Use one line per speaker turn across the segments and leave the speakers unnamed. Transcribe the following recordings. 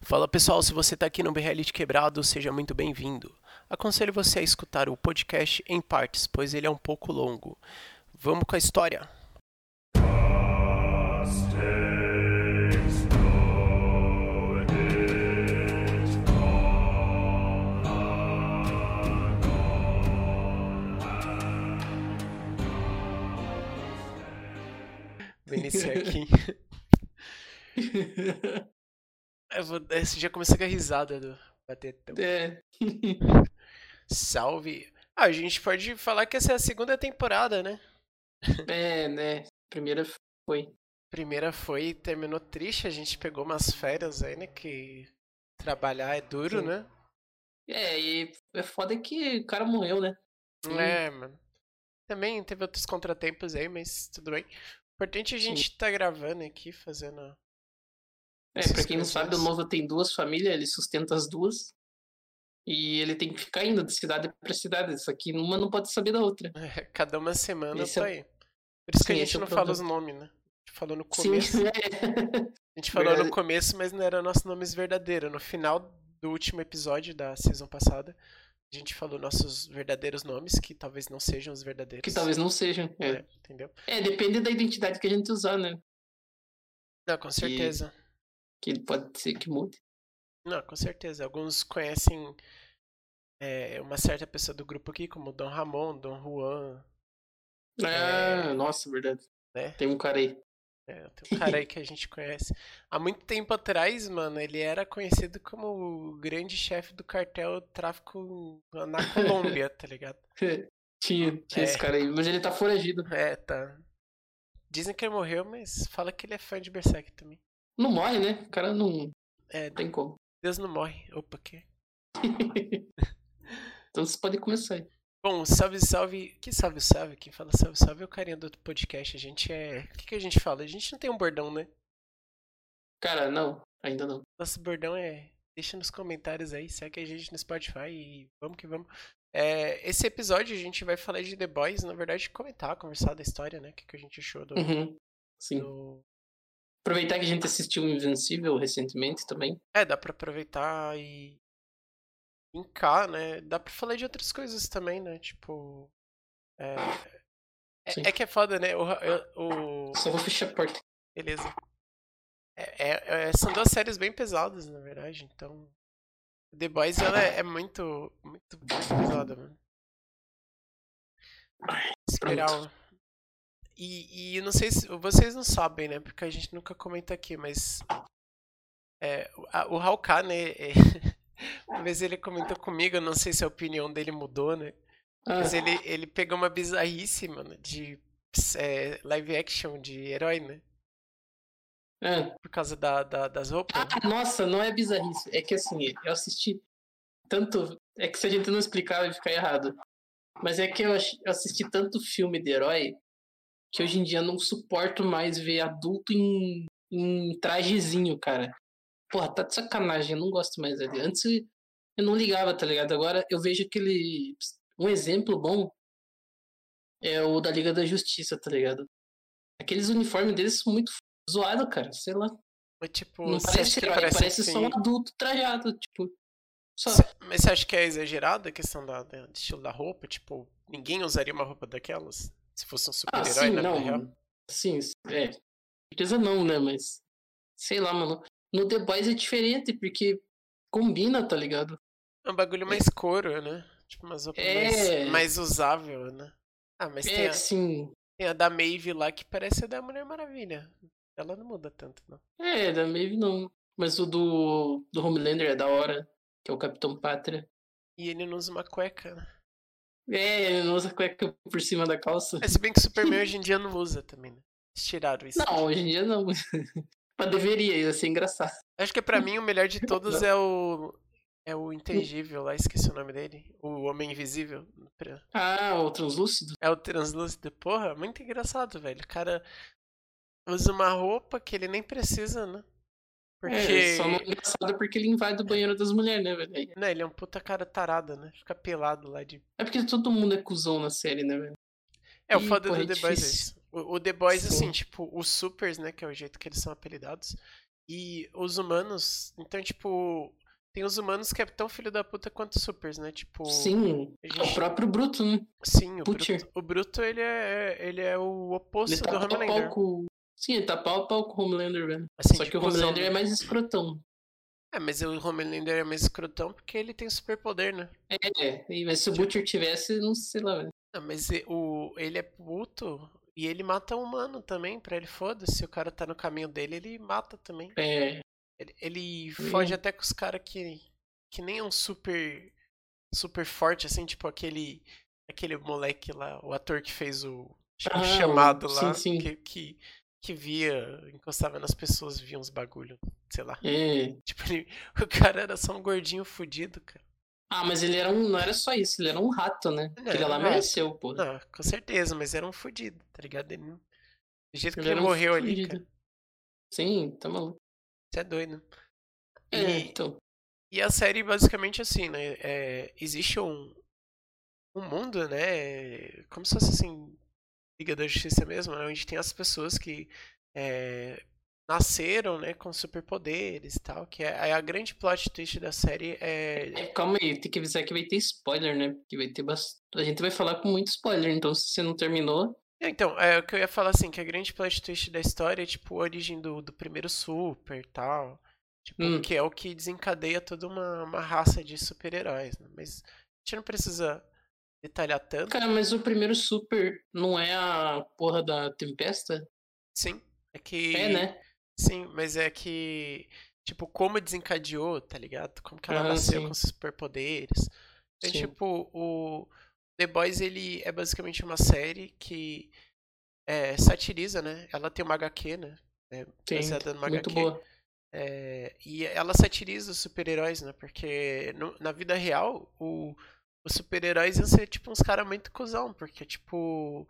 Fala pessoal, se você está aqui no BRL de Quebrado, seja muito bem-vindo. Aconselho você a escutar o podcast em partes, pois ele é um pouco longo. Vamos com a história! Vou iniciar aqui. Eu vou, esse já começou com a risada do bater.
É.
Salve! Ah, a gente pode falar que essa é a segunda temporada, né?
É, né? Primeira foi.
Primeira foi, terminou triste, a gente pegou umas férias aí, né? Que trabalhar é duro,
Sim.
né?
É, e é foda que o cara morreu, né? Sim.
É, mano. Também teve outros contratempos aí, mas tudo bem. Importante a
Sim.
gente tá gravando aqui, fazendo.
É,
essas
pra quem não
coisas.
sabe, o Nova tem duas famílias, ele sustenta as duas. E ele tem que ficar indo de cidade pra cidade, só que uma não pode saber da outra.
É, Cada uma semana
Esse é
tá aí. Por isso que
Sim,
a
esse
gente
é o
não fala os nomes, né? A gente falou no começo.
Sim, é.
A gente falou no
Verdade.
começo, mas não era nossos nomes verdadeiros. No final do último episódio da season passada, a gente falou nossos verdadeiros nomes, que talvez não sejam os verdadeiros.
que talvez não sejam. É.
É, entendeu?
é, depende da identidade que a gente usar, né?
Não, com certeza.
Que ele pode ser que mude.
Não, com certeza. Alguns conhecem é, uma certa pessoa do grupo aqui, como Dom Ramon, Dom Juan.
Ah, nossa, verdade.
É.
Tem um cara aí.
né? tem um cara aí que a gente conhece. Há muito tempo atrás, mano, ele era conhecido como o grande chefe do cartel tráfico na Colômbia, tá ligado?
Tinha, tinha
É.
esse cara aí, mas ele tá foragido.
É, tá. Dizem que ele morreu, mas fala que ele é fã de Berserk também.
Não morre, né? O cara não
É,
tem como.
Deus não morre. Opa, que.
Então você pode começar aí.
Bom, salve, salve. Que salve, salve? Quem fala salve, salve é o carinha do outro podcast. A gente é. O que, que a gente fala? A gente não tem um bordão, né?
Cara, não, ainda não.
Nosso bordão é. Deixa nos comentários aí, segue a gente no Spotify e vamos que vamos. É, esse episódio a gente vai falar de The Boys, na verdade, comentar, conversar da história, né? O que, que a gente achou do,
Uhum. Sim.
do.
Aproveitar que a gente assistiu o Invencível recentemente também.
É, dá pra aproveitar e. Linkar, né? Dá pra falar de outras coisas também, né? Tipo. É, é-
Sim.
é que é foda, né? O, o- o-
Só vou fechar a porta.
Beleza. É- é- é- são duas séries bem pesadas, na verdade, então. The Boys ela é, é muito, muito, muito pesada, mano. Esperar. o- E, e eu não sei se. Vocês não sabem, né? Porque a gente nunca comenta aqui, mas. é, o- a- o Hawkeye, né? é- uma vez ele comentou comigo, eu não sei se a opinião dele mudou, né?
Ah,
Mas ele, ele pegou uma bizarrice, mano, de é, live action de herói, né?
ah.
Por causa da, da- das roupas? né?
Ah, nossa, não é bizarrice. É que assim, eu assisti tanto. É que se a gente não explicar, vai ficar errado. Mas é que eu ach- eu assisti tanto filme de herói que hoje em dia eu não suporto mais ver adulto em, em trajezinho, cara. Porra, tá de sacanagem, eu não gosto mais dele. Antes eu- eu não ligava, tá ligado? Agora eu vejo aquele. Um exemplo bom é o da Liga da Justiça, tá ligado? Aqueles uniformes deles são muito zoados, cara. Sei lá.
Mas, tipo,
Não
você acha
parece
que
herói,
parece,
parece, só um
assim-
adulto trajado, tipo. Só.
Cê- Mas você acha que é exagerada a questão da, da- do estilo da roupa? Tipo, ninguém usaria uma roupa daquelas? Se fosse um
Ah,
super-herói
sim,
na vida
não.
real?
Sim, s- é. Certeza não, né? Mas. Sei lá, mano. No The Boys é diferente, porque combina, tá ligado?
É um bagulho mais couro, né? Tipo, umas roupas
É.
mais, mais usável, né? Ah, mas tem
É,
a,
assim.
tem a da Maeve lá que parece a da Mulher Maravilha. Ela não muda tanto, não.
É, da Maeve não. Mas o do, do Homelander é da hora, que é o Capitão Pátria.
E ele não usa uma cueca, né?
É, ele não usa cueca por cima da calça.
Mas se bem que o Superman hoje em dia não usa também, né? Eles tiraram isso.
Não, hoje em dia não. Mas deveria, ia ser engraçado.
Acho que pra mim o melhor de todos é o. É o Intangível lá, esqueci o nome dele. O Homem Invisível. Pra-
Ah, o Translúcido?
É o Translúcido. Porra, muito engraçado, velho. O cara usa uma roupa que ele nem precisa, né? Porque.
É, só não é engraçado porque ele invade o banheiro das mulheres, né, velho? Aí
Não, ele é um puta cara tarado, né? Fica pelado lá de.
É porque todo mundo é cuzão na série, né, velho?
É, o
Ih,
foda
porra,
do
é
The Boys é
difícil.
isso. O, o The Boys,
Sim.
assim, tipo, os supers, né? Que é o jeito que eles são apelidados. E os humanos. Então, tipo. Tem os humanos que é tão filho da puta quanto os supers, né? Tipo.
Sim,
a gente-
o próprio Bruto, né?
Sim, o
Butcher.
Bruto, o Bruto ele, é, ele é o oposto
Ele tá
do
pau a pau
Homelander.
com... Sim, ele tá pau a pau com o Homelander, velho.
Assim,
Só que
tipo,
o
cuzão,
Homelander
né?
é mais escrotão.
É, mas o Homelander é mais escrotão porque ele tem superpoder, né?
É, e- mas se o Butcher tivesse, não sei lá, velho.
Ah, mas e- o, ele é puto e ele mata um humano também, pra ele foda-se. O cara tá no caminho dele, ele mata também.
É,
Ele, ele foge até com os caras que, que nem é um super super forte, assim, tipo aquele aquele moleque lá, o ator que fez o, acho que é o
Ah, o-
chamado
sim,
lá,
sim.
Que, que, que via, encostava nas pessoas, via uns bagulho, sei lá.
é.
Tipo, ele- o cara era só um gordinho fudido, cara.
Ah, mas ele era um. Não era só isso, ele era um rato, né?
Não,
Aquele
era
lá
um rato.
mereceu, pô.
Não, com certeza, mas era um fudido, tá ligado? Ele, não- do jeito que
Ele
ele,
era um
morreu ali,
fudido.
cara.
Sim, tá maluco.
Você é doido.
É,
E-
então.
E a série basicamente assim, né? é, existe um, um mundo, né? Como se fosse assim, Liga da Justiça mesmo, né, onde tem as pessoas que é, nasceram, né, com superpoderes e tal, que é, é a grande plot twist da série é
É, calma aí, tem que avisar que vai ter spoiler, né? Porque vai ter bastante. A gente vai falar com muito spoiler, então se você não terminou.
Então, é o que eu ia falar assim, que a grande plot twist da história é tipo a origem do, do primeiro super e tal. Tipo,
Hum.
que é o que desencadeia toda uma, uma raça de super-heróis, né? Mas a gente não precisa detalhar tanto.
Cara, mas o primeiro super não é a porra da Tempesta?
Sim, é que.
É, né?
Sim, mas é que. Tipo, como desencadeou, tá ligado? Como que ela
Aham,
nasceu
sim.
com esses superpoderes. Então,
Sim.
tipo, o The Boys, ele é basicamente uma série que é, satiriza, né? Ela tem uma HQ, né?
Tem.
baseada numa
Muito
HQ.
boa.
É, e ela satiriza os super-heróis, né? Porque no- na vida real, o- os super-heróis iam ser, tipo, uns caras muito cuzão. Porque, tipo,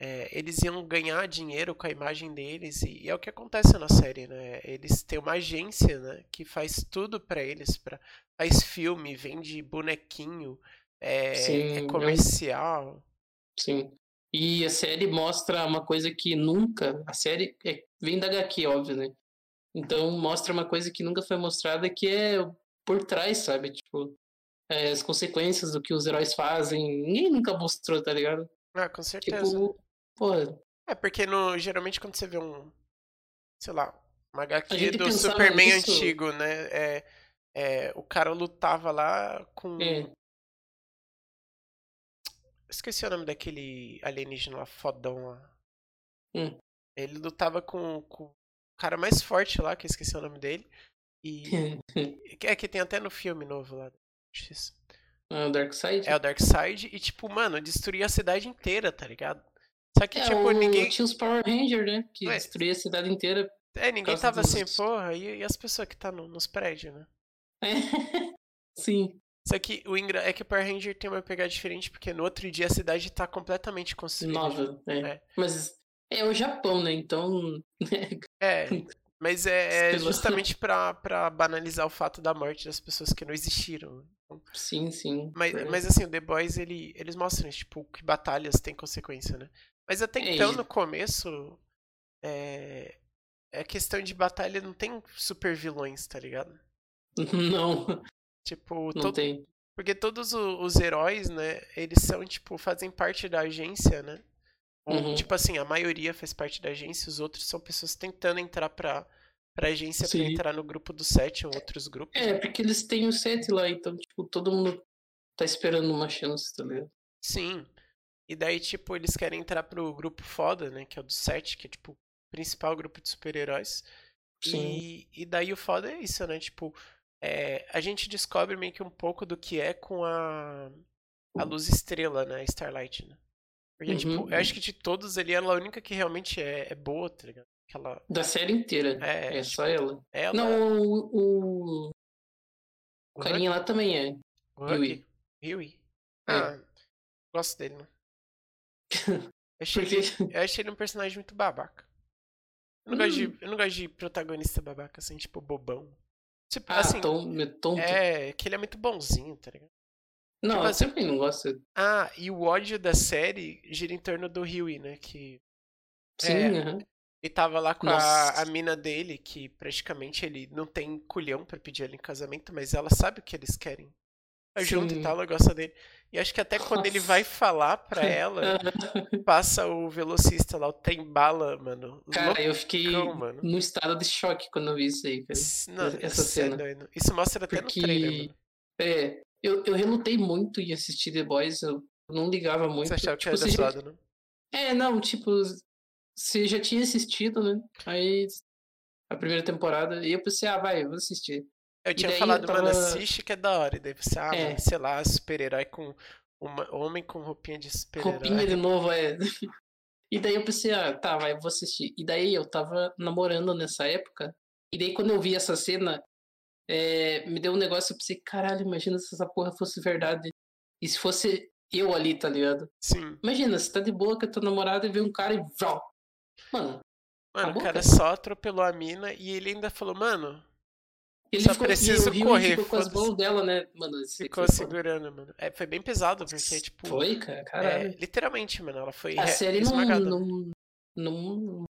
é, eles iam ganhar dinheiro com a imagem deles. E, e é o que acontece na série, né? Eles têm uma agência, né? Que faz tudo pra eles. Pra, faz filme, vende bonequinho, é,
Sim,
é
eu-
comercial.
Sim. E a série mostra uma coisa que nunca. A série é- vem da HQ, óbvio, né? Então mostra uma coisa que nunca foi mostrada, que é por trás, sabe? Tipo, é, as consequências do que os heróis fazem. Ninguém nunca mostrou, tá ligado?
Ah, com certeza.
Tipo, porra,
É, porque no, geralmente quando você vê um, sei lá, uma HQ
gente "Ah,
do
pensava
Superman
nisso-
antigo, né? É, é, o cara lutava lá com.
É.
Esqueci o nome daquele alienígena lá, fodão lá.
Hum.
Ele lutava com, com o cara mais forte lá, que eu esqueci o nome dele. E.
Hum.
É que tem até no filme novo lá. Justiça.
ah, Darkseid.
É o Darkseid e, tipo, mano, destruía a cidade inteira, tá ligado? Só que,
É,
tipo,
o-
ninguém.
Tinha os Power Rangers, né? Que
Ué.
destruía a cidade inteira.
É, ninguém
causa
tava
dos-
assim, porra, e, e as pessoas que tá no- nos prédios, né?
É. Sim.
Só que o engra... é que o Power Ranger tem uma pegada diferente, porque no outro dia a cidade tá completamente construída.
Nova, né?
É.
Mas é o Japão, né? Então.
É, mas é, é
Sei lá.
justamente pra, pra banalizar o fato da morte das pessoas que não existiram. né?
Sim, sim.
Mas,
É.
mas assim, o The Boys, ele, eles mostram, tipo, que batalhas têm consequência, né? Mas até
É,
então,
e-
no começo, é... é questão de batalha, não tem super vilões, tá ligado?
Não,
Tipo,
não
todo,
tem.
Porque todos o- os heróis, né, eles são, tipo, fazem parte da agência, né? Ou,
Uhum.
Tipo assim, a maioria faz parte da agência, os outros são pessoas tentando entrar pra, pra agência pra
Sim.
entrar no grupo do sete ou outros grupos. né?
É, porque eles têm o set lá, então, tipo, todo mundo tá esperando uma chance, tá ligado?
Sim. E daí, tipo, eles querem entrar pro grupo foda, né? Que é o do sete, que é, tipo, o principal grupo de super-heróis.
Sim.
E, e daí o foda é isso, né? Tipo, é, a gente descobre meio que um pouco do que é com a, a luz estrela, né? Starlight, né? Porque,
Hum. Uhum.
tipo, eu acho que de todos ali, ela é a única que realmente é, é boa, tá ligado? Que ela,
Da série inteira.
é, Uhum.
É, só ela.
ela,
Não, o, o- o
o
carinha lá também é.
Hug- o Hug-
Huey.
Huey?
É.
Ah, gosto dele, né? Eu achei,
Porque
ele, eu achei ele um personagem muito babaca. Eu não, gosto
Hum.
de, eu não gosto de protagonista babaca, assim, tipo, bobão. Tipo,
Ah,
assim,
tom, meu tonto.
é, que ele é muito bonzinho, tá ligado?
não,
tipo
eu
assim-
sempre não gosto.
Ah, e o ódio da série gira em torno do Huey, né? Que
Sim,
É.
aham.
E tava lá com a,
Nossa.
a mina dele, que praticamente ele não tem culhão pra pedir ela em casamento, mas ela sabe o que eles querem. Tá junto e
Sim.
tal, ela gosta dele. E acho que até quando ele vai falar pra
Ah,
ela, passa o velocista lá, o trem bala, mano.
Cara, eu fiquei
Loucão, mano.
num estado de choque quando eu vi isso aí, cara.
Isso- Não,
essa
isso é
cena.
doido. Isso mostra até
Porque-
no trailer, mano.
É, eu, eu relutei muito em assistir The Boys, eu não ligava muito.
Você achava que
Tipo,
era
você já-
zoado, né?
É, não, tipo, você já tinha assistido, né? Aí a primeira temporada, e eu pensei, ah, vai, eu vou assistir.
Eu tinha
daí eu
falado, mano,
tava-
assiste que é da hora. E daí você, ah,
É.
mano, sei lá, super-herói com. Uma, homem com roupinha de
Roupinha de
super-herói.
novo, é. E daí eu pensei, ah, tá, vai, eu vou assistir. E daí eu tava namorando nessa época, e daí quando eu vi essa cena, é, me deu um negócio, eu pensei, caralho, imagina se essa porra fosse verdade. E se fosse eu ali, tá ligado?
Sim.
Imagina, você tá de boa com a tua namorada e vê um cara e vral. Mano,
Mano,
Acabou,
o cara
cara?
só atropelou a mina e ele ainda falou, mano,
ele
Só
ficou, e
preciso
eu vi, ele
correr,
ficou com as
foda-se.
mãos dela, né? Mano, esse
ficou
aqui, foda.
segurando, mano. É, foi bem pesado, porque, tipo.
Foi, cara,
é,
caralho.
literalmente, mano, ela foi
a
re-
série não,
esmagada.
não, não,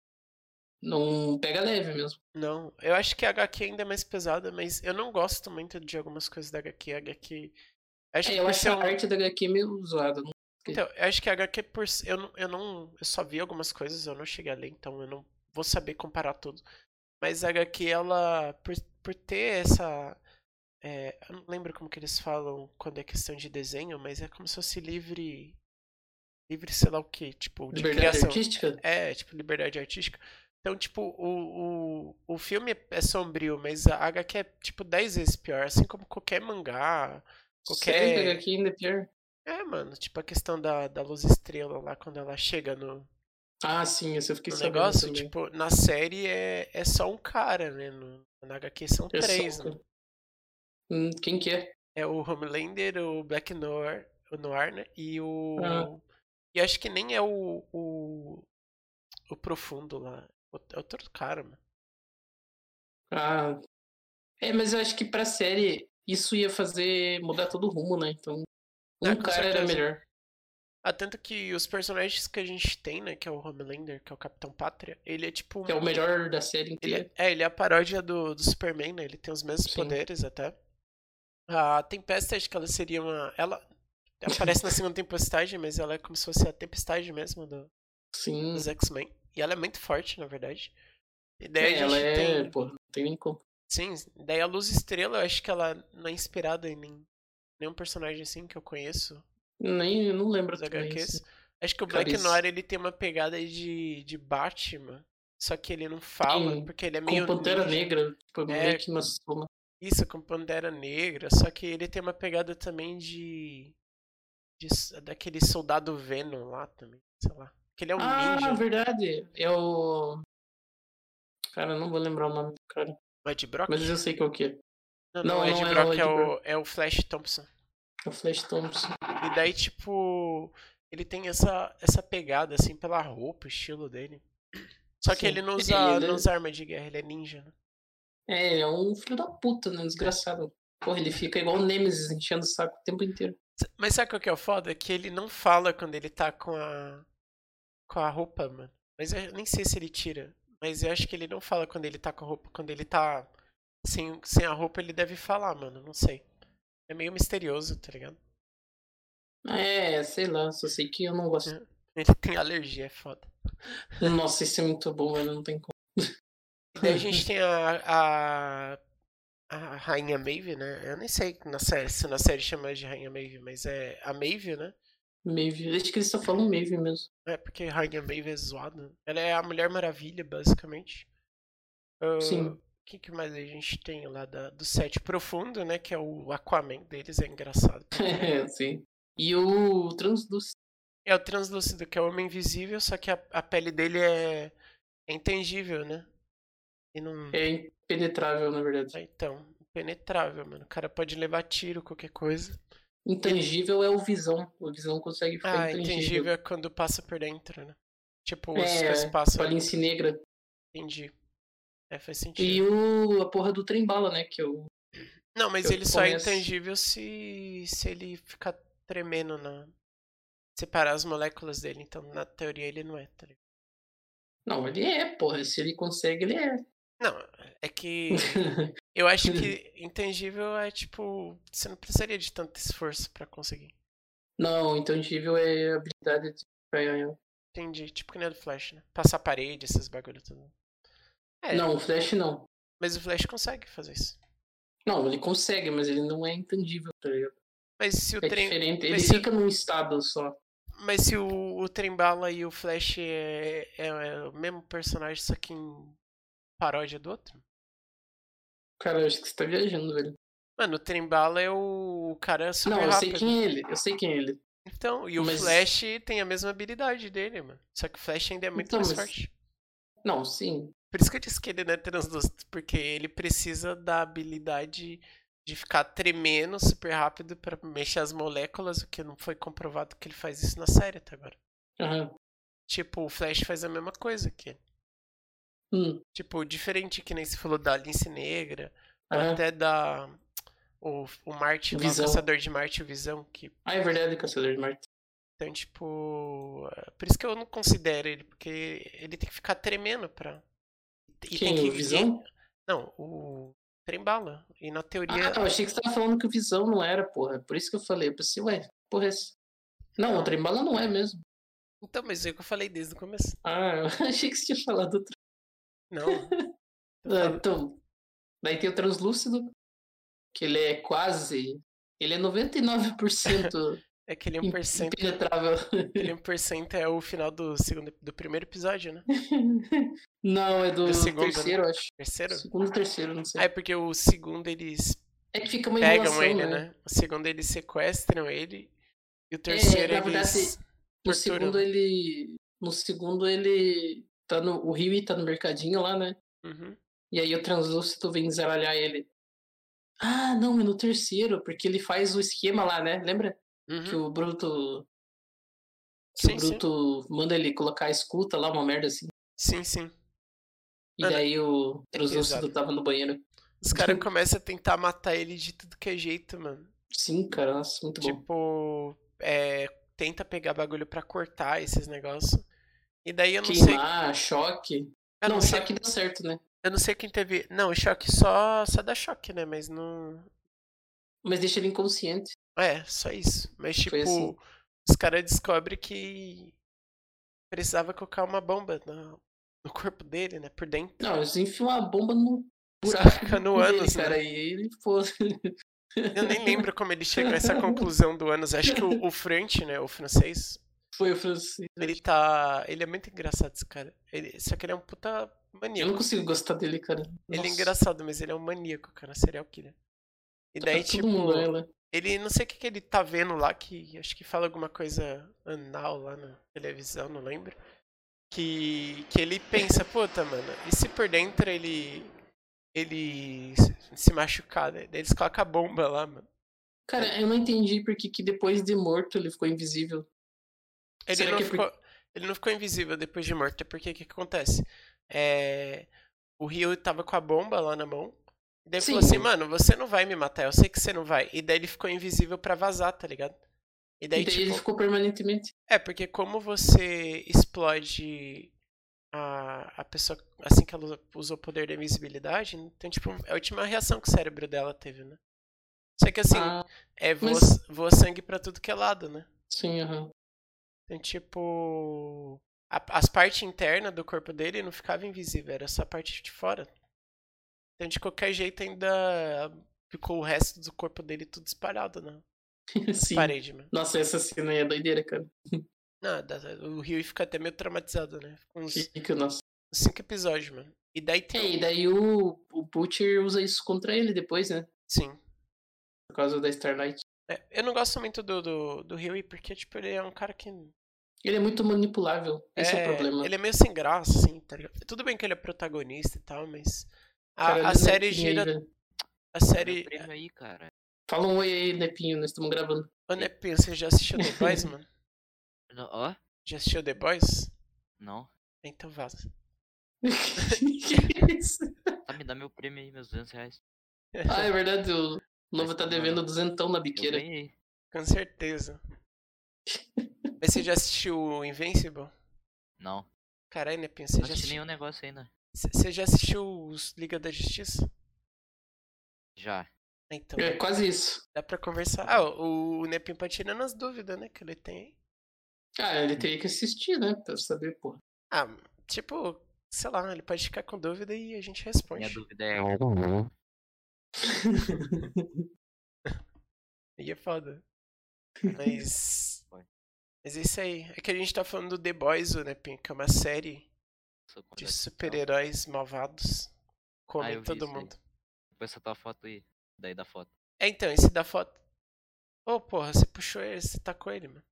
não pega leve mesmo.
Não, eu acho que a HQ ainda é mais pesada, mas eu não gosto muito de algumas coisas da HQ. A HQ. Acho
É,
que
eu
por
acho
ser
a
um-
arte da HQ meio zoada. não-
Então, eu acho que a HQ por si- eu não, eu não, eu só vi algumas coisas, eu não cheguei a ler, então eu não vou saber comparar tudo. Mas a HQ ela por, por ter essa é, eu não lembro como que eles falam quando é questão de desenho, mas é como se fosse livre livre, sei lá o que, tipo, de
Liberdade
criação.
artística?
É, tipo, liberdade artística. Então, tipo, o, o, o filme é sombrio, mas a HQ é, tipo, 10 vezes pior, assim como qualquer mangá, qualquer...
Série da HQ ainda é pior.
É, mano, tipo a questão da, da luz estrela lá, quando ela chega no,
Ah, sim, essa eu fiquei
no
sabendo
negócio,
também.
tipo, na série é, é só um cara, né? No, na HQ são
Eu sou-
três, né?
É um- Hum, quem que é?
É o Homelander, o Black Noir, o Noir, né? E o.
Ah.
E acho que nem é o. O, o Profundo lá. O- É outro cara, mano.
Ah. É, mas eu acho que pra série isso ia fazer mudar todo o rumo, né? Então, um
Ah, com
cara era
certeza.
melhor.
Ah, tanto que os personagens que a gente tem, né? Que é o Homelander, que é o Capitão Pátria, ele é tipo.
Que é o melhor da série
Ele
inteira.
é, é, ele é a paródia do, do Superman, né? Ele tem os mesmos
Sim.
poderes até. A Tempestade, acho que ela seria uma. Ela aparece na segunda Tempestade, mas ela é como se fosse a Tempestade mesmo do-
Sim.
dos X-Men. E ela é muito forte, na verdade. E daí
É,
a
ela
gente
é,
tem.
pô, não tem nem como.
Sim, daí a Luz Estrela, eu acho que ela não é inspirada em nem- nenhum personagem assim que eu conheço
Nem, eu não lembro
dos
também.
HQs.
assim.
Acho que o Black
Clarice.
Noir ele tem uma pegada de, de Batman. Só que ele não fala,
Sim,
porque ele é meio.
Com Pantera
ninja.
Negra, tipo,
É.
meio que uma soma.
Isso, com Pantera Negra, só que ele tem uma pegada também de. de s- daquele soldado Venom lá também, sei lá. Que ele é um
ah,
ninja.
verdade. É o. Cara, eu não vou lembrar o nome do cara.
O é Ed Brock?
Mas eu sei qual que é.
Não,
não,
não, o Ed
não é o
Brock
Ed
é o, é o Flash Thompson.
É o Flash Thompson.
E daí, tipo, ele tem essa, essa pegada, assim, pela roupa, o estilo dele. Só que
Sim,
ele não usa,
ele-
não usa arma de guerra, ele é ninja, né?
É, ele é um filho da puta, né? Desgraçado. Porra, ele fica igual o Nemesis enchendo o saco o tempo inteiro.
S- Mas sabe qual que é o foda? Que ele não fala quando ele tá com a. com a roupa, mano. Mas eu nem sei se ele tira. Mas eu acho que ele não fala quando ele tá com a roupa. Quando ele tá sem, sem a roupa, ele deve falar, mano. Não sei. É meio misterioso, tá ligado?
É, sei lá, só sei que eu não gosto.
Ele tem alergia, é foda.
Nossa, isso é muito bom, velho, não tem como.
E daí a gente tem a. a. a Rainha Maeve, né? Eu nem sei na série, se na série chama de Rainha Maeve, mas é a Maeve, né?
Maeve. Acho que eles só falam Maeve mesmo.
É porque Rainha Maeve é zoada. Ela é a Mulher Maravilha, basicamente. Ah,
Sim.
O que, que mais a gente tem lá da- do set profundo, né? Que é o Aquaman deles, é engraçado.
É, sim. E o Transluce.
É o translúcido, que é o homem invisível, só que a, a pele dele é, é intangível, né? E não.
É impenetrável, na verdade.
É, Então, penetrável, mano. O cara pode levar tiro, qualquer coisa.
Intangível é o Visão. O Visão consegue ficar
Ah,
intangível.
intangível é quando passa por dentro, né? Tipo, os
É,
coisas passam.
Falência negra.
Entendi. É, faz sentido.
E o, a porra do trem bala, né? Que eu.
Não, mas
Eu
ele só é
começo-
intangível se, se ele ficar tremendo na. Separar as moléculas dele. Então, na teoria, ele não é, tá ligado?
Não, ele é, porra. Se ele consegue, ele é.
Não, é que eu
Hum.
acho que intangível é tipo. Você não precisaria de tanto esforço pra conseguir.
Não, intangível é a habilidade de ganhar.
Entendi. Tipo que nem a do Flash, né? Passar parede, esses bagulho tudo. É,
Não, o Flash não.
mas o Flash consegue fazer isso.
Não, ele consegue, mas ele não é intangível, tá ligado?
Mas se o
É
trem.
diferente. Ele
mas se-
fica num estado só.
Mas se o, o Trembala e o Flash é, é- é o mesmo personagem, só que em paródia do outro?
Cara, eu acho que você tá viajando, velho.
Mano, o Trembala é o, o cara super
Não, eu
rápido.
sei quem é ele. Eu sei quem é ele.
Então, e o
Mas-
Flash tem a mesma habilidade dele, mano. Só que o Flash ainda é muito
Então,
mais
mas-
forte.
Não, sim.
Por isso que eu disse que ele não é transduto, porque ele precisa da habilidade de ficar tremendo super rápido pra mexer as moléculas, o que não foi comprovado que ele faz isso na série até agora.
Aham.
Tipo, o Flash faz a mesma coisa aqui.
Hum.
Tipo, diferente que nem se falou da Alice Negra, ou
Aham.
até da. O, o Marte, lá, o
É. Visão.
Caçador de Marte, o Visão, que.
Ah, é verdade, Caçador de Marte.
Então, tipo. é Por isso que eu não considero ele, porque ele tem que ficar tremendo pra. E
Quem? O Visão?
Não, o. Trembala. E na teoria.
Ah, eu achei que você tava falando que o Visão não era, porra. Por isso que eu falei. Eu pensei, ué, porra, é essa? Não, o Trembala não é mesmo.
Então, mas é o que eu falei desde o começo.
Ah, eu achei que você tinha falado do
Não.
Ah, então, daí tem o translúcido, que ele é quase. Ele é 99%
É que ele é um porcento.
impenetrável.
Ele é um porcento é o final do segundo do primeiro episódio, né?
Não, é do,
Do segundo, né?
terceiro, acho.
Terceiro?
Segundo, terceiro, não sei.
Ah, é porque o segundo eles
É que fica uma
pegam
enrolação,
ele,
né? É,
né? O segundo eles sequestram ele. E o terceiro
na
eles.
No
Tortura,
segundo,
né?
ele. No segundo, ele. Tá no, o Rio tá no mercadinho lá, né?
Uhum.
E aí o translúcido vem zaralhar ele. Ah, não, é no terceiro, porque ele faz o esquema lá, né? Lembra?
Uhum.
Que o Bruto. Que
Sim,
o
sim.
Bruto manda ele colocar a escuta lá, uma merda assim.
sim, sim.
E
Mano,
daí o
é
translúcido
pesado.
tava no banheiro.
Os caras
Uhum.
começam a tentar matar ele de tudo que é jeito, mano.
Sim, cara, nossa, muito bom.
Tipo, é, tenta pegar bagulho pra cortar esses negócios. E daí eu não sei.
Queimar, choque.
Eu
não,
não sei,
choque deu certo, né?
eu não sei quem teve. Não, o choque só, só dá choque, né? Mas não.
Mas deixa ele inconsciente.
É, só isso. Mas, tipo,
Foi assim.
os caras descobrem que precisava colocar uma bomba na- no corpo dele, né? Por dentro.
Não, eles enfiam uma bomba no
Saca,
buraco
no
dele,
ânus, né?
cara. E ele, pô,
Eu nem lembro como ele chega a essa conclusão do Anos. Acho que o, o French, né? O francês,
foi o francês.
ele tá. Ele é muito engraçado, esse cara. Ele- só que ele é um puta
Eu não
maníaco.
consigo gostar dele, cara.
Ele é
Nossa,
engraçado, mas ele é um maníaco, cara. Serial killer. E daí,
todo
tipo,
mundo é lá.
ele não sei o que, que ele tá vendo lá, que acho que fala alguma coisa anal lá na televisão, não lembro. Que, que ele pensa, puta, mano, e se por dentro ele. ele se- se machucar, né? Daí eles colocam a bomba lá, mano.
Cara,
é.
eu não entendi porque que depois de morto ele ficou invisível.
Ele
Será
não,
que é por-
ficou, ele não ficou invisível depois de morto, é porque o que, que acontece? É, o Rio tava com a bomba lá na mão. E daí
Sim.
falou assim, mano, você não vai me matar, eu sei que você não vai. E daí ele ficou invisível pra vazar, tá ligado? E daí,
e daí
tipo,
ele ficou permanentemente.
é, porque como você explode a, a pessoa assim que ela usa- usou o poder da invisibilidade, então, tipo, é a última reação que o cérebro dela teve, né? Só que assim,
Ah,
é voa,
mas-
voa sangue pra tudo que é lado, né?
sim, aham.
Então, tipo. a- as partes internas do corpo dele não ficavam invisíveis, era só a parte de fora. Então, de qualquer jeito, ainda ficou o resto do corpo dele tudo espalhado na
sim.
parede, mano.
Nossa, essa cena aí é doideira, cara.
Nada, o Rio fica até meio traumatizado, né? Fica Uns
Fica, nossa.
cinco episódios, mano. E daí
É, e
tem. um
daí o, o Butcher usa isso contra ele depois, né?
Sim.
Por causa da Starlight.
É, eu não gosto muito do, do, do Rio porque, tipo, ele é um cara que.
Ele é muito manipulável. Esse é,
é,
o problema.
Ele é meio sem graça, assim, tá ligado? Tudo bem que ele é protagonista e tal, mas. A,
Cara, ele
a
não
série
tinha aí,
gira.
velho.
A série.
prêmio aí, cara.
Fala um oi aí, Nepinho, nós estamos gravando.
Ô, Nepinho, você já assistiu The Boys, mano?
Não, ó,
Já assistiu The Boys?
não.
Então vaza.
que isso?
Tá, me dá meu prêmio aí, meus 200 reais.
Ah, é verdade, o Nova tá devendo duzentão na
Eu
biqueira.
ganhei.
Com certeza. Mas você já assistiu o Invincible?
Não.
Caralho, Nepinho,
Não
você já,
assisti
assisti...
nenhum negócio ainda.
você já assistiu os Liga da Justiça?
Já.
Ah, Então,
É quase isso.
dá pra conversar. Ah, o, o Nepinho pode tirar nas dúvidas, né, que ele tem.
Ah, ele teria que assistir, né? Pra saber, pô.
Ah, tipo, sei lá, ele pode ficar com dúvida e a gente responde.
Minha dúvida é.
Aí é foda. Mas.
Foi.
Mas é isso aí. É que a gente tá falando do The Boys, o Nepinho, que é uma série
Sou contra-
de super-heróis malvados. Comem
eu vi
todo
isso aí.
mundo.
Depois essa tua foto aí. Daí da foto.
É, então, esse da foto. Ô, porra, você puxou ele, você tacou ele, mano.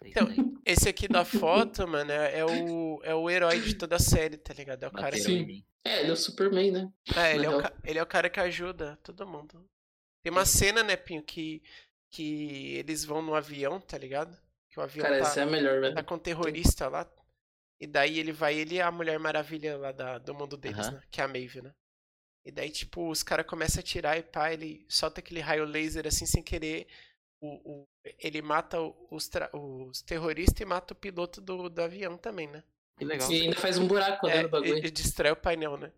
Daí,
Então,
daí.
Esse aqui da foto, mano, é, é o, é o herói de toda a série, tá ligado? É o cara
Bateram
que.
Sim.
em mim.
É, ele é o Superman, né?
É, ele é, o,
Legal.
ca- ele é o cara que ajuda todo mundo. Tem uma cena, né, Pinho, que, que eles vão no avião, tá ligado? Que o avião
Cara,
tá,
essa é a melhor, velho.
tá com um terrorista lá. E daí ele vai, ele e a Mulher Maravilha lá da- do mundo deles,
Aham.
né? Que é a Maeve, né? E daí, tipo, os caras começam a tirar e pá, ele solta aquele raio laser assim sem querer. O, o- ele mata o- os, tra- os terroristas e mata o piloto do, do avião também, né?
Que legal.
E ainda faz um buraco né,
É,
no bagulho.
e, e distrai o painel, né?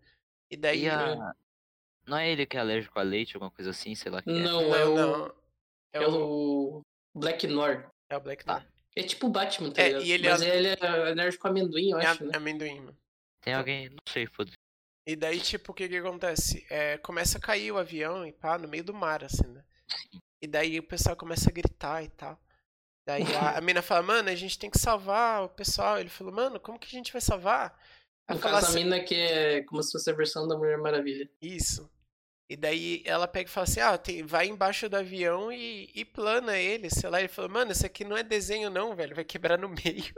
E daí.
E a... Não é ele que é alérgico a leite, alguma coisa assim, sei lá que é.
Não,
Não,
é o,
não. É
é
o,
o Black Nor.
é o Black
Tá.
Knight.
É tipo o Batman, tá
É,
ligado?
e ele é-
Mas ele é alérgico com amendoim, eu
É
acho,
a-
né?
é amendoim, mano.
Tem alguém. Não sei, foda-se.
E daí, tipo, o que que acontece? É, começa a cair o avião e pá, no meio do mar, assim, né? E daí o pessoal começa a gritar e tal. Daí a, a mina fala, mano, a gente tem que salvar o pessoal. Ele falou, mano, como que a gente vai salvar? Ela
No
fala
caso, a
assim,
mina que é como se fosse a versão da Mulher Maravilha.
isso. E daí ela pega e fala assim, ah, tem- vai embaixo do avião e, e plana ele, sei lá. Ele falou, mano, isso aqui não é desenho não, velho, vai quebrar no meio.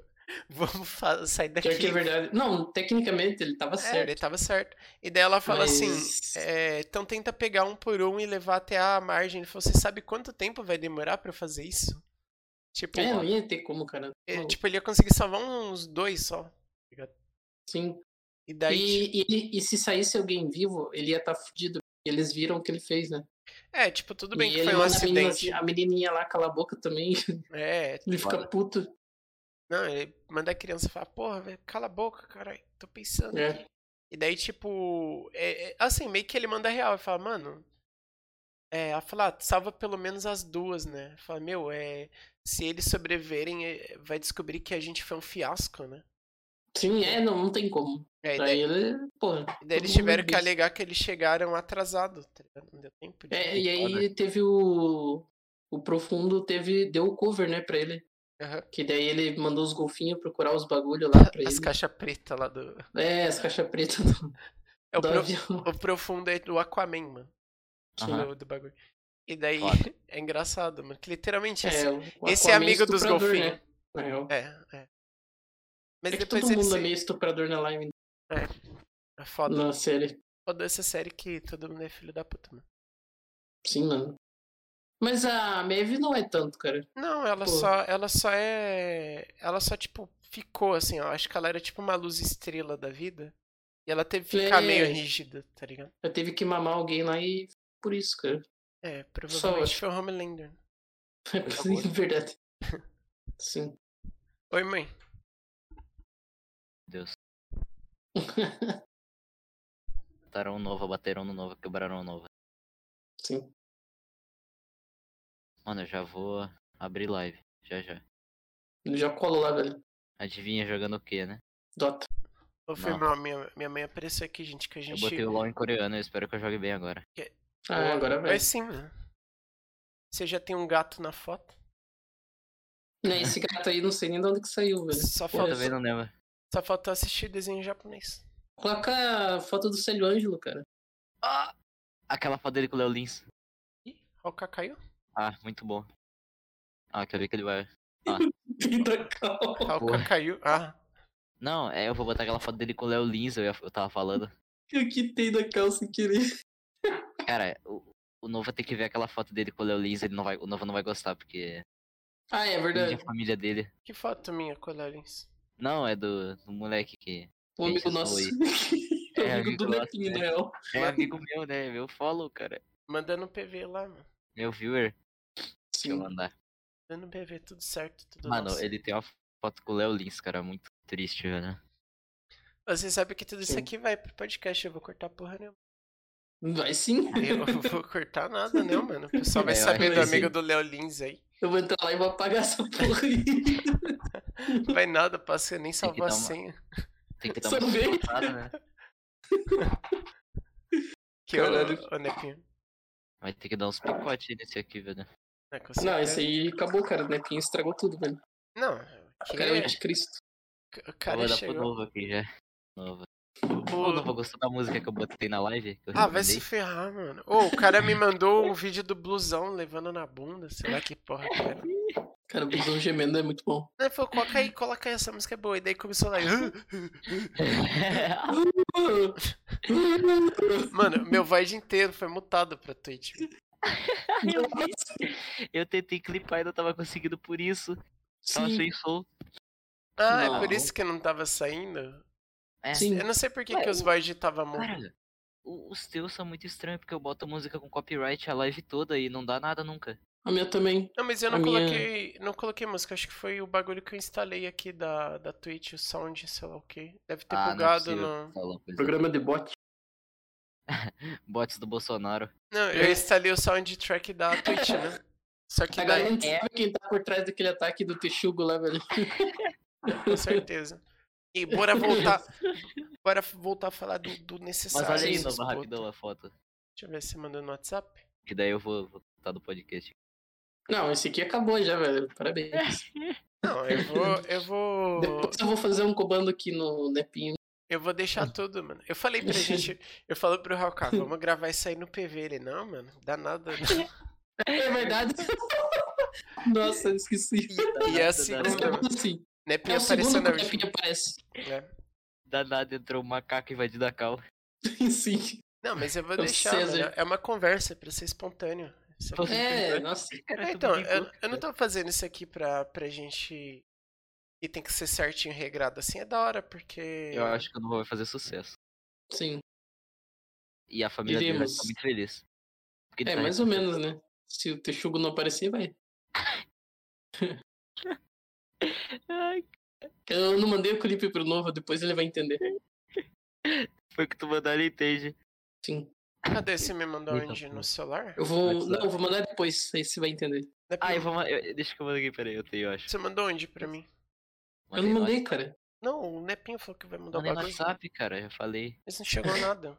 Vamos fa- sair daqui.
Pior que é verdade. Não, tecnicamente ele
É,
tava
ele
certo.
tava certo. E daí ela fala assim,
mas-
É, então tenta pegar um por um e levar até a margem. Ele falou, você sabe quanto tempo vai demorar pra eu fazer isso? Tipo,
É, não ia ter como, cara.
é,
Não,
tipo, ele ia conseguir salvar uns dois só.
Sim.
E daí, tipo,
E, e ele- e se saísse alguém vivo, ele ia estar tá fudido. Eles viram o que ele fez, né?
é, tipo, tudo bem
e
que
ele
foi um
manda a menina-
acidente.
a menininha lá cala a boca também.
É,
Ele fica
Foda.
puto.
não, ele manda a criança falar, porra, velho, cala a boca, caralho, tô pensando
É.
aqui. E daí, tipo, é- é, assim, meio que ele manda real. Ele fala, mano, é, ela fala, "Ah, salva pelo menos as duas, né? Ele Fala, meu, é, se eles sobreviverem, é, vai descobrir que a gente foi um fiasco, né?
Sim, é, não, não tem como.
É, e daí-
Aí ele, é, porra.
E daí
todo
eles
mundo
tiveram que
bicho.
alegar que eles chegaram atrasados, tá ligado? Não deu tempo de.
É, e aí
Foda.
teve o. O Profundo teve. Deu o cover, né, pra ele.
Aham.
Que daí ele mandou os golfinhos procurar os bagulho lá pra
As
ele.
caixas pretas lá do.
É, as caixas pretas do,
É o,
do
pro-
avião.
o profundo é do Aquaman, mano.
Aham.
Do, do bagulho. E daí
Foda.
é engraçado, mano. Que literalmente
É,
assim.
o
esse é
Aquaman
amigo dos
estuprador,
golfinhos.
Né? É, o-
É, é. Mas
é que
depois
todo
ele
mundo é
se...
meio estuprador na live,
é foda.
na série.
Foda essa série que todo mundo é filho da puta, mano.
Sim, mano. Mas a Maeve não é tanto, cara.
Não, ela
Pô.
só. Ela só é. Ela só, tipo, ficou assim, ó. Acho que ela era tipo uma luz estrela da vida. E ela teve que ficar meio
É.
rígida, tá ligado?
Ela teve que mamar alguém lá e. Por isso, cara.
É, provavelmente
acho-
foi o Homelander.
É verdade. Sim.
Oi, mãe.
Deus. Mataram um novo, bateram no novo, quebraram um novo.
Sim.
Mano, eu já vou abrir live. Já já.
Eu já colo lá, velho.
Adivinha jogando o que, né?
Dota.
Ô, foi
Não.
mal, minha, minha mãe apareceu aqui, gente, que a
Eu
gente.
botei o LOL em coreano, eu espero que eu jogue bem agora.
Ah, agora vai.
Mas sim, mano. Você já tem um gato na foto?
Né, esse gato aí, não sei nem de onde que saiu, velho.
Só
é. Pô, tá
Foda.
também não lembro.
Só faltou assistir desenho japonês.
Coloca a foto do Célio Ângelo, cara.
Ah! Aquela foto dele com o Léo Lins.
Ih, ó, o K caiu.
Ah, muito bom. Ah, quer ver que ele vai.
Vida calma.
Ah, o K
Porra.
caiu. Ah,
Não, é, eu vou botar aquela foto dele com o Léo Lins, eu, ia- eu tava falando.
Eu quitei da calça sem querer.
Cara, o, o Novo vai ter que ver aquela foto dele com o Léo Lins, ele não vai, o Novo não vai gostar, porque
Ah, é
é a
verdade.
família dele.
que foto minha, Colorins.
Não, é do, do moleque que.
Um amigo
Gente,
nosso.
eu
É
É,
amigo do
amigo nosso,
Nepinho,
né?
na real.
É amigo meu, né? Meu follow, cara.
Mandando PV lá, mano.
Meu viewer. Deixa eu
Sim.
mandar.
Mandando PV, tudo certo, tudo
Mano,
nosso.
ele tem uma foto com o Léo Lins, cara, muito triste, velho.
Você sabe que tudo isso
Sim.
aqui vai pro podcast, eu vou cortar porra nenhuma.
Vai sim.
Eu não vou cortar nada, né, mano? O pessoal vai
É, eu
saber do
acho que
amigo
sim.
do Léo Lins aí.
Eu vou entrar lá e vou apagar essa porra aí.
Não vai nada, passa nem
Tem que
salvar a
dar uma-
senha.
Tem que dar
Só
uma
vem.
suportada, né?
Que eu,
Caralho.
ô, Nepinho.
Vai ter que dar uns picotes aí nesse aqui, velho.
É, com
Não,
certeza.
esse aí acabou, cara. O Nepinho estragou tudo, velho.
Não,
O
que
cara é o anticristo.
o
Eu vou
cara
dar pro
chegou.
novo aqui já. Novo.
O-
O novo gostou da música que eu botei na live? que eu
Ah, vai se
recomendei?
ferrar, mano. Ô, o cara me mandou um vídeo do blusão levando na bunda, sei lá que porra que era.
Cara, o Busão Gemendo é muito bom.
Ele falou, coloca aí, coloca aí, essa música é boa. E daí começou lá. Mano, meu void inteiro foi mutado pra Twitch.
Então,
eu tentei clipar e não tava conseguindo por isso. Só
Sim,
achei solto.
Ah, é
Não.
por isso que não tava saindo?
É.
sim.
Eu não sei por que,
Ué,
que os
o-
void tava mudo.
Cara, o- os teus são muito estranhos porque eu boto música com copyright a live toda e não dá nada nunca.
A minha também.
Não, mas eu não
a minha-
coloquei. Não coloquei música, acho que foi o bagulho que eu instalei aqui da, da Twitch, o sound, sei lá o que. Deve ter
Ah, não é
bugado
possível.
no.
Falou, pois é.
Programa de bot.
Bots do Bolsonaro.
Não, eu instalei o soundtrack da Twitch, né? Só que
A
daí,
galera não sabe quem tá por trás daquele ataque do Texugo lá, velho.
com certeza. E bora voltar. bora voltar a falar do, do necessário.
Mas olha aí,
seus
Nova,
putos.
rapidão a foto.
Deixa eu ver se você mandou no WhatsApp.
Que daí eu vou vou botar do podcast.
Não, esse aqui acabou já, velho. Parabéns.
Não, eu vou. Eu vou.
Depois eu vou fazer um comando aqui no Nepinho.
Eu vou deixar tudo, mano. Eu falei pra gente. Eu falei pro Hawkar, vamos gravar isso aí no PV. Ele, não, mano, dá nada. né? não."
É verdade. Nossa, eu esqueci.
E, e é a segunda, mano.
Esqueci assim.
Nepi
É o
Né, apareceu
segundo que
na
o Nepinho
última.
aparece.
né?
Danado entrou um macaco invadindo a cal.
Sim.
Não, mas eu vou
É o
deixar,
César.
mano. É uma conversa, pra ser espontâneo. Isso aqui-
É, nossa.
É, então, eu, eu
né?
não tô fazendo isso aqui pra, pra gente. E tem que ser certinho, regrado. Assim é da hora, porque.
Eu acho que eu não vou fazer sucesso.
Sim.
E a família dele vai
Iremos.
ficar muito feliz. Porque ele
É,
tá
mais ou menos, né? Se o Texugo não aparecer, vai.
Ai,
Eu não mandei o clipe pro novo, depois ele vai entender.
foi o que tu mandou, ele entende.
Sim.
Cadê? Você me mandou
Eita,
onde? No
pô.
celular?
Eu vou.
Vai precisar.
Não, eu vou mandar depois, aí você vai entender.
Nepi,
Ah, eu vou ma- eu- Deixa que eu mando aqui, peraí, eu tenho, eu acho.
Você mandou onde pra mim?
Eu não
no-
mandei, cara.
Não, o Nepinho falou que vai mudar o
mandei no
bagulho.
WhatsApp, cara, já falei.
Mas não chegou nada.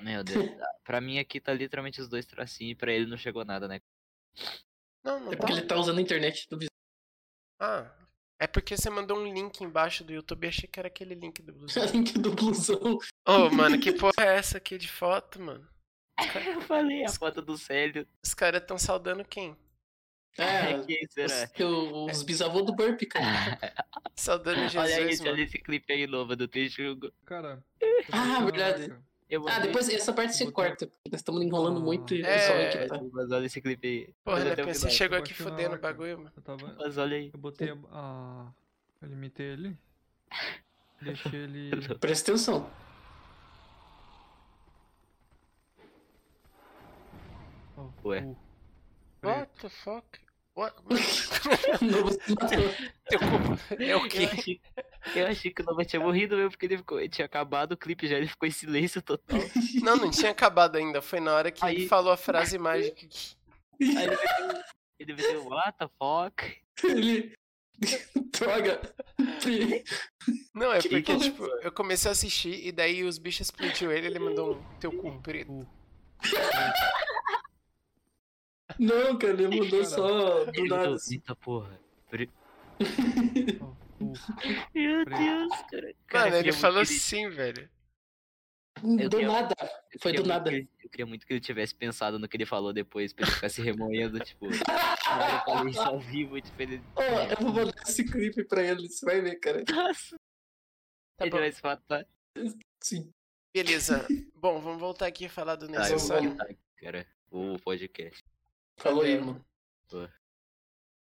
Meu Deus. ah, pra mim aqui tá literalmente os dois tracinhos e pra ele não chegou nada, né?
Não, não
É
tá.
porque ele tá usando a internet do vizinho.
Ah, é porque você mandou um link embaixo do YouTube e achei que era aquele link do blusão.
link do blusão.
Ô, mano, que porra é essa aqui de foto, mano?
Eu falei a foto do Célio.
Os caras tão saudando quem?
É,
Quem será?
os, eu-
É.
os bisavô do Burp, cara.
Ah,
Ah,
Saudando
Olha aí,
Jesus,
olha
mano.
esse clipe aí novo do Teixugo.
Cara.
Ah, verdade.
Eu
Ah,
mandei,
depois essa parte você corta, porque nós estamos
Ah.
enrolando muito e o
É.
pessoal aqui tá.
Mas olha esse clipe aí.
Porra,
Olha
né,
até o
Pinho, você
final.
chegou
eu
aqui
baixei na
fodendo o
hora, cara.
bagulho, mano.
Eu tava.
Mas olha aí.
Eu botei a. a- Eu limitei ele. Deixei ele.
Presta atenção.
ó,
Ué.
o
What
preto.
the fuck? What? Mano,
Não, você matou.
teu cu- É o
Eu
quê?
achei, eu achei que o Nova tinha morrido mesmo, porque ele, ficou, ele tinha acabado o clipe já, ele ficou em silêncio total.
Não, não tinha acabado ainda. Foi na hora que ele
Aí-
falou a frase mágica. que-
Aí ele meteu, ele meteu what the fuck?
Ele. Droga.
Não, é
Que
porque,
isso,
tipo, eu comecei a assistir e daí os bichos explodiu ele, ele mandou um teu cu preto.
o-
Não, cara, ele mudou só do
Ele
nada.
meteu,
assim.
eita porra.
ó, o-
Meu
Preto.
"Ah."
Deus, cara.
Mano, ele falou
assim.
assim, velho.
Eu
Hum, Do
tenho-
nada. assim, foi do nada.
eu queria muito que ele tivesse pensado no que ele falou depois, pra ele ficar se remoendo, tipo. "Caralho, eu falei isso ao vivo, tipo, ele.
Ó, eu vou mandar esse clipe pra ele, você vai ver, cara.
Nossa.
Tá
ele
bom.
vai se matar.
Sim.
Beleza. Bom, vamos voltar aqui e falar do
Tá, eu vou
necessário.
voltar, cara. O podcast.
Falou aí, mano.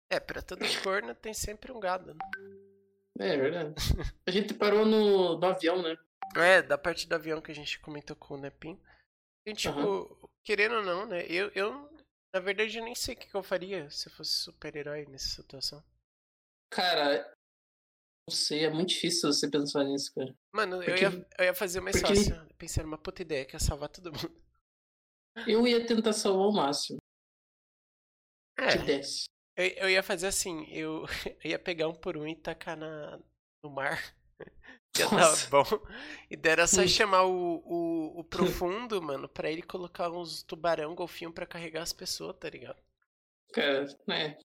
É, pra todo corno tem sempre um gado. né?
É, é verdade. A gente parou no, no avião, né?
É, da parte do avião que a gente comentou com o Nepin. E, tipo, querendo ou não, né? Eu, eu, na verdade, eu nem sei o que que eu faria se eu fosse super-herói nessa situação.
Cara, Não sei, é muito difícil você pensar nisso, cara.
Mano, eu
Porque-
ia, eu ia fazer mais
porque-
fácil. Pensei numa puta ideia que ia salvar todo mundo.
Eu ia tentar salvar o máximo que
É,
desse.
eu, eu ia fazer assim, eu, eu ia pegar um por um e tacar na, no mar. Já tava
Nossa.
bom. E dera só
Hum.
chamar o, o, o profundo, mano, pra ele colocar uns tubarão, golfinho pra carregar as pessoas, tá ligado?
Cara, né?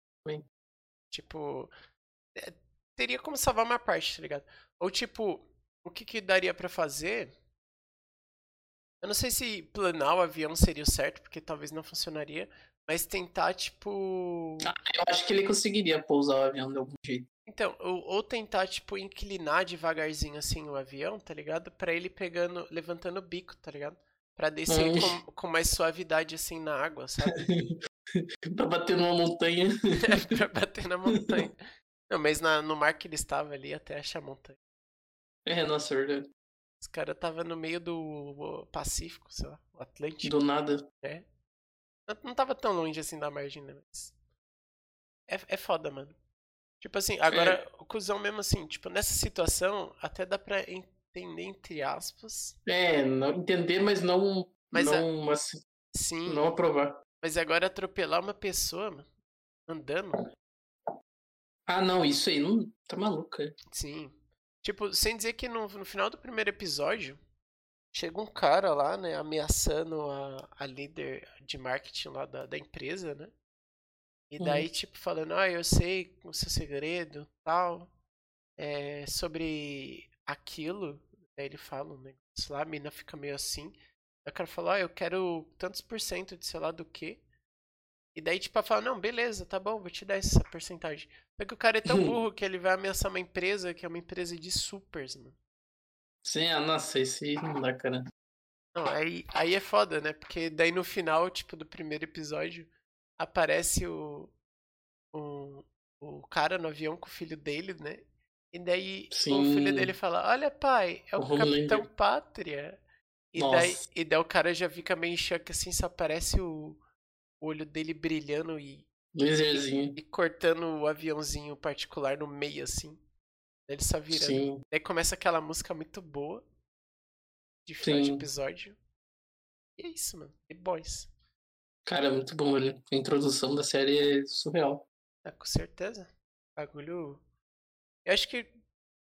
Tipo, é, teria como salvar uma parte, tá ligado? Ou tipo, o que que daria pra fazer? Eu não sei se planar o avião seria o certo, porque talvez não funcionaria, mas tentar tipo,
Eu acho que ele conseguiria pousar o avião de algum jeito.
então, ou, ou tentar tipo inclinar devagarzinho assim o avião, tá ligado? Pra ele pegando, levantando o bico, tá ligado? Pra descer
Hum.
com, com mais suavidade assim na água, sabe?
pra bater numa montanha.
pra bater na montanha. Não, mas na- no mar que ele estava ali até achar a montanha.
É, nossa, é verdade.
Os caras tava no meio do Pacífico, sei lá, o Atlântico.
Do nada.
Não- Não tava tão longe assim da margem, né? Mas... É, é foda, mano. Tipo assim, agora,
É.
o cuzão mesmo assim, tipo, nessa situação, até dá pra entender, entre aspas.
É, não entender, mas não.
Mas é-
não, assim,
Sim,
não aprovar.
mas agora atropelar uma pessoa, mano, andando,
Ah, não, isso aí não. Tá maluco, cara.
sim. Tipo, sem dizer que no, no final do primeiro episódio, chega um cara lá, né, ameaçando a, a líder de marketing lá da, da empresa, né? E
Uhum.
daí, tipo, falando, ah, eu sei o seu segredo, tal, é, sobre aquilo. Daí ele fala um negócio lá, a mina fica meio assim. Aí o cara fala, ó, eu quero tantos por cento de sei lá do quê. E daí, tipo, ela fala, não, beleza, tá bom, vou te dar essa porcentagem. Só que o cara é tão burro que ele vai ameaçar uma empresa que é uma empresa de supers, mano.
Sim, ah, nossa, isso aí não dá, cara.
Não, aí, aí é foda, né? Porque daí no final, tipo, do primeiro episódio, aparece o, o, o cara no avião com o filho dele, né? E daí o filho
Sim.
dele fala, olha pai, é o,
O Homelander.
Capitão Pátria. E
Nossa.
daí, e daí o cara já fica meio em choque, assim, só aparece o, o olho dele brilhando e,
Laserzinho.
e cortando o aviãozinho particular no meio, assim. Ele só vira. né?
Sim.
Daí começa aquela música muito boa de final de
Sim.
episódio. E é isso, mano. The Boys.
Cara, é muito bom ele. A introdução da série é surreal.
Ah, com certeza. Bagulho. Eu acho que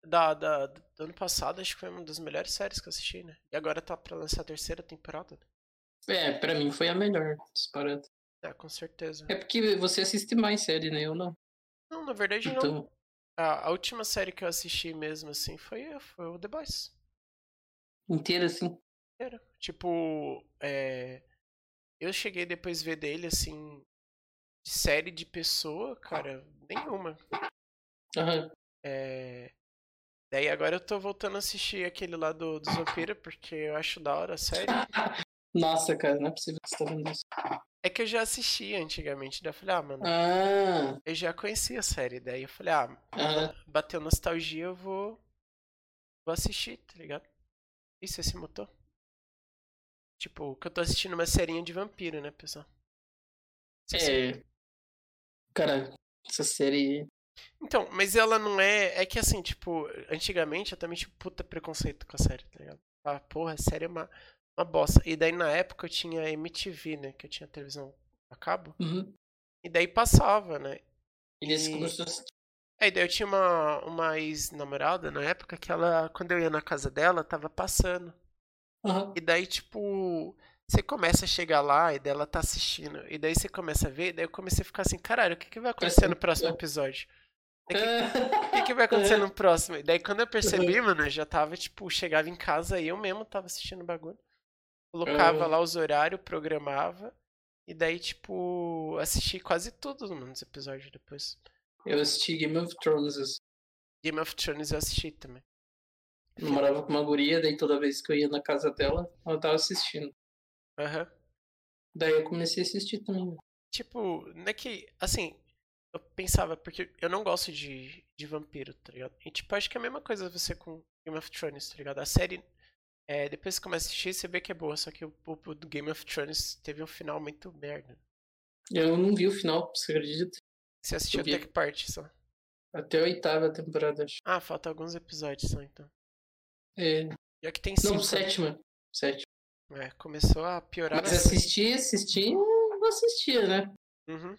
da, da- do ano passado, acho que foi uma das melhores séries que eu assisti, né? E agora tá pra lançar a terceira temporada. né?
É, pra mim foi a melhor disparado.
Ah, com certeza.
É porque você assiste mais série, né? Eu não.
Não, na verdade não.
Então,
A, a última série que eu assisti mesmo, assim, foi, foi o The Boys.
inteira assim.
Era. Tipo, é, eu cheguei depois ver dele, assim, de série de pessoa, cara, nenhuma.
Aham.
É, Daí agora eu tô voltando a assistir aquele lá do, do Vampiro, porque eu acho da hora a série.
Nossa, cara, não é possível que você tá vendo isso.
É que eu já assisti antigamente, daí eu falei, ah, mano,
Ah,
eu já conhecia a série. Daí eu falei, ah,
aham.
bateu nostalgia, eu vou, vou assistir, tá ligado? Isso, esse motor. Tipo, que eu tô assistindo uma serinha de vampiro, né, pessoal?
é. Cara, essa série.
Então, mas ela não é. É que assim, tipo, antigamente eu também tinha puta preconceito com a série, tá ligado? Ah, porra, a série é uma, uma bosta. E daí na época eu tinha MTV, né? Que eu tinha televisão a cabo.
Uhum.
E daí passava, né?
Ele
E-
se começou a assistir.
Aí daí eu tinha uma, uma ex-namorada na época que ela, quando eu ia na casa dela, tava passando.
Aham.
E daí, tipo, você começa a chegar lá e daí ela tá assistindo. E daí você começa a ver, e daí eu comecei a ficar assim, caralho, o que, que vai acontecer no próximo episódio? O que, que vai acontecer no próximo? E daí quando eu percebi, mano, eu já tava, tipo, chegava em casa e eu mesmo tava assistindo o bagulho. Colocava
Uhum.
lá os horários, programava. E daí, tipo, assisti quase tudo, mano, dos episódios depois.
Eu assisti Game of Thrones, assim.
Game of Thrones eu assisti também.
Eu morava com uma guria, daí toda vez que eu ia na casa dela, ela tava assistindo.
Aham.
Daí eu comecei a assistir também.
Tipo, não é que, assim, eu pensava, porque eu não gosto de, de vampiro, tá ligado? E, tipo, acho que é a mesma coisa você com Game of Thrones, tá ligado? A série, é, depois que começa a assistir, você vê que é boa, só que o, o do Game of Thrones teve um final muito merda.
Eu não vi o final, você acredita?
Você assistiu
Eu vi.
até que parte só?
Até a oitava temporada, acho.
Ah, falta alguns episódios só então.
É.
Já que tem
Não,
cinco.
sétima. Sétima.
É, começou a piorar.
Mas assim-
no-
assisti, assisti, não assistia, né?
Uhum.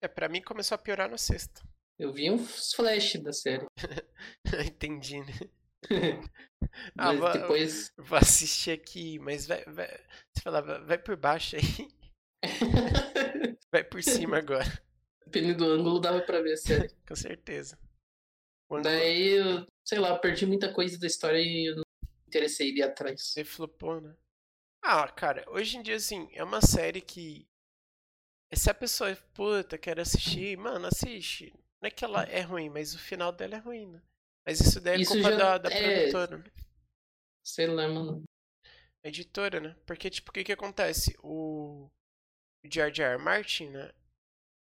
É, pra mim começou a piorar no sexto.
Eu vi uns flash da série.
Entendi, né? Ah,
Mas
va-
depois.
Vou assistir aqui, mas vai, vai. Você falava, vai por baixo aí, vai por cima agora,
Dependendo do ângulo, dava pra ver a série.
com certeza. O ângulo-
Daí, eu, sei lá, eu perdi muita coisa da história e eu não me interessei de ir atrás.
Você flopou, né? Ah, cara, hoje em dia, assim, é uma série que. é, Se a pessoa, puta, quero assistir, mano, assiste. Não é que ela é ruim, mas o final dela é ruim, né? Mas isso daí é
Isso
culpa
já
da, da
é-
produtora, né?
Sei lá, mano.
A editora, né? Porque, tipo, o que que acontece? O o George R. R. Martin, né?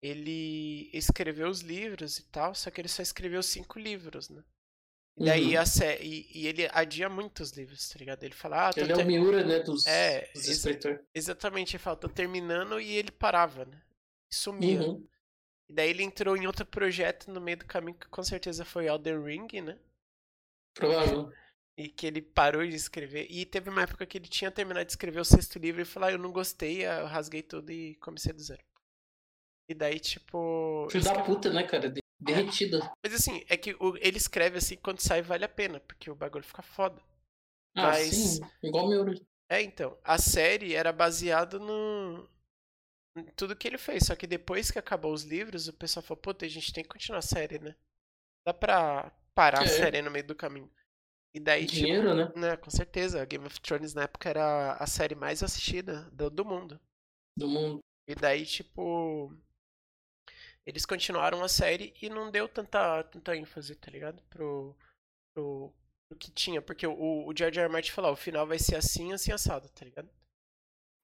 Ele escreveu os livros e tal, só que ele só escreveu cinco livros, né? E daí
Uhum.
a sé... e, e ele adia muitos livros, tá ligado? Ele fala, ah, tô
Ele é o
ter-
Miura, né? Dos,
É,
dos
isso-
escritores.
Exatamente, ele fala, tô terminando e ele parava, né? E sumia.
Uhum.
E daí ele entrou em outro projeto no meio do caminho, que com certeza foi Elden Ring, né?
Provável.
E que ele parou de escrever. E teve uma época que ele tinha terminado de escrever o sexto livro e falou, ah, eu não gostei, ah, eu rasguei tudo e comecei do zero. E daí, tipo.
Filho da puta, né, cara? De- Derretido.
Mas assim, é que o- ele escreve assim, quando sai vale a pena, porque o bagulho fica foda.
Ah,
Mas-
sim. Igual o Miura.
É, então, a série era baseada no. em Tudo que ele fez, só que depois que acabou os livros, o pessoal falou, puta, a gente tem que continuar a série, né? Dá pra parar a
É.
série no meio do caminho. E daí, tipo,
Dinheiro, né?
né, com certeza, Game of Thrones na época era a série mais assistida do, do mundo.
Do mundo.
E daí, tipo, eles continuaram a série e não deu tanta, tanta ênfase, tá ligado? Pro, pro, pro que tinha, porque o, o George R. R. Martin falou, "Ó, o final vai ser assim, assim, assado, tá ligado?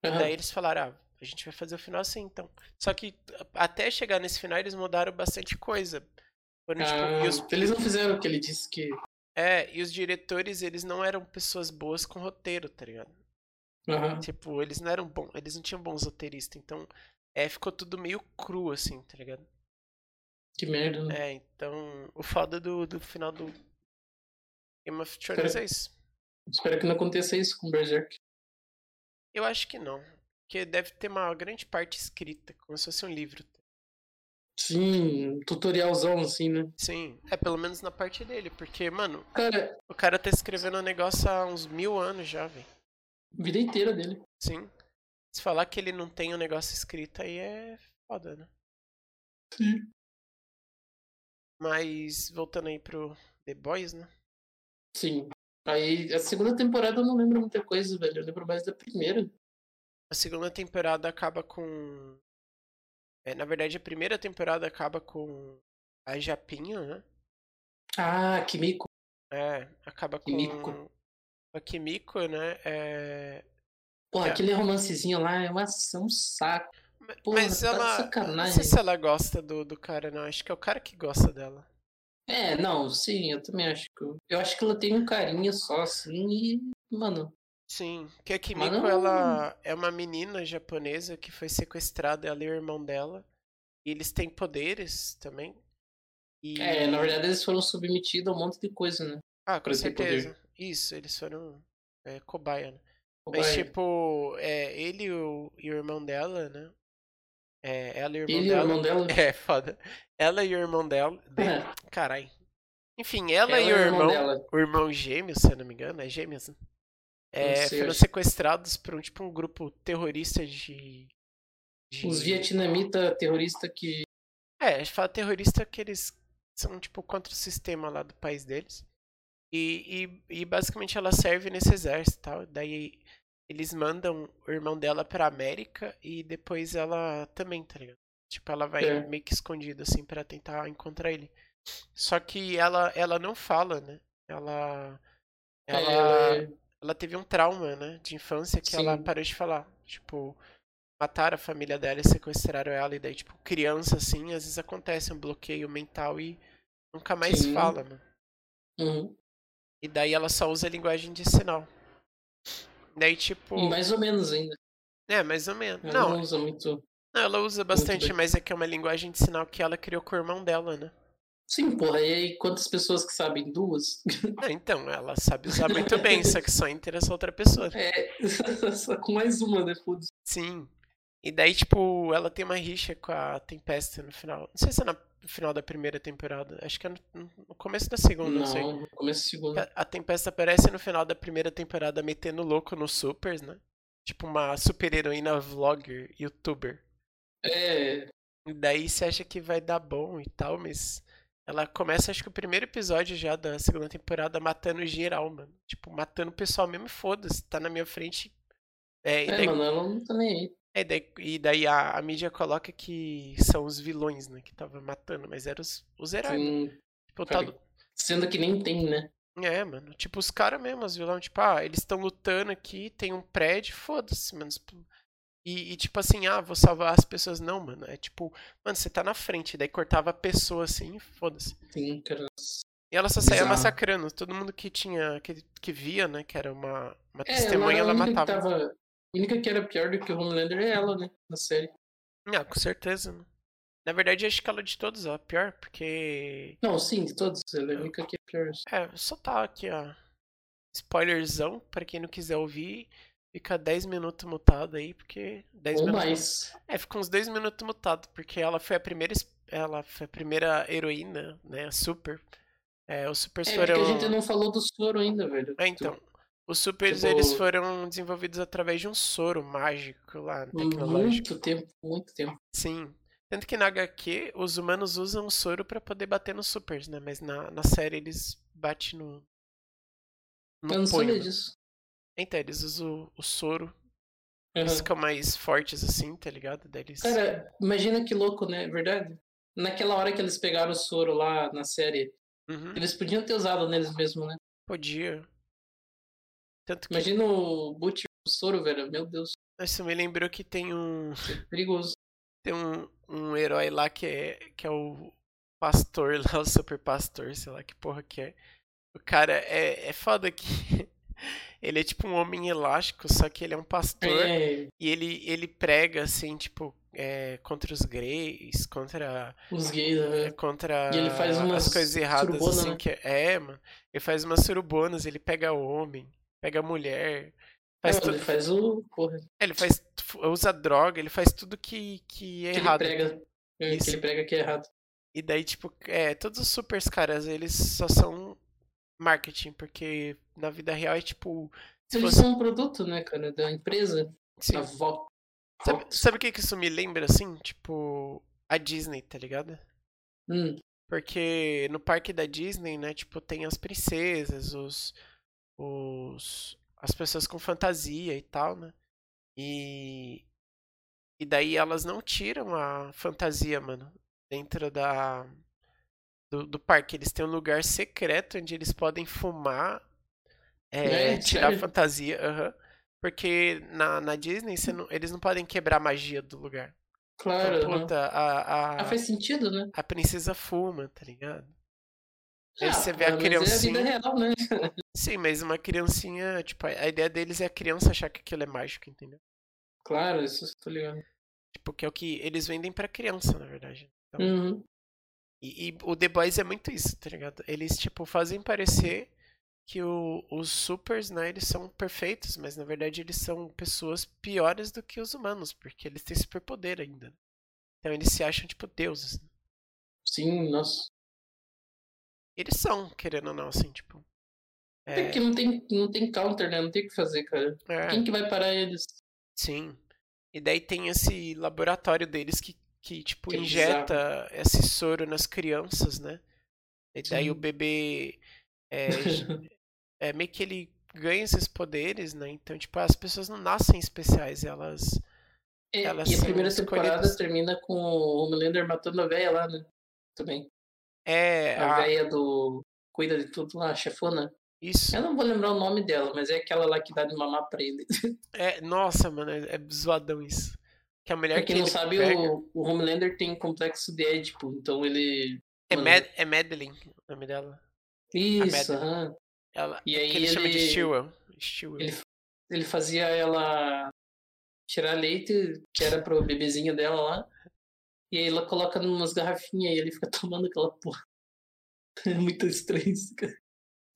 Aham.
Daí eles falaram, ah, a gente vai fazer o final assim, então. Só que até chegar nesse final, eles mudaram bastante coisa. Foram, tipo,
Ah,
e, os,
Eles não fizeram o que ele disse que.
é, e os diretores, eles não eram pessoas boas com roteiro, tá ligado?
Aham.
Tipo, eles não eram bons, eles não tinham bons roteiristas, então é, ficou tudo meio cru, assim, tá ligado?
Que merda, né?
É, então o foda do, do final do Game of Thrones é isso.
Espero que não aconteça isso com o Berserk.
Eu acho que não, porque deve ter uma grande parte escrita, como se fosse um livro.
Sim, um tutorialzão assim, né?
Sim, é pelo menos na parte dele, porque, mano,
Cara,
O cara tá escrevendo um negócio há uns mil anos já, velho.
vida inteira dele.
Sim. Se falar que ele não tem o negócio escrito aí é foda, né?
Sim.
Mas voltando aí pro The Boys, né?
Sim. Aí a segunda temporada eu não lembro muita coisa, velho. Eu lembro mais da primeira.
A segunda temporada acaba com. É, na verdade, a primeira temporada acaba com a Japinha, né?
Ah, Kimiko.
É, acaba com.
Kimiko.
A Kimiko, né? É,
Porra,
É.
aquele romancezinho lá é uma é um saco.
ma-
Porra,
Mas
tá de
ela. Não sei
sacanagem.
se ela gosta do, do cara, não. Acho que é o cara que gosta dela.
É, não, sim, eu também acho que. Eu, eu acho que ela tem um carinha só, assim, e. Mano,
Sim, que a Kimiko
Mas não-
ela é uma menina japonesa que foi sequestrada, ela e o irmão dela. E eles têm poderes também. E...
é, na verdade eles foram submetidos a um monte de coisa, né?
ah, com
eles têm poder.
certeza. Isso, eles foram é, cobaia, né? Mas
Vai,
tipo, é, ele e o, e o irmão dela, né? É, ela e o irmão
ele e o
dela.
irmão dela.
É, foda. Ela e o irmão dela. De...
É,
Carai. Enfim, ela, e o irmão
dela.
o irmão gêmeo, se eu não me engano, é gêmeos, né?
Não
É,
sei,
foram
acho.
sequestrados por um tipo um grupo terrorista de. de...
Os vietnamitas terroristas que.
É, a gente fala terrorista que eles são tipo contra o sistema lá do país deles. E, e, e basicamente ela serve nesse exército e tal. Daí eles mandam o irmão dela pra América e depois ela também, tá ligado? Tipo, ela vai
É.
meio que escondida, assim, pra tentar encontrar ele. Só que ela, ela não fala, né? Ela. Ela,
Ela é-
ela teve um trauma, né? De infância que ela
Sim.
parou de falar. Tipo, mataram a família dela e sequestraram ela. E daí, tipo, criança, assim, às vezes acontece um bloqueio mental e nunca mais
Sim.
fala, mano.
Uhum.
E daí ela só usa a linguagem de sinal. Daí, tipo.
E mais ou menos ainda.
É, mais ou menos.
Ela
Não,
não usa muito.
não, ela usa bastante,
bem.
mas é que é uma linguagem de sinal que ela criou com o irmão dela, né?
Sim, porra, e aí quantas pessoas que sabem? Duas?
Ah, então, ela sabe usar muito bem, só que só interessa outra pessoa. né.
É, só com mais uma, né? Foda-se.
Sim. E daí, tipo, ela tem uma rixa com a Tempesta no final. Não sei se é na- no final da primeira temporada. Acho que é no, no começo da segunda, não, sei.
Não, começo do segundo.
A, a Tempesta aparece no final da primeira temporada metendo louco nos supers, né? Tipo uma super heroína vlogger, youtuber.
É,
E daí você acha que vai dar bom e tal, mas ela começa, acho que o primeiro episódio já da segunda temporada matando geral, mano. Tipo, matando o pessoal mesmo, e foda-se, tá na minha frente. É, e
é,
daí,
mano, ela não tá nem aí.
é, daí- e daí a, a mídia coloca que são os vilões, né? Que tava matando, mas eram os, os heróis. né?
Sim,
Tipo, o tal
cara. um, sendo que nem tem, né?
é, mano. Tipo, os caras mesmo, os vilões, tipo, ah, eles estão lutando aqui, tem um prédio, foda-se, mano. Tipo, E, e tipo assim, ah, vou salvar as pessoas. Não, mano. É tipo, mano, você tá na frente. Daí cortava a pessoa assim, foda-se.
Sim, um cara.
E ela só saía
Bizarro.
massacrando. Todo mundo que tinha, que, que via, né, que era uma, uma
É,
testemunha, ela
ela, era a única que
matava.
tava- A única que era pior do que o Homelander é ela, né? Na série.
Ah, com certeza, né? Na verdade, acho que ela é de todos, ó, pior, porque.
Não, sim, de todos. Ela é a única que é pior.
É, só tá aqui, ó. Spoilerzão, pra quem não quiser ouvir, fica 10 minutos mutado aí, porque. 10
Ou
minutos.
mais.
É, ficou uns dois minutos mutado, porque ela foi a primeira. es- Ela foi a primeira heroína, né? A super. É, o Super
É, porque
foram.
a gente não falou do soro ainda, velho.
É, então. Os supers
tipo-
eles foram desenvolvidos através de um soro mágico lá,
Uhum.
tecnológico.
Muito tempo, muito tempo.
Sim. Tanto que na HQ, os humanos usam o soro pra poder bater nos supers, né? Mas na, na série eles batem no. no
Eu não
punho,
sabia
né?
disso.
Então, eles usam o, o soro. Eles
Aham.
ficam mais fortes assim, tá ligado? Daí eles.
Cara, imagina que louco, né? Verdade? Naquela hora que eles pegaram o soro lá na série,
Uhum.
eles podiam ter usado neles mesmo, né?
Podia. Tanto que.
Imagina o Butcher com o soro, velho. Meu Deus,
Nossa, me lembrou que tem um.
perigoso.
Tem um, um herói lá que é, que é o pastor lá, o super pastor, sei lá que porra que é. O cara é, é foda que ele é tipo um homem elástico, só que ele é um pastor
É,
e ele, ele prega assim, tipo, é, contra os greys, contra
os gays,
é,
né?
contra
E ele faz
as
umas
coisas erradas
surubona,
assim
né?
que é, é, mano. Ele faz umas surubonas, ele pega homem, pega mulher, faz
É,
tudo,
ele faz o. Porra,
ele faz usa droga, ele faz tudo que que é
que
errado.
ele prega. é,
Isso.
Que ele prega que é errado.
E daí, tipo, é, todos os supers caras, eles só são marketing, porque na vida real é tipo. Se
Eles
fosse-
são um produto, né, cara, da empresa,
Sim.
da Vox.
Sabe, sabe o que que isso me lembra, assim? Tipo, a Disney, tá ligado?
Hum,
Porque no parque da Disney, né, tipo, tem as princesas, os, os, as pessoas com fantasia e tal, né? E, e daí elas não tiram a fantasia, mano, dentro da, do, do parque. Eles têm um lugar secreto onde eles podem fumar, é,
É,
tirar a
sério?
fantasia, aham. Porque na, na Disney você não- eles não podem quebrar a magia do lugar.
claro.
Então,
né?
puta, a, a,
Ah, faz sentido, né?
a princesa fuma, tá ligado? Aí você vê a
mas
criancinha.
É a vida real, né?
Sim, mas uma criancinha, tipo, a- a ideia deles é a criança achar que aquilo é mágico, entendeu?
Claro, isso eu tô ligado.
Tipo, que é o que eles vendem pra criança, na verdade. Então,
Uhum.
e, e o The Boys é muito isso, tá ligado? Eles, tipo, fazem parecer que o- os supers, né, eles são perfeitos, mas na verdade eles são pessoas piores do que os humanos, porque eles têm superpoder ainda. Então eles se acham, tipo, deuses.
Sim, nossa.
Eles são, querendo ou não, assim, tipo.
É,
É,
que não tem, não tem counter, né? Não tem o que fazer, cara.
é.
Quem que vai parar eles?
Sim. E daí tem esse laboratório deles que, que tipo,
Que é
injeta esse soro nas crianças, né? E daí o
Sim.
bebê é, é meio que ele ganha esses poderes, né? Então, tipo, as pessoas não nascem especiais, elas.
É,
Elas
e a
são
primeira temporada
escolhidas.
termina com o Homelander matando a véia lá, né? Também.
É.
A
a-
véia do. Cuida de tudo lá, a chefona.
Isso.
Eu não vou lembrar o nome dela, mas é aquela lá que dá de mamar pra ele.
É, nossa, mano, é, é zoadão isso. Que a mulher
pra
que
quem não
ele
sabe,
É pega
o, o Homelander tem um complexo de Édipo, então ele.
é,
mano,
Mad é Madeline, o nome dela.
Isso,
Madeline.
aham.
Ela,
E
é
aí
que ele, chama de
ele-
Stewart. Stewart.
ele- Ele fazia ela tirar leite, que era pro bebezinho dela lá. E aí ela coloca numas garrafinhas e ele fica tomando aquela porra. É muito estranho isso,
É
cara.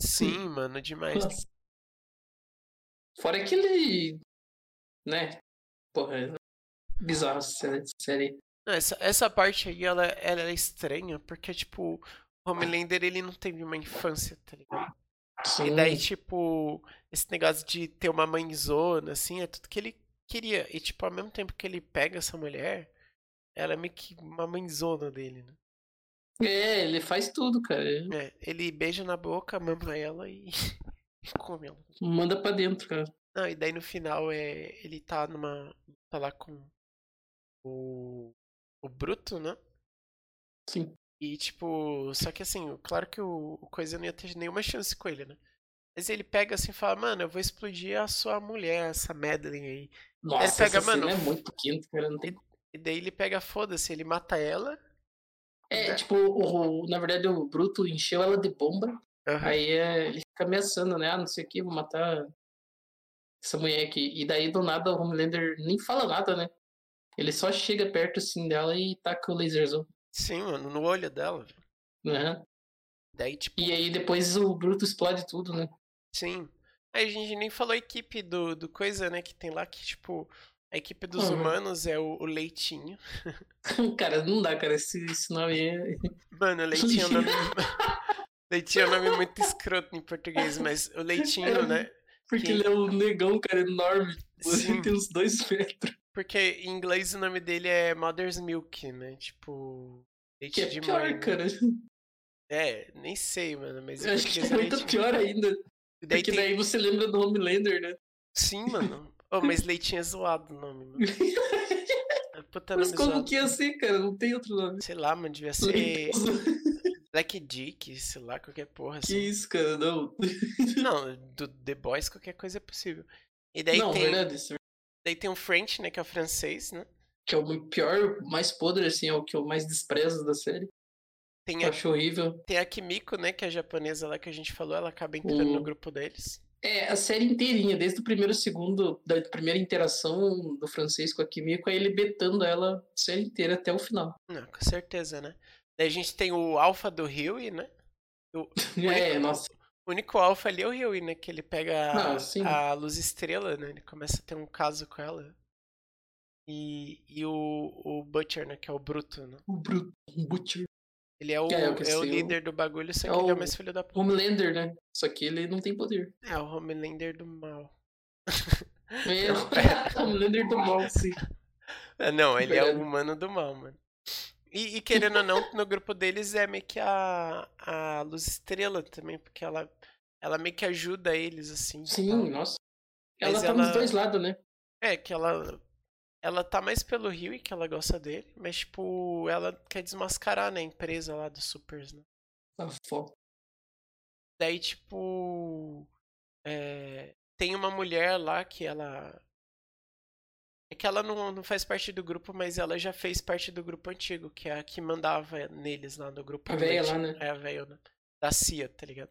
Sim, mano, demais.
Nossa. Fora que ele. Né? Porra, bizarro essa série.
Não, Essa, essa parte aí, ela, ela é estranha, porque, tipo, o Homelander, ele não teve uma infância, tá ligado? E
Sim.
daí, tipo, esse negócio de ter uma mãezona, assim, é tudo que ele queria. E, tipo, ao mesmo tempo que ele pega essa mulher, ela é meio que uma mãezona dele, né?
É, ele faz tudo, cara. Ele
É, ele beija na boca, mama ela e, e come ela.
Manda pra dentro, cara.
Não, e daí no final é, ele tá numa. tá lá com o. o Bruto, né?
Sim.
E tipo, só que assim, claro que o, o Coisa não ia ter nenhuma chance com ele, né? Mas ele pega assim e fala, mano, eu vou explodir a sua mulher, essa Madeline aí.
Nossa,
pega,
essa
mano,
cena é muito quente, cara. Não tem...
E daí ele pega, foda-se, ele mata ela.
É, tipo, o- o- na verdade o Bruto encheu ela de bomba.
Aham.
Aí é, ele fica ameaçando, né? Ah, não sei o que, vou matar essa mulher aqui. E daí, do nada, o Homelander nem fala nada, né? Ele só chega perto, assim, dela e taca o laserzão.
Sim, mano, no olho dela.
Aham.
Daí, tipo,
E aí, depois o Bruto explode tudo, né?
sim. Aí a gente nem falou a equipe do, do Coisa, né? Que tem lá que, tipo, a equipe dos
Uhum.
humanos é o, o Leitinho.
cara, não dá, cara. Esse, esse nome é...
Mano, leitinho é um nome. leitinho é um nome muito escroto em português, mas o leitinho, né?
Porque
Quem?
ele é um negão, cara, enorme.
Sim,
Ele tem uns dois metros.
porque em inglês o nome dele é Mother's Milk, né? Tipo. Leite
Que é
de
pior,
mãe. né?
cara.
É, nem sei, mano, mas em
Eu acho que
português
é muito
leitinho.
pior ainda.
E daí
Porque
tem-
daí você lembra do Homelander, né?
Sim, mano. Oh, mas leitinho é zoado o nome, mano. É Puta nome
Mas como
zoado.
que ia ser, cara? Não tem outro nome.
Sei lá, mano, devia ser
Leitoso.
Black Dick, sei lá, qualquer porra
Que
assim.
isso, cara, não.
Não, do The Boys qualquer coisa é possível. E daí
não,
tem,
verdade, isso
daí tem o French, né, que é o francês, né?
que é o pior, mais podre, assim, é o que eu mais desprezo da série.
Tem
Eu
a
acho horrível.
Tem a Kimiko, né, que é a japonesa lá que a gente falou, ela acaba entrando no
Hum.
grupo deles.
É, a série inteirinha, desde o primeiro segundo, da primeira interação do francês com a Kimiko, é ele betando ela a série inteira até o final.
Não, com certeza, né? Daí a gente tem o Alpha do Ryui, né?
É, nossa.
O único Alpha ali é o Ryui, né? Que ele pega a-
Não, sim.
a Luz Estrela, né? Ele começa a ter um caso com ela. E, e o, o Butcher, né? Que é o Bruto, né?
O Brut, o um Butcher.
Ele é o,
É,
é,
eu que
o
sei, o-
líder do bagulho, só que
é
ele é
o-
mais filho da puta.
Homelander, né? Só que ele não tem poder.
É o Homelander do mal.
É, Homelander do mal, sim.
Ah, Não, ele é o
Verdade.
humano do mal, mano. E, e querendo ou não, no grupo deles é meio que a, a Luz Estrela também, porque ela, ela meio que ajuda eles, assim.
Sim,
tal.
nossa. Ela
Mas
tá nos
ela-
dois lados, né?
É, que ela. Ela tá mais pelo Rio e que ela gosta dele, mas, tipo, ela quer desmascarar, né, a empresa lá dos Supers, né?
Tá foda.
Daí, tipo. é, tem uma mulher lá que ela. É que ela não, não faz parte do grupo, mas ela já fez parte do grupo antigo, que é a que mandava neles lá no grupo.
A véia lá,
antigo.
né?
É a velha, né? Da CIA, tá ligado?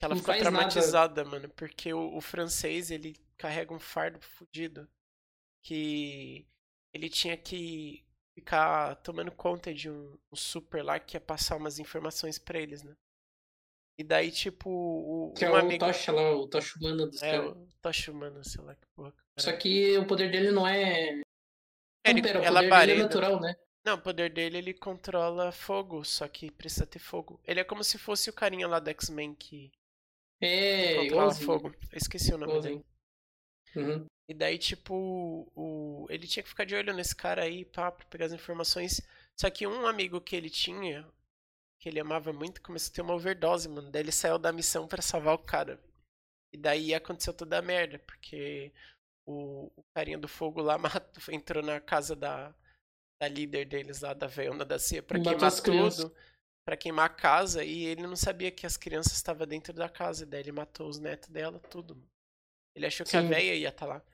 Que ela
Não
ficou
faz nada.
traumatizada, mano, porque o, o francês, ele carrega um fardo fudido. Que ele tinha que ficar tomando conta de um, um super lá que ia passar umas informações pra eles, né? E daí, tipo, o,
Que é
um
o
amigo.
Tocha lá, o Tocha humana dos
É,
caras.
o Tocha Humana, sei lá que porra. que
Só
era.
que o poder dele não é
É,
Não,
ele-
pera, o
ela
poder dele é
parede.
natural, né?
Não, o poder dele ele controla fogo, só que precisa ter fogo. Ele é como se fosse o carinha lá do X-Men que
É,
controla
igualzinho.
fogo. Eu esqueci o nome dele.
igualzinho. Uhum.
E daí, tipo, o... ele tinha que ficar de olho nesse cara aí, pá, pra pegar as informações. Só que um amigo que ele tinha, que ele amava muito, começou a ter uma overdose, mano. Daí ele saiu da missão pra salvar o cara. E daí aconteceu toda a merda, porque o, o carinha do fogo lá matou, entrou na casa da, da líder deles lá, da veiona da CIA, pra
E matou
queimar
as crianças.
tudo, pra queimar a casa, e ele não sabia que as crianças estavam dentro da casa, e daí ele matou os netos dela, tudo. mano. Ele achou que a
Sim.
véia ia estar lá.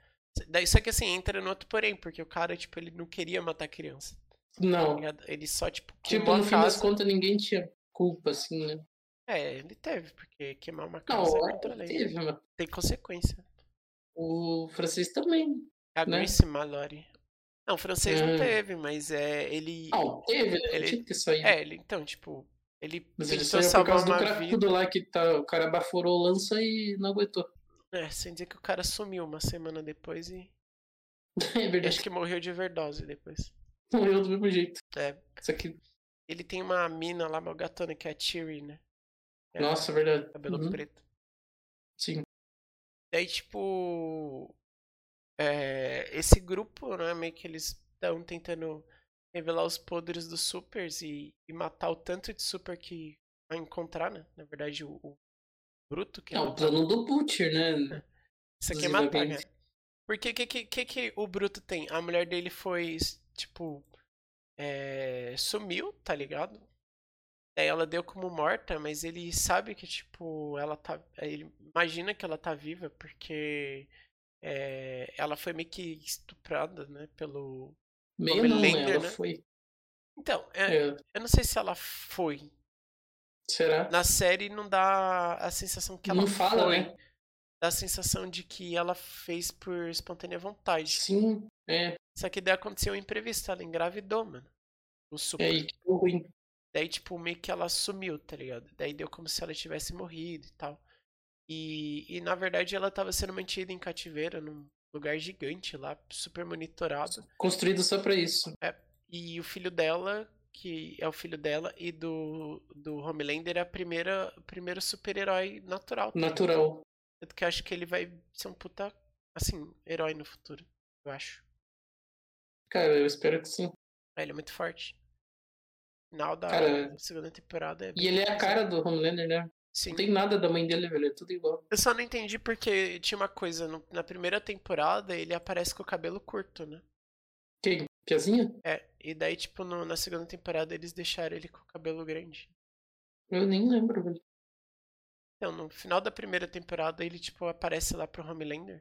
Daí, só que assim, entra no outro porém, porque o cara, tipo, ele não queria matar a criança. tá
Não.
ligado? Ele só, tipo,
Tipo,
queimou
no
a
fim das
casa.
contas, ninguém tinha culpa, assim, né?
É, ele teve, porque queimar uma
Não,
casa é
é,
contra a lei.
teve, mano.
Tem consequência. É
O francês também.
A
Né?
Grace Mallory. Não, o francês não
É.
teve, mas é. Ele.
Não, teve, né?
Ele-
Tinha que ter saído.
É, ele, então, tipo, Ele
Mas ele
tentou
saiu por
salvar
causa do
uma vida.
cracudo lá que tá, o cara baforou a lança e não aguentou.
É, sem dizer que o cara sumiu uma semana depois e.
É
e
verdade,
Acho que morreu de overdose depois.
morreu do mesmo jeito.
É.
Só que,
Ele tem uma mina lá, uma gatona, que é a Tiri, né? É,
nossa, é verdade.
Cabelo
Uhum,
preto.
Sim.
Daí, tipo. é, esse grupo, né? Meio que eles estão tentando revelar os poderes dos supers e, e matar o tanto de super que vai encontrar, né? Na verdade, o, o Bruto que
É o
matar.
plano do Butcher, né?
Isso aqui
Inclusive,
é matar,
alguém-
né? Porque o que, que, que, que o Bruto tem? A mulher dele foi, tipo. é, sumiu, tá ligado? Daí ela deu como morta, mas ele sabe que, tipo, ela tá. Ele imagina que ela tá viva, porque. é, ela foi meio que estuprada, né? Pelo.
Meio
Homem
não, né?
Lander,
Ela
né?
foi.
Então, é,
É,
eu não sei se ela foi.
será?
Na série não dá a sensação que ela
Não fala,
foi.
né?
Dá a sensação de que ela fez por espontânea vontade.
Sim, é.
Só que daí aconteceu um imprevisto, ela engravidou, mano. O
É
super.
aí que deu ruim.
Daí, tipo, meio que ela sumiu, tá ligado? Daí deu como se ela tivesse morrido e tal. E, e na verdade ela tava sendo mantida em cativeiro num lugar gigante lá, super monitorado.
Construído só pra isso.
E o filho dela, que é o filho dela, e do, do Homelander é a primeira, o primeiro super-herói natural. tá ligado?
Natural.
Tanto que eu acho que ele vai ser um puta, assim, herói no futuro, eu acho.
Cara, eu espero que sim.
É, ele é muito forte. Final da
Cara,
segunda temporada é
E ele é a cara do Homelander, né?
Sim.
Não tem nada da mãe dele, velho. É tudo igual.
Eu só não entendi porque tinha uma coisa. no- na primeira temporada ele aparece com o cabelo curto, né?
Quem? Piazinha?
É. E daí, tipo, no- na segunda temporada eles deixaram ele com o cabelo grande.
Eu nem lembro, velho.
Então, no final da primeira temporada ele, tipo, aparece lá pro Homelander.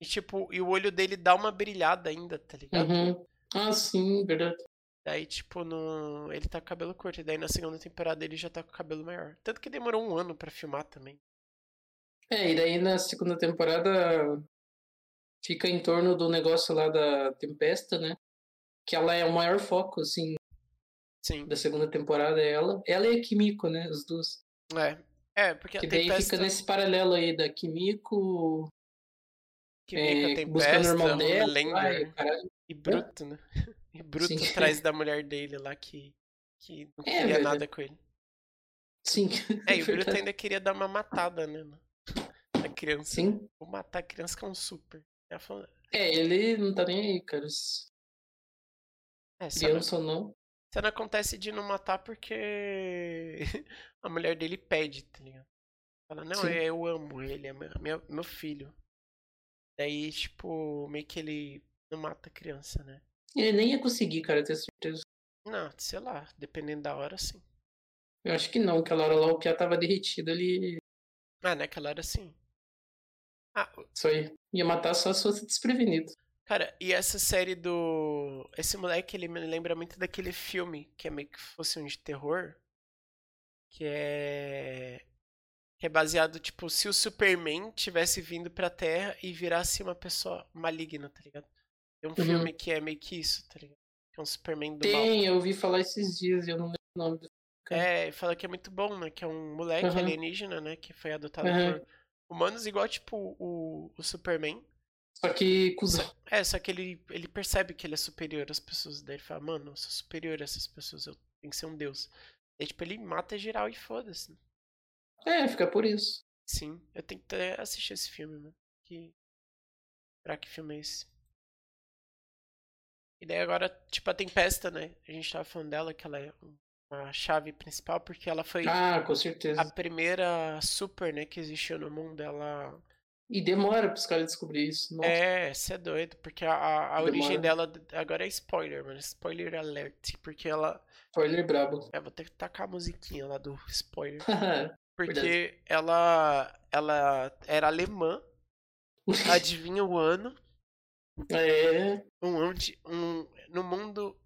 E, tipo, e o olho dele dá uma brilhada ainda, tá ligado?
Uhum. Ah, sim, verdade.
Daí, tipo, no... ele tá com o cabelo curto. E daí na segunda temporada ele já tá com o cabelo maior. Tanto que demorou um ano pra filmar também.
É, e daí na segunda temporada fica em torno do negócio lá da Tempesta, né? Que ela é o maior foco, assim,
Sim.
da segunda temporada, é ela. Ela e a Kimiko, né? As duas.
É. É, porque a
Que daí
Tempesta...
fica nesse paralelo aí da Kimiko,
que
é,
fica a
buscando o
Tempesta,
irmão dela.
Homelander...
Ai, caralho.
E bruto, né? E bruto
Sim.
atrás da mulher dele lá que, que não
É,
queria
velho.
nada com ele.
Sim,
É, e o
Verdade.
bruto ainda queria dar uma matada, né? na- Na criança.
sim.
Vou matar a criança que é um super. Ela falou,
É, ele não tá nem aí, cara. Se
é, só não,
Criança ou não.
só não acontece de não matar porque a mulher dele pede, tá ligado? Fala, não,
Sim.
é, eu amo ele, é meu, meu, meu filho. Daí, tipo, meio que ele não mata a criança, né?
Ele nem ia conseguir, cara, tenho certeza.
Não, sei lá, dependendo da hora, sim.
Eu acho que não, aquela hora lá o Pia tava derretido, ele
Ah, naquela hora, sim. Ah,
só ia, ia matar só se fosse desprevenido.
Cara, e essa série do. Esse moleque, ele me lembra muito daquele filme que é meio que fosse um de terror. Que é. Que é baseado, tipo, se o Superman tivesse vindo pra Terra e virasse uma pessoa maligna, tá ligado? Tem um
Uhum.
filme que é meio que isso, tá ligado? Que é um Superman do mal.
Tem, eu ouvi falar esses dias e eu não lembro o nome. do- cara.
É, e fala que é muito bom, né? Que é um moleque
Uhum.
alienígena, né? Que foi adotado
Uhum.
por humanos, igual, tipo, o, o Superman.
Só que, cuzão,
É, só que ele, ele percebe que ele é superior às pessoas. Daí ele fala, mano, eu sou superior a essas pessoas, eu tenho que ser um deus. Daí, tipo, ele mata geral e foda-se.
é, fica por isso.
Sim, eu tenho que até assistir esse filme, mano. Que. Será que filme é esse? E daí agora, tipo, a Tempesta, né? A gente tava falando dela, que ela é uma chave principal, porque ela foi
Ah, com
a
certeza.
primeira super, né, que existiu no mundo. Ela
E demora pros caras descobrir isso. Nossa.
É, você é doido, porque a, a, a
Demora.
origem dela d- agora é spoiler, mano. Spoiler alert, porque ela.
Spoiler brabo.
Eu vou ter que tacar a musiquinha lá do spoiler.
Verdade.
Porque ela. Ela era alemã, adivinha o ano.
é,
Um, onde, um, no mundo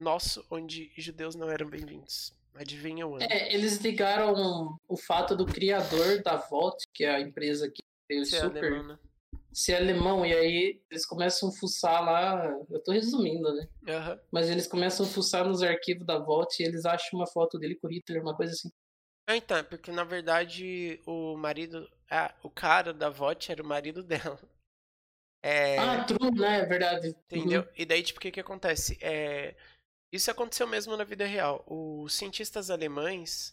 nosso, onde judeus não eram bem-vindos. Adivinha o ano.
é, eles ligaram o fato do criador da Volt, que é a empresa que fez
Você é
super,
alemã, né?
ser alemão, e aí eles começam a fuçar lá. Eu tô resumindo, né?
Aham.
Mas eles começam a fuçar nos arquivos da Volt e eles acham uma foto dele com o Hitler, uma coisa assim.
Ah, Então, é porque na verdade o marido. Ah, o cara da VOT era o marido dela. É.
Ah, true, né? É verdade.
Entendeu?
Uhum.
E daí, tipo, o que que acontece? É, isso aconteceu mesmo na vida real. Os cientistas alemães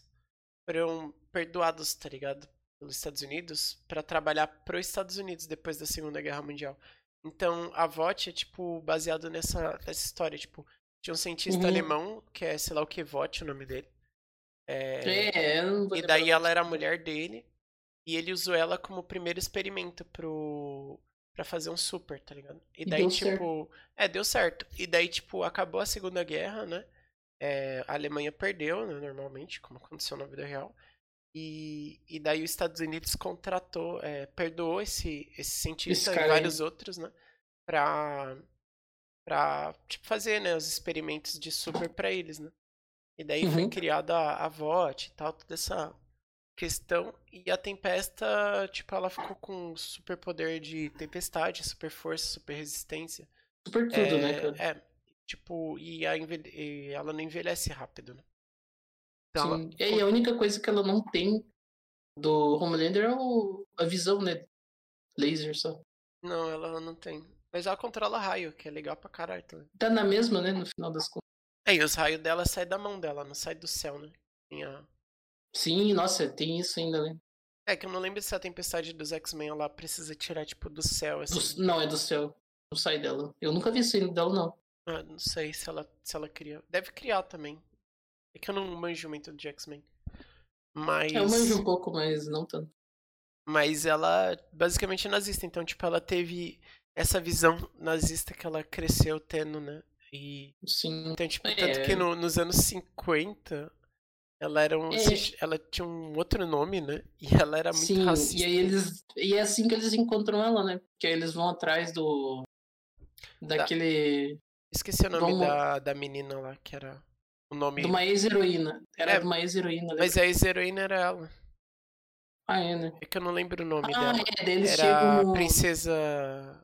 foram perdoados, tá ligado? Pelos Estados Unidos pra trabalhar pros Estados Unidos depois da Segunda Guerra Mundial. Então, a VOT é, tipo, baseado nessa, nessa história. Tipo, tinha um cientista
Uhum.
alemão, que é, sei lá o que, VOT, o nome dele. É,
É, eu não vou
e
lembrar.
daí ela era a mulher dele. E ele usou ela como primeiro experimento pro. pra fazer um super, tá ligado? E
E
daí,
deu
tipo. É, deu certo. E daí, tipo, acabou a Segunda Guerra, né? É, a Alemanha perdeu, né, normalmente, como aconteceu na vida real. E, e daí os Estados Unidos contratou, é, perdoou esse, esse cientista
cara
e
aí.
vários outros, né? Pra, pra tipo, fazer né, os experimentos de super pra eles, né? E daí foi
Uhum.
criada a, a VOT e tal, toda essa questão. E a Tempesta, tipo, ela ficou com super poder de tempestade, super força, super resistência.
Super tudo,
é,
né, cara?
é, tipo, e, a envelhe- e ela não envelhece rápido, né? Então, ela-
Sim. É, E a única coisa que ela não tem do Homelander é o- a visão, né? Laser só.
não, ela não tem. Mas ela controla raio, que é legal pra caralho também.
Tá na mesma, né? No final das contas.
É, e os raios dela saem da mão dela, não sai do céu, né? Tem a-
Sim, nossa, tem isso ainda, né?
É que eu não lembro se a tempestade dos X-Men ela precisa tirar, tipo, do céu, assim.
Do- não, é do céu. Não sai dela. Eu nunca vi isso dela, não.
Ah, não sei se ela, se ela cria. Deve criar também. É que eu não manjo muito de X-Men. Mas.
Eu manjo um pouco, mas não tanto.
Mas ela basicamente é nazista. Então, tipo, ela teve essa visão nazista que ela cresceu tendo, né? E.
Sim.
Então, tipo,
É.
tanto que no- nos anos 50, ela era um.
É.
se- Ela tinha um outro nome, né? E ela era muito
Sim,
racista.
e aí eles. E é assim que eles encontram ela, né? Porque aí eles vão atrás do. Daquele.
Esqueci o nome
Vamos-
da, da menina lá, que era. O nome.
De uma ex-heroína. Era
É,
de uma ex-heroína. lembra?
Mas a ex-heroína era ela.
Ah, é, né?
É que eu não lembro o nome
Ah,
dela.
é, daí eles
Era
chegam. no-
princesa.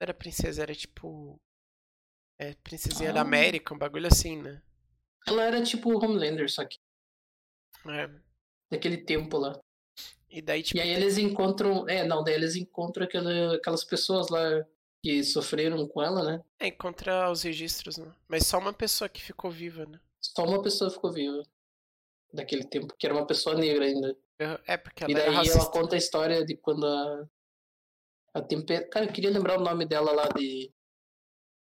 Era princesa, era tipo. É, princesinha da
Ah.
América, um bagulho assim, né?
Ela era tipo o Homelander, só que
É.
daquele tempo lá.
E daí, tipo.
E aí eles encontram. É, não, daí eles encontram aquela- aquelas pessoas lá que sofreram com ela, né?
É, encontra os registros, né? Mas só uma pessoa que ficou viva, né?
Só uma pessoa ficou viva daquele tempo, que era uma pessoa negra ainda.
É, porque
e
ela era
daí
racista.
ela conta a história de quando a. A tempe... Cara, eu queria lembrar o nome dela lá de.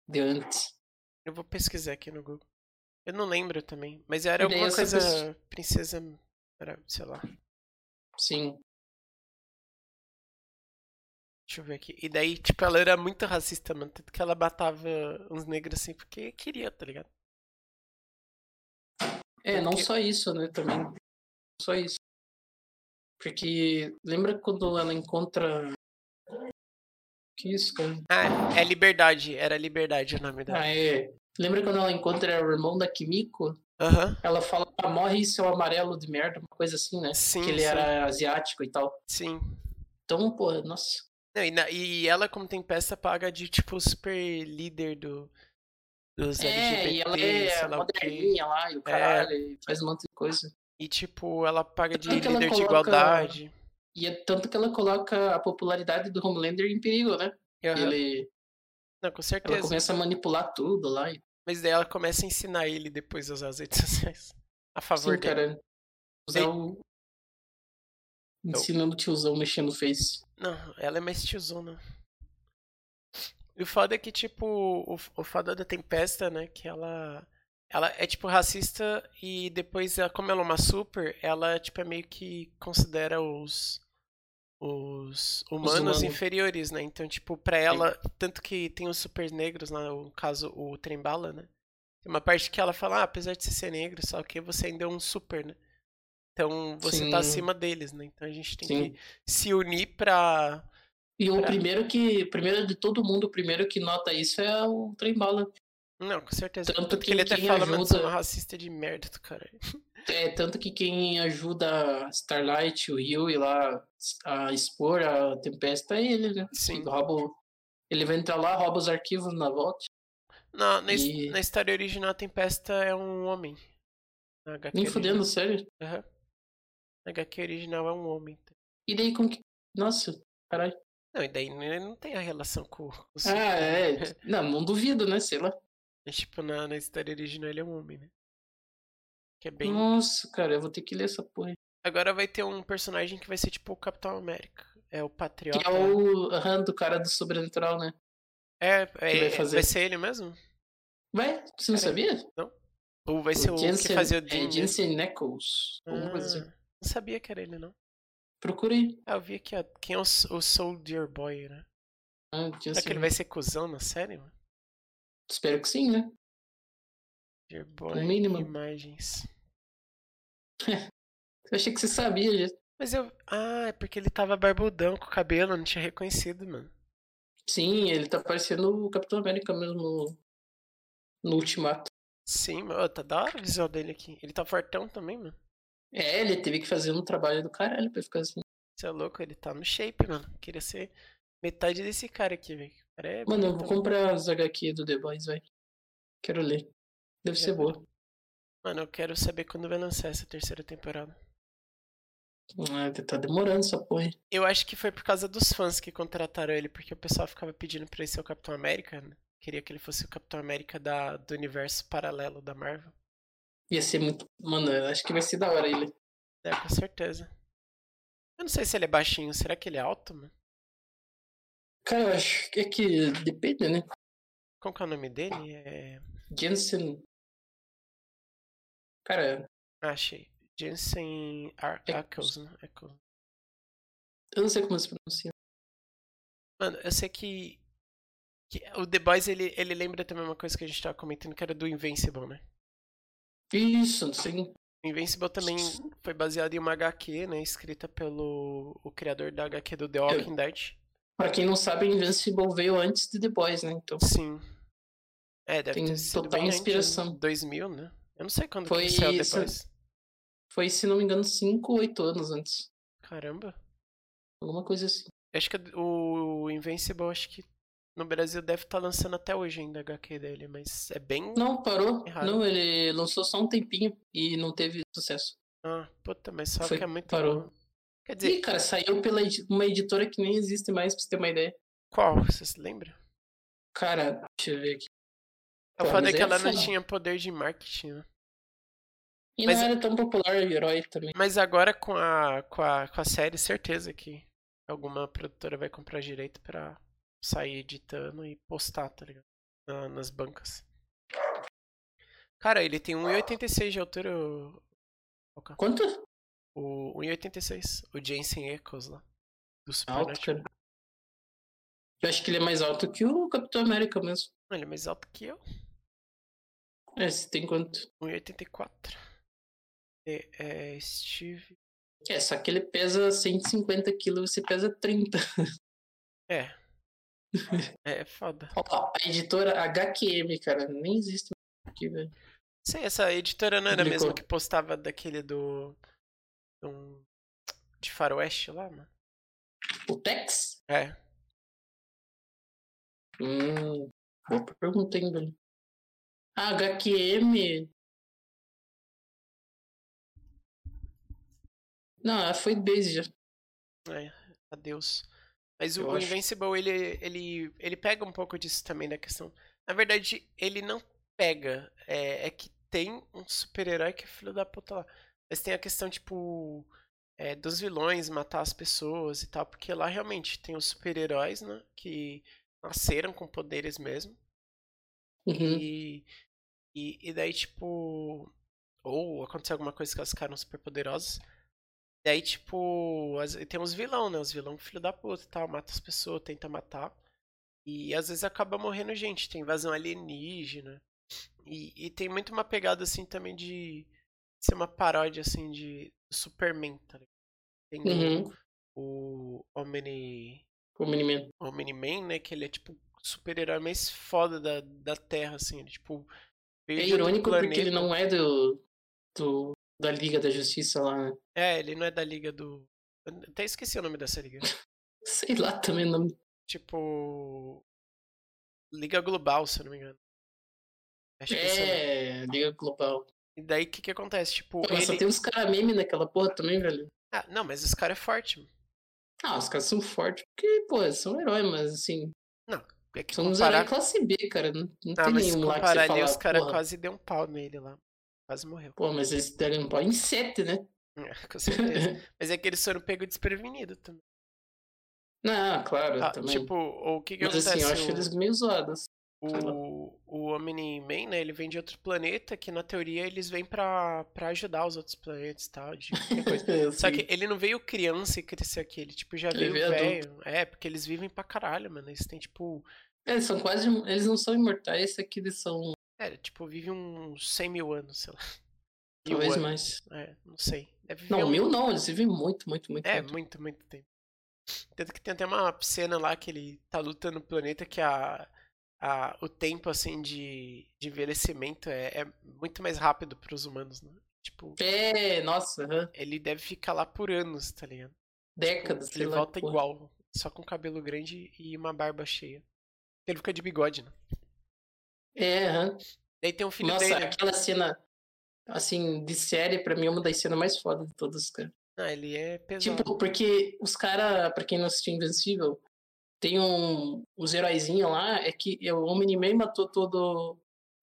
De antes.
Eu vou pesquisar aqui no Google. Eu não lembro também. Mas era
E daí
alguma
essa
coisa.
pessoa-
Princesa. Era, sei lá.
Sim.
Deixa eu ver aqui. E daí, tipo, ela era muito racista, mano. Tanto que ela matava uns negros assim porque queria, tá ligado?
É, não
Porque-
só isso, né? Também. Só isso. Porque. Lembra quando ela encontra. Que isso, cara?
Ah, é Liberdade. Era Liberdade o nome dela.
Ah, é. Lembra quando ela encontra o irmão da Kimiko?
Aham.
Ela fala, ah, morre seu amarelo de merda, uma coisa assim, né?
Sim,
que ele
sim,
era asiático e tal.
sim.
Então, porra, nossa.
Não, e, na- e ela, como Tempesta, paga de, tipo, super líder do, dos
é,
LGBT,
e ela
sei
é
lá o quê. É.
moderninha lá, e o caralho, e faz um monte de coisa.
E, tipo, ela paga de
Tanto que ela
líder de
coloca-
igualdade.
E é tanto que ela coloca a popularidade do Homelander em perigo, né?
Aham.
Ele,
Não, com
ela
certeza.
começa a manipular tudo lá. E,
Mas daí ela começa a ensinar ele depois a usar as redes sociais. A favor
sim,
dele.
cara.
Ei.
Usar o... Ensinando o tiozão mexendo no face.
Não, ela é mais tiozona. E o foda é que, tipo, o, o foda da Tempesta, né? Que ela. Ela é, tipo, racista e depois, ela- como ela é uma super, ela, tipo, é meio que considera os. Os humanos,
humanos.
inferiores, né? Então, tipo, pra ela, tanto que tem os super negros, né? no caso, o Trembala, né? Tem uma parte que ela fala, ah, apesar de você ser negro, só que você ainda é um super, né? Então, você tá
Sim.
acima deles, né? Então a gente tem que
Sim.
se unir pra.
E o
Pra-
primeiro que. Primeiro de todo mundo, o primeiro que nota isso é o trem bala.
Não, com certeza.
Tanto
Tanto que
que
ele até
quem
fala, né? mano, sou
ajuda-
uma racista de merda do cara.
É, tanto que quem ajuda a Starlight, o Rio, e lá a expor a Tempesta é ele, né?
Sim.
Ele, rouba o- ele vai entrar lá, rouba os arquivos na volta.
Na, na, his-
E-
na história original, a Tempesta é um homem. Na HQ
Nem fudendo,
original-
sério.
Aham. Na HQ original é um homem.
E daí com que. Nossa, caralho.
Não, e daí né, não tem a relação com, com o Superman.
Ah, é. Não, não duvido, né? Sei lá.
Mas, tipo, na, na história original ele é um homem, né? Que é bem.
Nossa, cara, eu vou ter que ler essa porra. aí.
Agora vai ter um personagem que vai ser tipo o Capitão América. É o Patriota.
Que é o aham, do cara do sobrenatural, né?
É, é-
vai
vai,
fazer.
ser ele mesmo?
Vai, você não
Caralho.
sabia?
Ou vai ser o, que fazia o Dean?
é,
né?
Jensen Neckles. Alguma coisa assim.
Ah, não sabia que era ele, não.
Procura aí.
Ah, eu vi aqui, ó. Quem é o, S- o Soldier Boy, né?
Ah,
Será
Jensen
que ele vai ser cuzão na série, mano?
Espero que sim, né?
Soldier Boy.
mínimo.
Imagens.
Eu achei que você sabia, já.
Mas eu. Ah, é porque ele tava barbudão com o cabelo, eu não tinha reconhecido, mano.
Sim, ele tá parecendo o Capitão América mesmo no, no Ultimato.
Sim, mano. Ó, Tá da hora o visual dele aqui. Ele tá fortão também, mano.
É, ele teve que fazer um trabalho do caralho pra ficar assim.
Você é louco, ele tá no shape, mano. Queria ser metade desse cara aqui, velho. O cara é
Mano, eu vou
bonitão.
comprar as HQ do The Boys, vai. Quero ler. Deve ser boa.
Mano, eu quero saber quando vai lançar essa terceira temporada.
Ah, tá demorando essa porra. aí.
Eu acho que foi por causa dos fãs que contrataram ele, porque o pessoal ficava pedindo pra ele ser o Capitão América, né? Queria que ele fosse o Capitão América da, do universo paralelo da Marvel.
Ia ser muito. Mano, eu acho que vai ser da hora ele.
É, com certeza. Eu não sei se ele é baixinho, será que ele é alto, mano?
Cara, eu acho que é que depende, né?
Qual que é o nome dele? É...
Jensen. Cara,
Ah, achei. Jensen Ar Ackles, né? Ackles.
eu não sei como se pronuncia.
Mano, eu sei que, que o The Boys ele, ele lembra também uma coisa que a gente tava comentando que era do Invincible, né?
Isso, não sei.
O Invincible também foi baseado em uma HQ, né? Escrita pelo o criador da HQ do The Walking Dead.
Pra quem não sabe, é Invincible veio antes de The Boys, né? Então.
Sim. É, deve
Tem
ter sido
total
bem antes,
inspiração.
né? 2000, né? Eu não sei quando
Foi
que saiu
isso.
depois.
Foi, se não me engano, 5 ou 8 anos antes.
Caramba.
Alguma coisa assim.
Acho que o Invincible, acho que no Brasil deve estar lançando até hoje ainda a HQ dele, mas é bem...
Não, parou.
Errado.
Não, ele lançou só um tempinho e não teve sucesso.
Ah, puta, mas só
Foi-
que é muito
parou.
bom. Quer dizer,
Ih, cara, saiu pela edi- uma editora que nem existe mais, pra você ter uma ideia.
qual? Você se lembra?
Cara, deixa eu ver aqui.
O
Pô,
foda é
mas
que
é
ela não
foda.
tinha poder de marketing, né?
E
Mas-
não era tão popular o herói também.
Mas agora com a, com a, com a série, certeza que alguma produtora vai comprar direito pra sair editando e postar, tá ligado? Na- nas bancas. Cara, ele tem 1,86 de altura, o,
Quanto?
o 1,86. O Jensen Ackles lá. Do
Alto,
Supernatural.
cara. Eu acho que ele é mais alto que o Capitão América mesmo.
Ele é mais alto que eu.
É, você tem quanto?
1,84. É, é Steve.
É, só que ele pesa 150 quilos, você pesa 30.
É. É foda.
Ó, a editora HQM, cara, nem existe mais aqui, velho.
Sei, essa editora não era a mesma
Publicou.
que postava daquele do. do- de Faroeste lá, mano?
O Tex?
É.
Hum, boa pergunta, hein, velho. A HQM. Não, ela foi desde já.
Adeus. Mas o,
Eu
o
acho.
Invincible, ele, ele, ele pega um pouco disso também da questão. Na verdade, ele não pega. É, é que tem um super-herói que é filho da puta lá. Mas tem a questão, tipo, é, dos vilões matar as pessoas e tal. Porque lá realmente tem os super-heróis, né? Que nasceram com poderes mesmo.
Uhum.
E, e, e daí, tipo. Ou aconteceu alguma coisa que elas ficaram super poderosas. Daí, tipo. as- tem uns vilão, né? Os vilão filho da puta e tal. Mata as pessoas, tenta matar. E às vezes acaba morrendo gente. Tem invasão alienígena. E, e tem muito uma pegada assim também de ser uma paródia assim de Superman, tá ligado? Tem o-
Uhum.
o Omni.
O Miniman.
Omni-Man, né? Que ele é tipo super-herói mais foda da, da Terra, assim. Ele, tipo, veio
É
de outro
irônico porque ele
planeta.
não é do, do da Liga da Justiça lá. né?
É, ele não é da liga do. eu Até esqueci o nome dessa liga.
Sei lá também o nome.
tipo. Liga Global, se eu não me engano. Acho que esse é o nome.
É, Liga Global.
E daí o que, que acontece? Tipo,
Pô, mas só
ele-
tem um uns caras meme naquela porra também, velho.
Ah, não, mas esse cara é forte. mano.
Ah, os caras são fortes porque, pô, são heróis, mas assim,
É que
são uns
comparar...
heróis classe B, cara. Não, não
Ah,
tem
mas se
nenhum lá que
comparar
você
ali,
fala,
os caras
porra,
quase deu um pau nele lá. Quase morreu.
Pô, mas eles deram um pau em sete, né?
É, com certeza. mas é que eles foram pegos desprevenidos também.
não, claro,
Ah,
também.
tipo, o que, que
mas
acontece? um
assim, eu acho
O-
eles meio zoados. Sei lá.
O, o Omni-Man, né, ele vem de outro planeta que, na teoria, eles vêm pra, pra ajudar os outros planetas e tal, de qualquer coisa.
Eu
Só
sei.
que ele não veio criança e crescer aqui, ele, tipo, já
Ele
veio
veio
velho. É, porque eles vivem pra caralho, mano. Eles têm, tipo...
Eles É, são quase. Eles não são imortais, esse aqui eles são
É, tipo, vive uns 100 mil anos, sei lá. Mil
talvez
anos,
mais.
É, não sei. Deve viver
Não,
um-
mil não, eles vivem muito, muito, muito.
É,
muito.
muito, muito tempo. Tanto que tem até uma cena lá que ele tá lutando no planeta que a, a, o tempo, assim, de, de envelhecimento é, é muito mais rápido pros humanos, né? Tipo,
É, nossa, aham.
ele deve ficar lá por anos, tá ligado?
décadas. sei
ele
lá,
volta
porra.
igual, só com cabelo grande e uma barba cheia. Ele fica de bigode, né?
É, aham.
Daí tem um filho
Nossa,
dele.
aquela cena, assim, de série, pra mim é uma das cenas mais fodas de todas, cara.
Ah, ele é pesado.
Tipo, porque os caras, pra quem não assistiu Invencível, tem um, os heróizinhos lá, é que é o Omni-Man matou todo.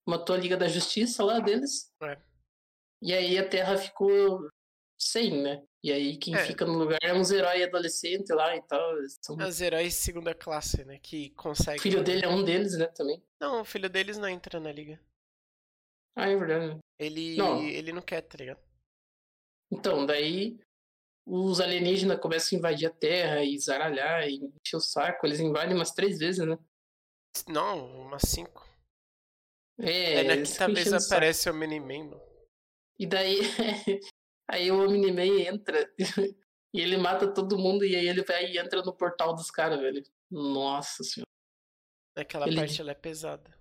matou a Liga da Justiça lá deles.
É.
E aí a Terra ficou sem, né? E aí quem
É.
fica no lugar é uns heróis adolescentes lá e tal. eles são-
É Os heróis de segunda classe, né? Que
O
consegue.
filho dele é um deles, né, também.
Não, o filho deles não entra na liga.
Ah, é verdade. né?
Ele
Não.
ele não quer, tá ligado?
Então, daí os alienígenas começam a invadir a Terra e zaralhar e encher o saco. Eles invadem umas três vezes, né?
Não, umas cinco.
É,
Aí na
eles
quinta
ficam
vez
enchendo o saco.
aparece o Miniman, né, mano.
E daí aí o Omni-Man entra e ele mata todo mundo e aí ele vai e entra no portal dos caras, velho. Nossa senhora.
Naquela
Ele-
parte ela é pesada.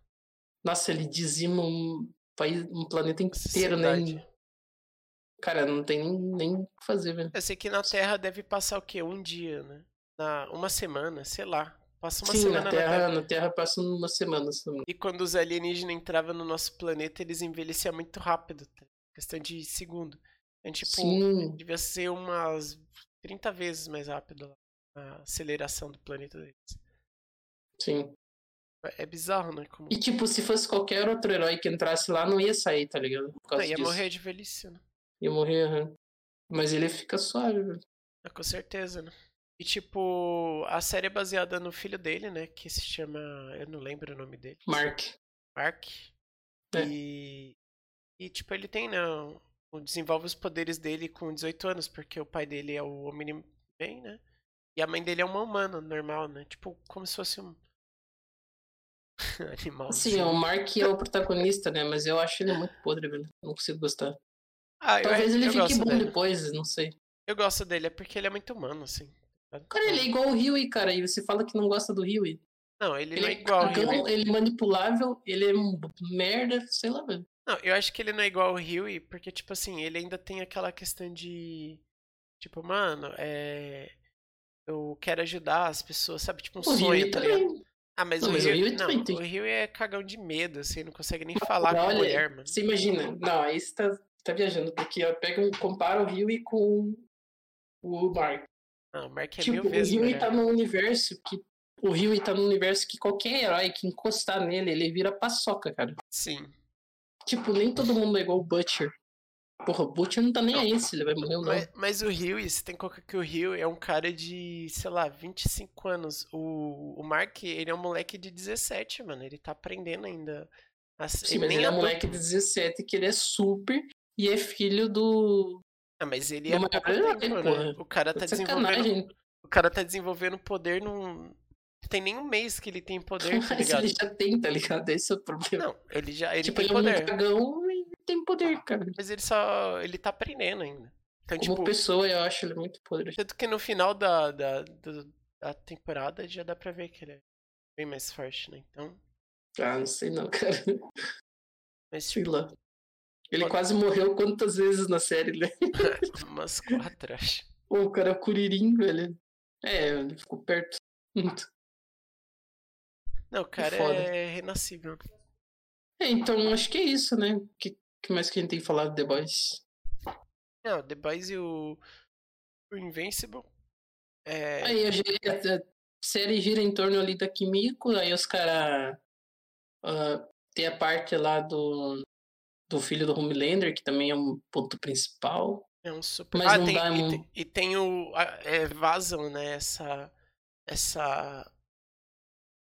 Nossa, ele dizima um país, um planeta
a
inteiro, né?
sociedade.
em- Cara, não tem nem, nem o que fazer, velho.
Eu sei que na Terra deve passar o quê? Um dia, né? Na, uma semana, sei lá. Passa uma
Sim,
semana né,
na Terra, na Terra passa uma semana. se não me
E quando os alienígenas entravam no nosso planeta, eles envelheciam muito rápido. tá? Questão de segundo. Então, tipo,
engano. Sim,
devia ser umas 30 vezes mais rápido lá, a aceleração do planeta deles.
sim.
É- É bizarro, né? Como...
E tipo, se fosse qualquer outro herói que entrasse lá, não ia sair, tá ligado? Por
Não,
causa
ia
disso.
morrer de velhice, né?
Ia morrer, aham. Mas ele fica suave, velho.
É, com certeza, né? E tipo, a série é baseada no filho dele, né? Que se chama. Eu não lembro o nome dele.
Mark.
Mark.
É.
E, e tipo, ele tem, né? o- Desenvolve os poderes dele com 18 anos, porque o pai dele é o homem bem, né? E a mãe dele é uma humana, normal, né? Tipo, como se fosse um animal. né?
Sim, o Mark é o protagonista, né? Mas eu acho ele muito podre, velho. Não consigo gostar.
Ah, eu-
Talvez
eu,
ele fique
gosto
bom
dele.
depois, não sei.
Eu gosto dele, é porque ele é muito humano, assim.
Cara, ele é igual o Huey, cara. E você fala que não gosta do Huey.
Não, ele,
Ele
não é
é
igual ao
cagão,
Huey.
ele é manipulável, ele é um merda, sei lá, velho.
Não, eu acho que ele não é igual ao Huey, porque, tipo assim, ele ainda tem aquela questão de. Tipo, mano, é. Eu quero ajudar as pessoas, sabe? Tipo um
O
sonho,
Huey
tá ligado?
também.
Ah, mas,
Não,
o,
mas o
Rio,
Huey
não,
também tem. Ah,
o Rio é cagão de medo, assim, não consegue nem falar com a
olha,
mulher, mano.
Você imagina. Não, aí você tá, tá viajando, porque ó, pega um, compara o Huey com o Mark.
Não, o Mark é
tipo,
mil vezes
o Huey
melhor.
tá num universo que. O Huey tá num universo que qualquer herói que encostar nele, ele vira paçoca, cara.
Sim.
Tipo, nem todo mundo é igual o Butcher. Porra, o Butcher não tá nem aí se ele vai morrer ou não.
Mas, mas o Rio, você tem que colocar que o Rio é um cara de, sei lá, 25 anos. O, o Mark, ele é um moleque de 17, mano. Ele tá aprendendo ainda. Assim,
Sim, mas
nem
ele é um
adulto.
moleque de 17 que ele é super e é filho do.
Ah, mas ele
do
é
maior
pouco
herói,
tempo, né?
porra.
O cara tá desenvolvendo.
Sacanagem.
O cara tá desenvolvendo poder num. Tem nem um mês que ele tem poder, tá
Mas
ligado?
ele já tem, tá ligado? Esse é o problema.
Não, ele já. Ele
tipo,
tem
ele é
poder.
um cagão e tem poder, cara.
Mas ele só. Ele tá aprendendo ainda. Então,
Como
tipo,
pessoa, eu acho ele muito poderoso.
tanto que no final da, da, do- da temporada já dá pra ver que ele é bem mais forte, né? Então.
Ah, não sei não, cara.
Mas
Sei
tipo,
lá. Ele
Olha.
quase morreu quantas vezes na série, né?
é umas quatro, acho.
Pô, o cara é o Curirim, velho. É, ele ficou perto. Muito.
Não, o cara
foda.
é renascível.
É, então acho que é isso, né? O que, que mais que a gente tem falado de The Boys?
Não, o The Boys e o, o Invincible. É,
Aí a, ge- a- a série gira em torno ali da Kimiko, aí os caras. tem a parte lá do. Do filho do Homelander, que também é um ponto principal.
é um super.
Mas
ah,
não
tem,
dá
e,
mu-
tem, e tem o. a- é, vazam, né? Essa. Essa.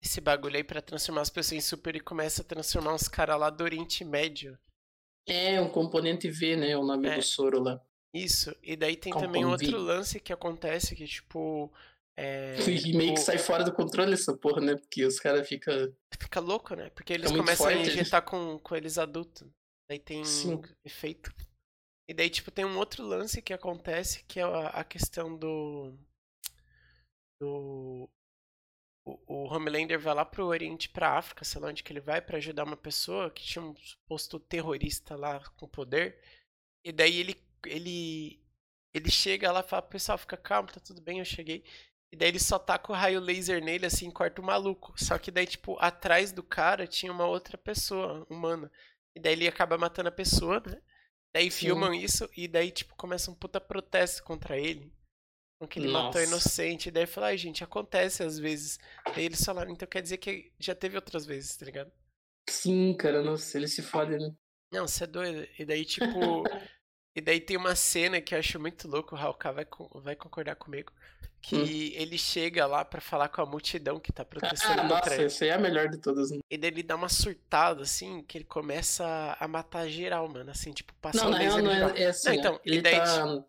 Esse bagulho aí pra transformar as pessoas em super e começa a transformar uns caras lá do Oriente Médio.
É, um componente V, né? O nome
É.
do soro lá.
Isso. E daí tem
Com-
também um
com
outro
vi-
lance que acontece que, tipo. É,
E meio que
o-
sai fora do controle essa porra, né? Porque os caras ficam.
Fica louco, né? Porque eles
muito
começam a
forte.
injetar com, com eles adultos. Daí tem
Sim.
efeito. E daí, tipo, tem um outro lance que acontece, que é a, a questão do. Do. O, o Homelander vai lá pro Oriente, pra África, sei lá onde que ele vai, pra ajudar uma pessoa que tinha um suposto terrorista lá com poder. E daí ele. ele ele chega lá e fala, pessoal, fica calmo, tá tudo bem, eu cheguei. E daí ele só taca o raio laser nele, assim, corta o maluco. Só que daí, tipo, atrás do cara tinha uma outra pessoa humana. E daí ele acaba matando a pessoa, né? Daí
Sim.
filmam isso e daí, tipo, começa um puta protesto contra ele. Com que ele matou
Nossa.
a inocente. E daí fala, ai, gente, acontece às vezes. Daí eles falaram, então quer dizer que já teve outras vezes, tá ligado?
Sim, cara, nossa, eles se fodem, né?
Não, você é doido. E daí, tipo. e daí tem uma cena que eu acho muito louco, o Hawkeye vai, con- vai concordar comigo. Que
Hum.
ele chega lá pra falar com a multidão que tá protestando
Ah,
contra
nossa,
ele.
essa aí é a melhor de todas. né?
E daí ele dá uma surtada, assim, que ele começa a matar geral, mano. Assim, tipo, passar
Não,
o
na real
laser
não
geral.
é, é assim.
Não,
ó,
então, e
ele
daí,
tá.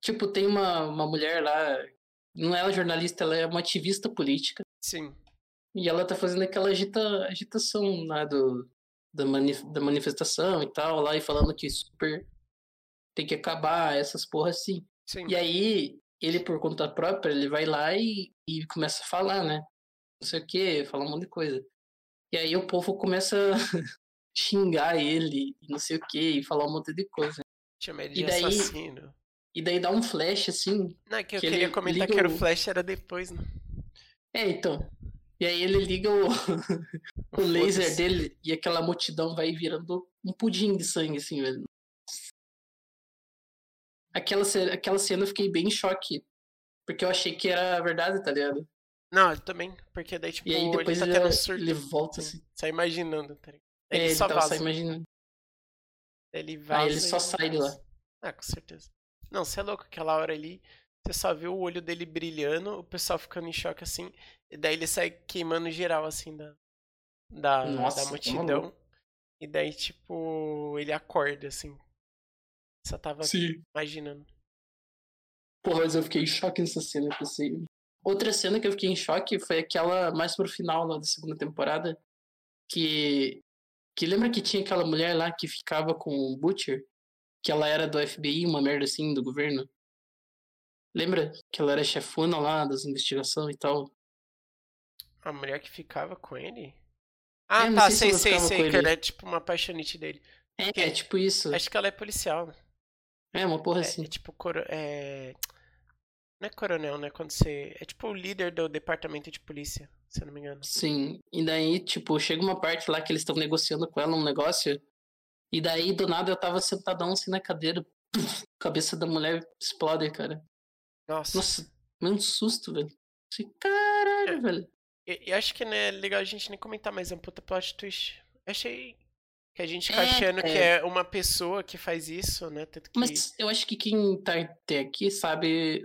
Tipo, tem uma, uma mulher lá. Não é ela jornalista, ela é uma ativista política.
Sim.
E ela tá fazendo aquela agita, agitação lá do, da, manif- da manifestação e tal, lá, e falando que super tem que acabar, essas porra assim.
Sim.
E aí, ele por conta própria, ele vai lá e, e começa a falar, né? Não sei o que, fala um monte de coisa. E aí o povo começa a xingar ele, e não sei o que, e falar um monte de coisa.
Chama ele de
e daí-
assassino.
E daí dá um flash assim.
Não, é que eu
que ele
queria comentar
liga
que era o
o-
Flash, era depois, né?
É, então. E aí ele liga o, o laser
Foda-se.
dele e aquela multidão vai virando um pudim de sangue, assim, velho. Aquela, ce- aquela cena eu fiquei bem em choque. Porque eu achei que era verdade, tá ligado?
Não, eu também. Porque daí, tipo,
E aí
ele
depois
tá
ele,
tendo um surto.
ele volta assim.
Só imaginando, tá ligado? Ele
É, ele
só
tava
vaza.
só imaginando.
Ele vaza.
Aí ele só
e-
sai de lá.
Ah, com certeza. Não, você é louco, aquela hora ali, você só viu o olho dele brilhando, o pessoal ficando em choque assim, e daí ele sai queimando geral, assim, da, da,
Nossa,
da
tá
multidão.
maluco.
E daí, tipo, ele acorda, assim. Só tava
Sim.
imaginando.
Porra, mas eu fiquei em choque nessa cena. eu Pensei... né? Outra cena que eu fiquei em choque foi aquela mais pro final lá da segunda temporada. Que. Que lembra que tinha aquela mulher lá que ficava com o Butcher? Que ela era do FBI, uma merda assim, do governo? Lembra? Que ela era chefona lá das investigações e tal.
A mulher que ficava com ele? Ah,
É, não
tá,
sei se
sei, sei,
ela ficava
sei,
com
que
ele.
ela é tipo uma apaixonite dele.
É,
Quem?
é tipo isso.
Acho que ela é policial, né?
É, uma porra
É,
assim.
é tipo, coro... é... não é coronel, né? Quando você. É tipo o líder do departamento de polícia, se eu não me engano.
Sim, e daí, tipo, chega uma parte lá que eles estão negociando com ela um negócio, e daí do nada eu tava sentadão assim na cadeira, cabeça da mulher explode, cara.
Nossa.
Nossa, meio um susto, velho. Assim,
É,
Caralho, velho.
E, e acho que não é legal a gente nem comentar, mas é um puta plot twist. Eu achei que a gente fica
É,
achando que
é.
é uma pessoa que faz isso, né? Tanto que
Mas eu acho que quem tá até aqui sabe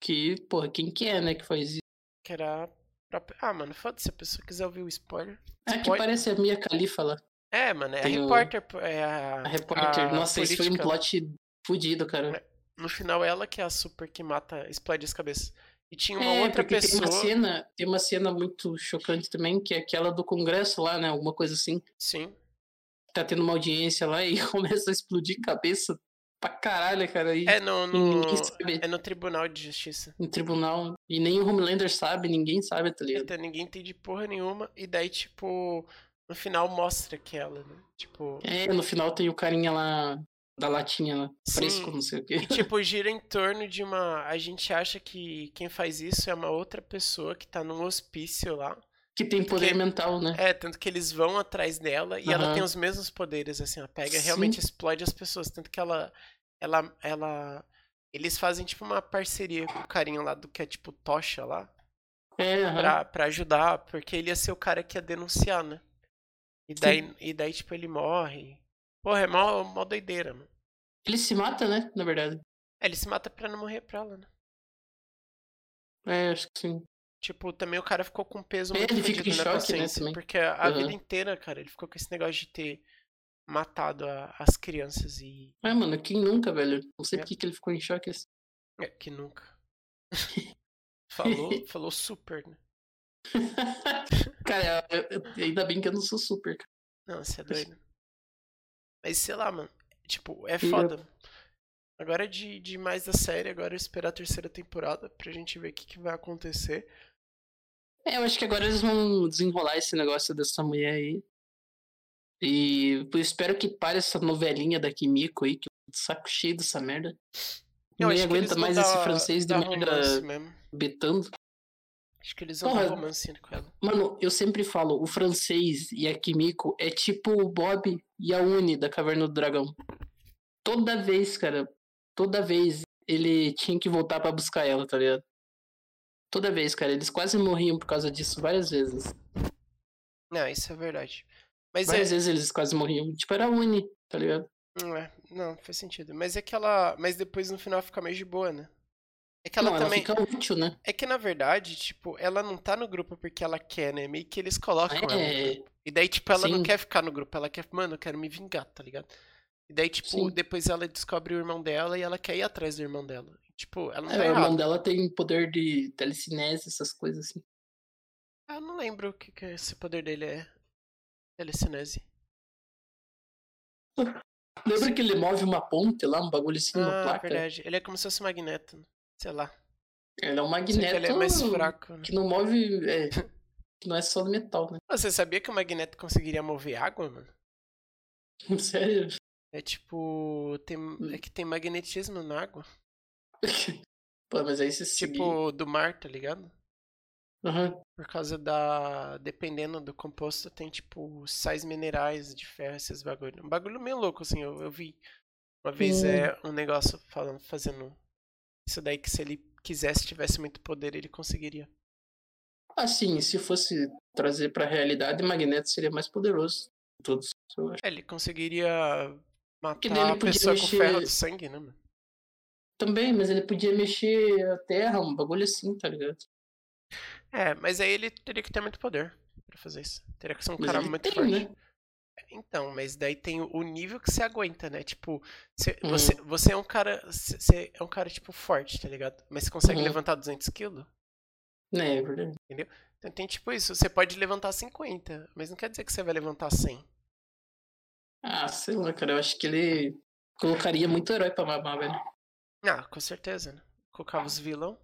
que, porra, quem que é, né, que faz isso.
que era. a própria- Ah, mano, foda-se, se a pessoa quiser ouvir o spoiler.
Ah, que
Spoil-
parece a Mia Khalifa lá,
É, mano, é a
Tem o-
repórter. pô, É a,
a repórter.
a
Nossa, isso foi um
Ah, política.
plot fudido, cara.
No final, ela que é a super que mata, explode as cabeças. E tinha uma
é,
outra
porque
pessoa.
tem uma cena, tem uma cena muito chocante também, que é aquela do congresso lá, né, alguma coisa assim.
Sim.
tá tendo uma audiência lá e começa a explodir cabeça pra caralho, cara. E
É no,
e
no,
ninguém sabe.
é no Tribunal de Justiça.
No tribunal. E nem o Homelander sabe, ninguém sabe, tá ligado?
Então, ninguém entende porra nenhuma. E daí, tipo, no final mostra que ela, né? Tipo.
É, no final tem o carinha lá da latinha lá.
Sim.
Fresco, não sei o quê.
E, tipo, gira em torno de uma. A gente acha que quem faz isso é uma outra pessoa que tá num hospício lá.
Que tem poder
Porque-
mental, né?
É, tanto que eles vão atrás dela e ela
Aham.
tem os mesmos poderes, assim, ela pega e
Sim.
realmente explode as pessoas. Tanto que ela. Ela. ela eles fazem, tipo, uma parceria com o carinha lá do que é, tipo, tocha lá.
É, aham.
pra, pra ajudar, porque ele ia ser o cara que ia denunciar, né? E daí, e daí tipo, ele morre. Porra, é mó, mó doideira, mano.
Ele se mata, né? Na verdade.
É, ele se mata pra não morrer pra ela, né?
É, acho que sim.
Tipo, também o cara ficou com um peso
É,
muito
ele fica
fodido
em
na
choque, né,
consciência,
também.
Porque a a
Aham.
vida inteira, cara, ele ficou com esse negócio de ter matado a- as crianças e.
É, mano, quem nunca, velho? Não sei
É.
por que que ele ficou em choque assim.
É, que nunca. Falou, falou super, né?
cara, eu- eu- ainda bem que eu não sou super, cara.
Não, você é doido. Mas sei lá, mano. Tipo, é
Filha.
foda. Agora de, de mais da série, agora eu esperar a terceira temporada pra gente ver o que, que vai acontecer.
É, eu acho que agora eles vão desenrolar esse negócio dessa mulher aí. E eu espero que pare essa novelinha da Kimiko aí, que eu tô de saco cheio dessa merda.
Eu
Ninguém
acho que eles
aguenta
vão
mais
dar-
esse francês de
dar um romance
merda
mesmo.
betando.
Acho que eles vão
Porra.
dar romance com ela.
Mano, eu sempre falo, o francês e a Kimiko é tipo o Bob e a Uni da Caverna do Dragão. Toda vez, cara, toda vez ele tinha que voltar pra buscar ela, tá ligado? Toda vez, cara, eles quase morriam por causa disso várias vezes.
Não, isso é verdade. Mas é,
Várias vezes eles quase morriam. Tipo, era a Uni, tá ligado?
não é. Não, faz sentido. Mas é que ela. Mas depois no final fica mais de boa, né? É que ela
Não,
também.
ela fica útil, né?
É que na verdade, tipo, ela não tá no grupo porque ela quer, né? Meio que eles colocam ela. no
É,
E daí, tipo, ela não
Sim.
quer ficar no grupo, ela quer, mano, eu quero me vingar, tá ligado? E daí, tipo,
Sim.
depois ela descobre o irmão dela e ela quer ir atrás do irmão dela. Tipo, ela não
é,
tá
o irmão
errada.
dela tem poder de telecinese, essas coisas assim.
Eu não lembro o que, que esse poder dele é. Telecinese.
Lembra que ele move uma ponte lá, um bagulho assim, uma
Ah,
placa?
verdade. Ele é como se fosse um magneto. né? Sei lá.
Ele é um
Só que
magneto.
ele é mais fraco. né?
que não move. É, que não é só metal, né?
Você sabia que o magneto conseguiria mover água, mano?
Sério?
É tipo. Tem,
Hum.
é que tem magnetismo na água.
Pô, mas aí você seguir.
Tipo, do mar, tá ligado?
Aham.
Por causa da. Dependendo do composto, tem tipo sais minerais de ferro, esses bagulho. Um bagulho meio louco, assim, eu, eu vi. Uma vez
Hum.
é um negócio falando, fazendo. Isso daí que se ele quisesse, tivesse muito poder, ele conseguiria.
Assim, se fosse trazer pra realidade, Magneto seria mais poderoso. de Todos, eu acho.
É, ele conseguiria matar
Que daí ele
a
podia
pessoa com
mexer-
ferro do sangue, né, mano?
Também, mas ele podia mexer a terra, um bagulho assim, tá ligado?
É, mas aí ele teria que ter muito poder pra fazer isso. Teria que ser um
Mas
cara
ele
muito
tem,
forte.
né?
Então, mas daí tem o- o nível que você aguenta, né? Tipo, cê-
Uhum.
você, você é um cara. Você é um cara, tipo, forte, tá ligado? Mas você consegue
Uhum.
levantar 200 quilos?
Né, é verdade.
Então tem tipo isso, você pode levantar 50, mas não quer dizer que você vai levantar 100.
Ah, sei lá, cara. Eu acho que ele colocaria muito herói pra mamar, velho.
Ah, com certeza, né?
Ah.
Colocava os vilão.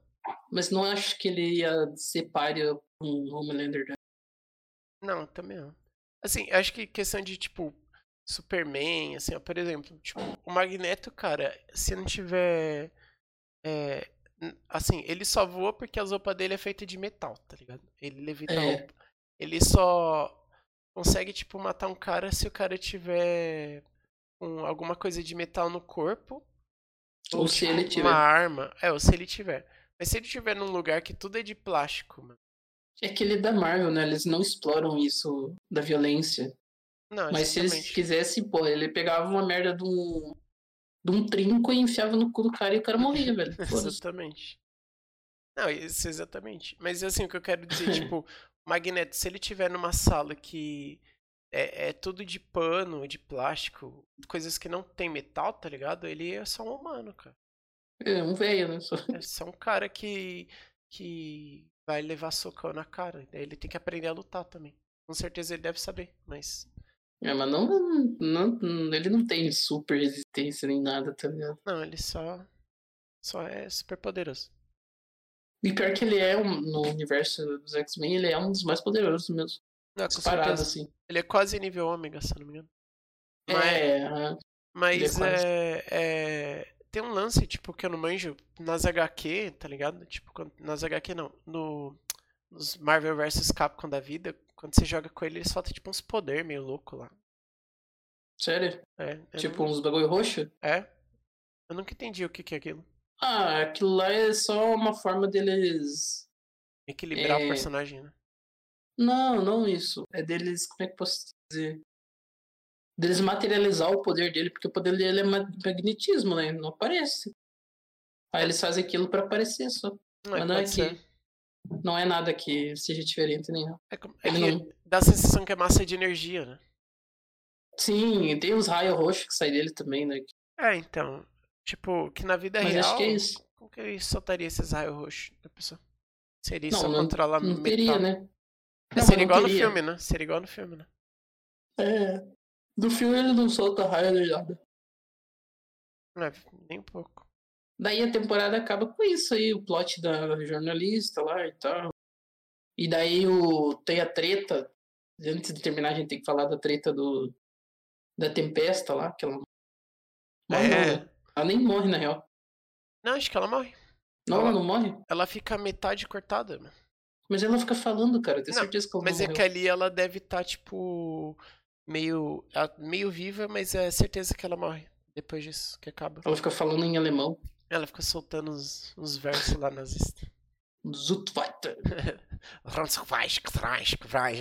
Mas não acho que ele ia ser páreo com o Homelander. né?
Não, também não. Assim, eu acho que questão de, tipo, Superman, assim, ó, por exemplo, tipo, o Magneto, cara, se não tiver. é, n- assim, ele só voa porque as roupas dele é feita de metal, tá ligado? Ele levita a
É.
roupa. Ele só consegue, tipo, matar um cara se o cara tiver com alguma coisa de metal no corpo.
Ou se
tipo,
ele tiver.
Uma arma. É, ou se ele tiver. Mas se ele tiver num lugar que tudo é de plástico, mano.
É que ele é da Marvel, né? Eles não exploram isso da violência.
Não,
Mas se eles
exatamente.
quisessem, pô, ele pegava uma merda de um, de um trinco e enfiava no cu do cara e o cara morria, velho. Foda-se.
Exatamente. Não, isso exatamente. Mas assim, o que eu quero dizer, tipo, o Magneto, se ele tiver numa sala que é, é tudo de pano, de plástico, coisas que não tem metal, tá ligado? Ele é só um humano, cara.
É um velho, né? Só-
É só um cara que, que vai levar socão na cara. Daí Ele tem que aprender a lutar também. Com certeza ele deve saber, mas
É, mas não, não- não- Ele não tem super resistência nem nada, tá ligado?
Não, ele só. Só é super poderoso.
E pior que ele é, um- no universo dos X-Men, ele é um dos mais poderosos mesmo.
Não, com
Disparado,
certeza.
assim.
Ele é quase nível ômega, se eu não me engano. Mas,
É, aham.
mas
ele é quase.
é, é- Tem um lance, tipo, que eu não manjo nas HQ, tá ligado? Tipo, quando- nas HQ não. No, nos Marvel vs Capcom da vida, quando você joga com ele, ele solta tipo uns poder meio louco lá.
sério.
É, eu
Tipo,
não-
uns bagulho roxo.
é. Eu nunca entendi o que, que é aquilo.
Ah, aquilo lá é só uma forma deles.
Equilibrar o
É.
personagem, né?
Não, não isso. É deles. Como é que eu posso dizer? Deles materializar o poder dele, porque o poder dele é ma- magnetismo, né? Não aparece. Aí eles fazem aquilo pra aparecer só.
Não, é,
Mas não é
pode ser.
que. Não é nada que seja diferente nem nada.
É como- é
Ele
que
não-
dá a sensação que é massa de energia, né?
Sim, e tem uns raios roxos que saem dele também, né?
É, então. Tipo, que na vida
Mas
real.
acho que é isso.
Como que ele soltaria esses raios roxos da pessoa? Seria
Não,
só
não-
controlar
Não
metal.
teria, né?
Mas
Não,
seria
mas não
igual
teria.
no filme, né? Seria igual no filme, né?
É. Do filme ele não solta raio nem nada.
Não é, nem um pouco.
Daí a temporada acaba com isso aí, o plot da jornalista lá e tal. E daí o, tem a treta. Antes de terminar, a gente tem que falar da treta do. Da Tempesta lá, que ela. Ela não,
é.
né? Ela nem morre, na real.
Não, acho que ela morre.
Não, ela não morre.
Ela fica metade cortada, mano.
Mas ela fica falando, cara. Eu tenho
Não,
certeza que ela
Mas
não
é
morreu.
que ali ela deve estar, tipo. Meio. ela- meio viva, mas é certeza que ela morre. Depois disso, que acaba.
Ela fica falando em alemão.
Ela fica soltando uns, uns versos lá nazista.
Zutweiter.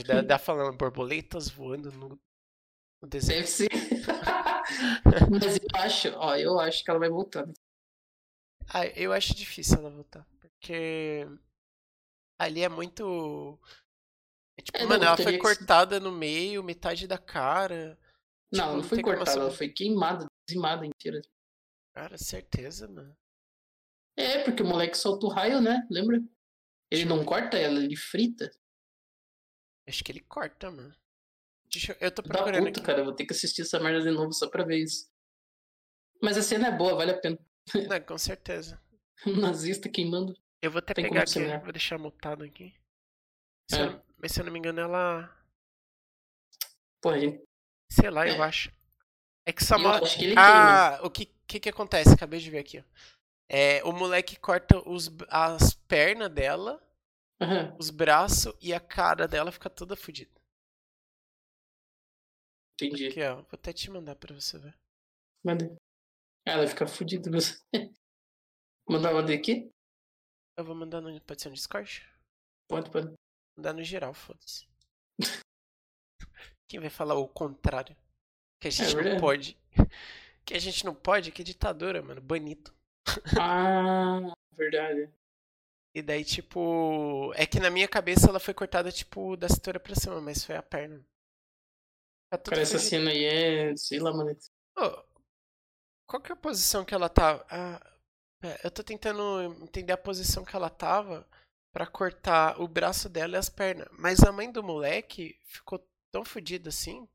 Dá, dá falando borboletas voando no, no deserto.
Deve ser. Mas eu acho, ó, eu acho que ela vai voltando.
Ah, eu acho difícil ela voltar. Porque ali é muito. é tipo,
É, não,
mano, ela foi
teria que ser-
cortada no meio, metade da cara. Tipo,
Não, não
não
foi
tem como
cortada, ela
saber.
foi queimada, dizimada inteira.
Cara, certeza, mano.
É, porque o moleque solta o raio, né? Lembra? Ele não corta ela, ele frita.
Acho que ele corta, mano. Deixa eu... eu tô
Tá
procurando
puto,
aqui.
cara. eu Vou ter que assistir essa merda de novo só pra ver isso. Mas a cena é boa, vale a pena.
Não, né, com certeza.
Um nazista queimando.
Eu vou até
Tem como
pegar aqui,
disseminar.
vou deixar mutado aqui. Se
É.
eu não- Mas se eu não me engano, ela.
Pô, gente.
Sei lá, eu
É.
acho. É que só
Eu
mostra.
acho que ele né?
Ah, o que, que que acontece? Acabei de ver aqui. ó. É, o moleque corta os, as pernas dela,
queima. Aham.
os braços e a cara dela fica toda fodida.
Entendi.
Aqui, ó. Vou até te mandar pra você ver.
Manda. Ah, Ela fica fudida mesmo. Mandar uma daqui?
Eu vou mandar no. Pode ser no Discord?
Pode, pode.
Mandar no geral, foda-se. Quem vai falar o contrário? Que a gente não
É verdade.
pode. Que a gente não pode, que é ditadura, mano. Banido.
Ah, verdade.
E daí, tipo. É que na minha cabeça ela foi cortada, tipo, da cintura pra cima, mas foi a perna. Tá tudo
Cara, essa
fudido.
cena aí é. Sei lá, mano.
Ô, qual que é a posição que ela tava? Ah, é, eu tô tentando entender a posição que ela tava pra cortar o braço dela e as pernas. Mas a mãe do moleque ficou tão fodida assim.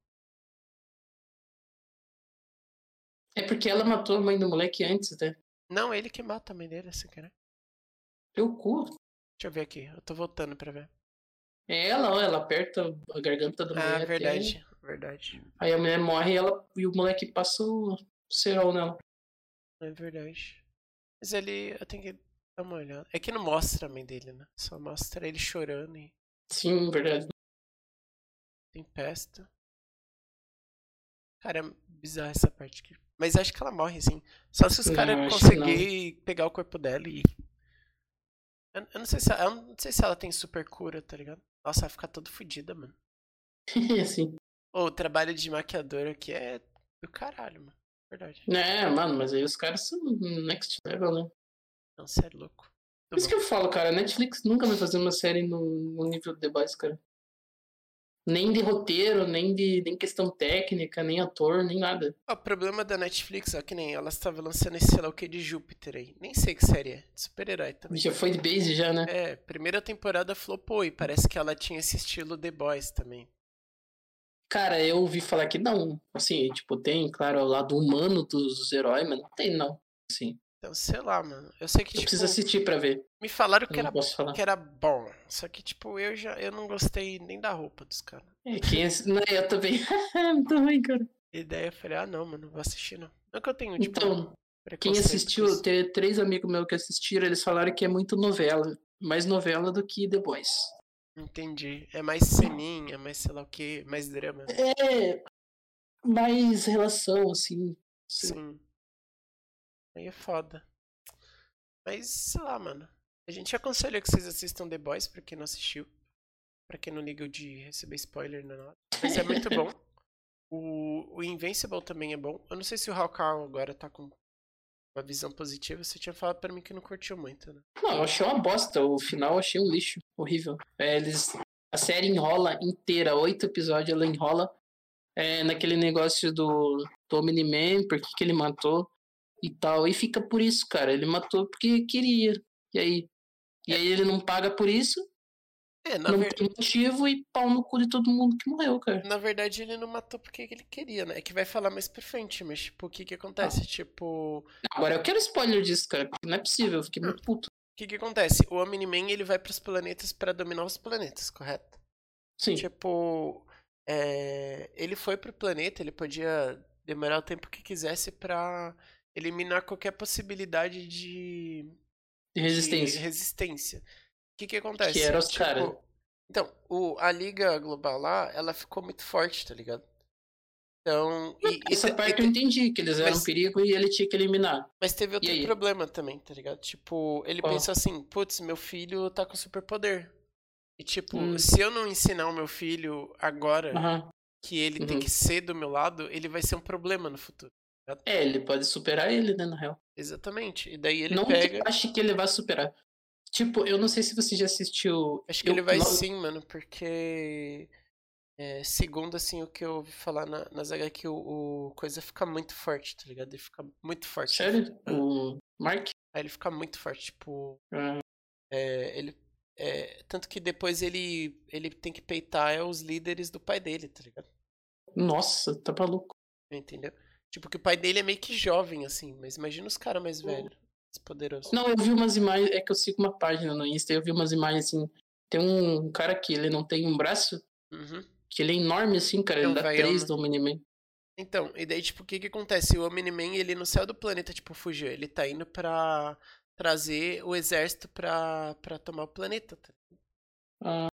É porque ela matou a mãe do moleque antes, né?
Não, ele que mata a mãe dele, assim, cara.
Teu cu.
Deixa eu ver aqui, eu tô voltando pra ver.
É ela, ó, ela aperta a garganta da mulher.
Ah,
até-
verdade, verdade.
Aí a mulher morre e, ela, e o moleque passa o cerol nela.
É verdade. Mas ele, eu tenho que dar uma olhada. É que não mostra a mãe dele, né? Só mostra ele chorando e
Sim, verdade.
Tempesta. Cara, é bizarra essa parte aqui. Mas acho que ela morre, sim. Só se os
Não,
caras
acho que não.
conseguirem pegar o corpo dela e. Eu, eu não sei se ela, eu não sei se ela tem super cura, tá ligado? Nossa, ela fica toda fodida, mano.
assim.
Ô, o trabalho de maquiador aqui é do caralho, mano. Verdade.
É, mano, mas aí os caras são next level, né?
Não, você é louco.
Por isso que eu falo, cara, a Netflix nunca vai fazer uma série no, no nível do The Boys, cara. Nem de roteiro, nem de nem questão técnica, nem ator, nem nada.
Ó, O problema da Netflix, ó, que nem ela estava lançando esse sei lá o que de Júpiter aí. Nem sei que série é. de Super-herói também.
Já foi de base já, né?
É, primeira temporada flopou e parece que ela tinha esse estilo The Boys também.
Cara, eu ouvi falar que não. Assim, tipo, tem, claro, o lado humano dos, dos heróis, mas não tem, não. Assim,
Então, sei lá, mano. Eu sei que,
eu
tipo,
preciso assistir pra ver.
me falaram que
Eu
era,
não posso falar.
que era bom. Só que, tipo, eu já eu não gostei nem da roupa dos caras.
É, quem... Não, eu também. Muito ruim, cara.
E daí eu falei, ah, não, mano, não vou assistir, não. Não que eu tenho, tipo,
Então, quem
preconceito com
assistiu,
isso.
tem três amigos meus que assistiram, eles falaram que é muito novela. Mais novela do que The Boys.
Entendi. É mais ceninha, mais sei lá o que, mais drama.
É. Mais relação, assim.
Sim. Aí é foda. Mas, sei lá, mano. A gente aconselha que vocês assistam The Boys, pra quem não assistiu. Pra quem não liga de receber spoiler na nota. Mas é muito bom. O, o Invincible também é bom. Eu não sei se o Hawkeye agora tá com uma visão positiva. Você tinha falado pra mim que não curtiu muito, né?
Não, eu achei uma bosta. O final eu achei um lixo. Horrível. É, eles... A série enrola inteira, oito episódios, ela enrola é, naquele negócio do, do Omni-Man, por que, que ele matou e tal. E fica por isso, cara. Ele matou porque queria. E aí? E aí ele não paga por isso,
É, na,
não
ver-
tem motivo e pau no cu de todo mundo que morreu, cara.
na verdade ele não matou porque ele queria, né? É que vai falar mais pra frente, mas tipo, o que que acontece? Tipo,
Agora eu quero spoiler disso, cara, porque não é possível, eu fiquei muito puto.
O que que acontece? O Omni-Man, ele vai pros planetas pra dominar os planetas, correto?
Sim.
Tipo, é, ele foi pro planeta, ele podia demorar o tempo que quisesse pra eliminar qualquer possibilidade de
de
de
resistência.
resistência. O que que acontece? Tipo,
Que era os caras.
Então, o- a Liga Global lá, ela ficou muito forte, tá ligado? Então, e- e
Essa
te- e
parte
te-
eu entendi, que eles eram
mas-
um perigo e ele tinha que eliminar.
mas teve outro
aí?
problema também, tá ligado? Tipo, ele
Qual?
pensou assim, putz, meu filho tá com superpoder. E tipo,
Hum.
se eu não ensinar o meu filho agora
Aham.
que ele tem
Uhum.
que ser do meu lado, ele vai ser um problema no futuro.
É, ele pode superar ele, né, na real.
Exatamente. E daí ele
não
pega.
que ache que ele vai superar. Tipo, eu não sei se você já assistiu.
Acho que
eu-
ele vai
não-
sim, mano, porque. é, segundo, assim, o que eu ouvi falar na, nas HQ, o, o coisa fica muito forte, tá ligado? Ele fica muito forte.
Sério?
Hum.
O Mark?
Aí ele fica muito forte, tipo.
Ah,
É, ele, é, tanto que depois ele, ele tem que peitar é, os líderes do pai dele, tá ligado?
Nossa, tá maluco.
Entendeu? Tipo, que o pai dele é meio que jovem, assim, mas imagina os caras mais velhos, mais poderosos.
Não, eu vi umas imagens, é que eu sigo uma página no Insta, eu vi umas imagens assim. Tem um cara que ele não tem um braço,
Uhum.
que ele é enorme assim, cara,
É um
ele dá
vaiano.
três do Miniman.
Então, e daí, tipo, o que que acontece? O Omni-Man, ele não saiu do planeta, tipo, fugiu. Ele tá indo pra trazer o exército pra, pra tomar o planeta, tá
Ah,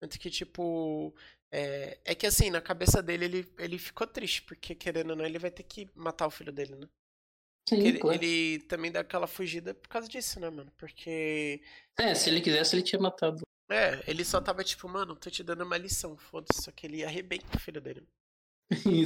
Tanto que, tipo, é, é que assim, na cabeça dele, ele, ele ficou triste, porque querendo ou não, ele vai ter que matar o filho dele, né?
sim,
Que ele,
claro.
ele também dá aquela fugida por causa disso, né, mano? Porque.
É, se ele quisesse, ele tinha matado.
É, ele só tava tipo, mano, tô te dando uma lição, foda-se, só que ele arrebenta o filho dele.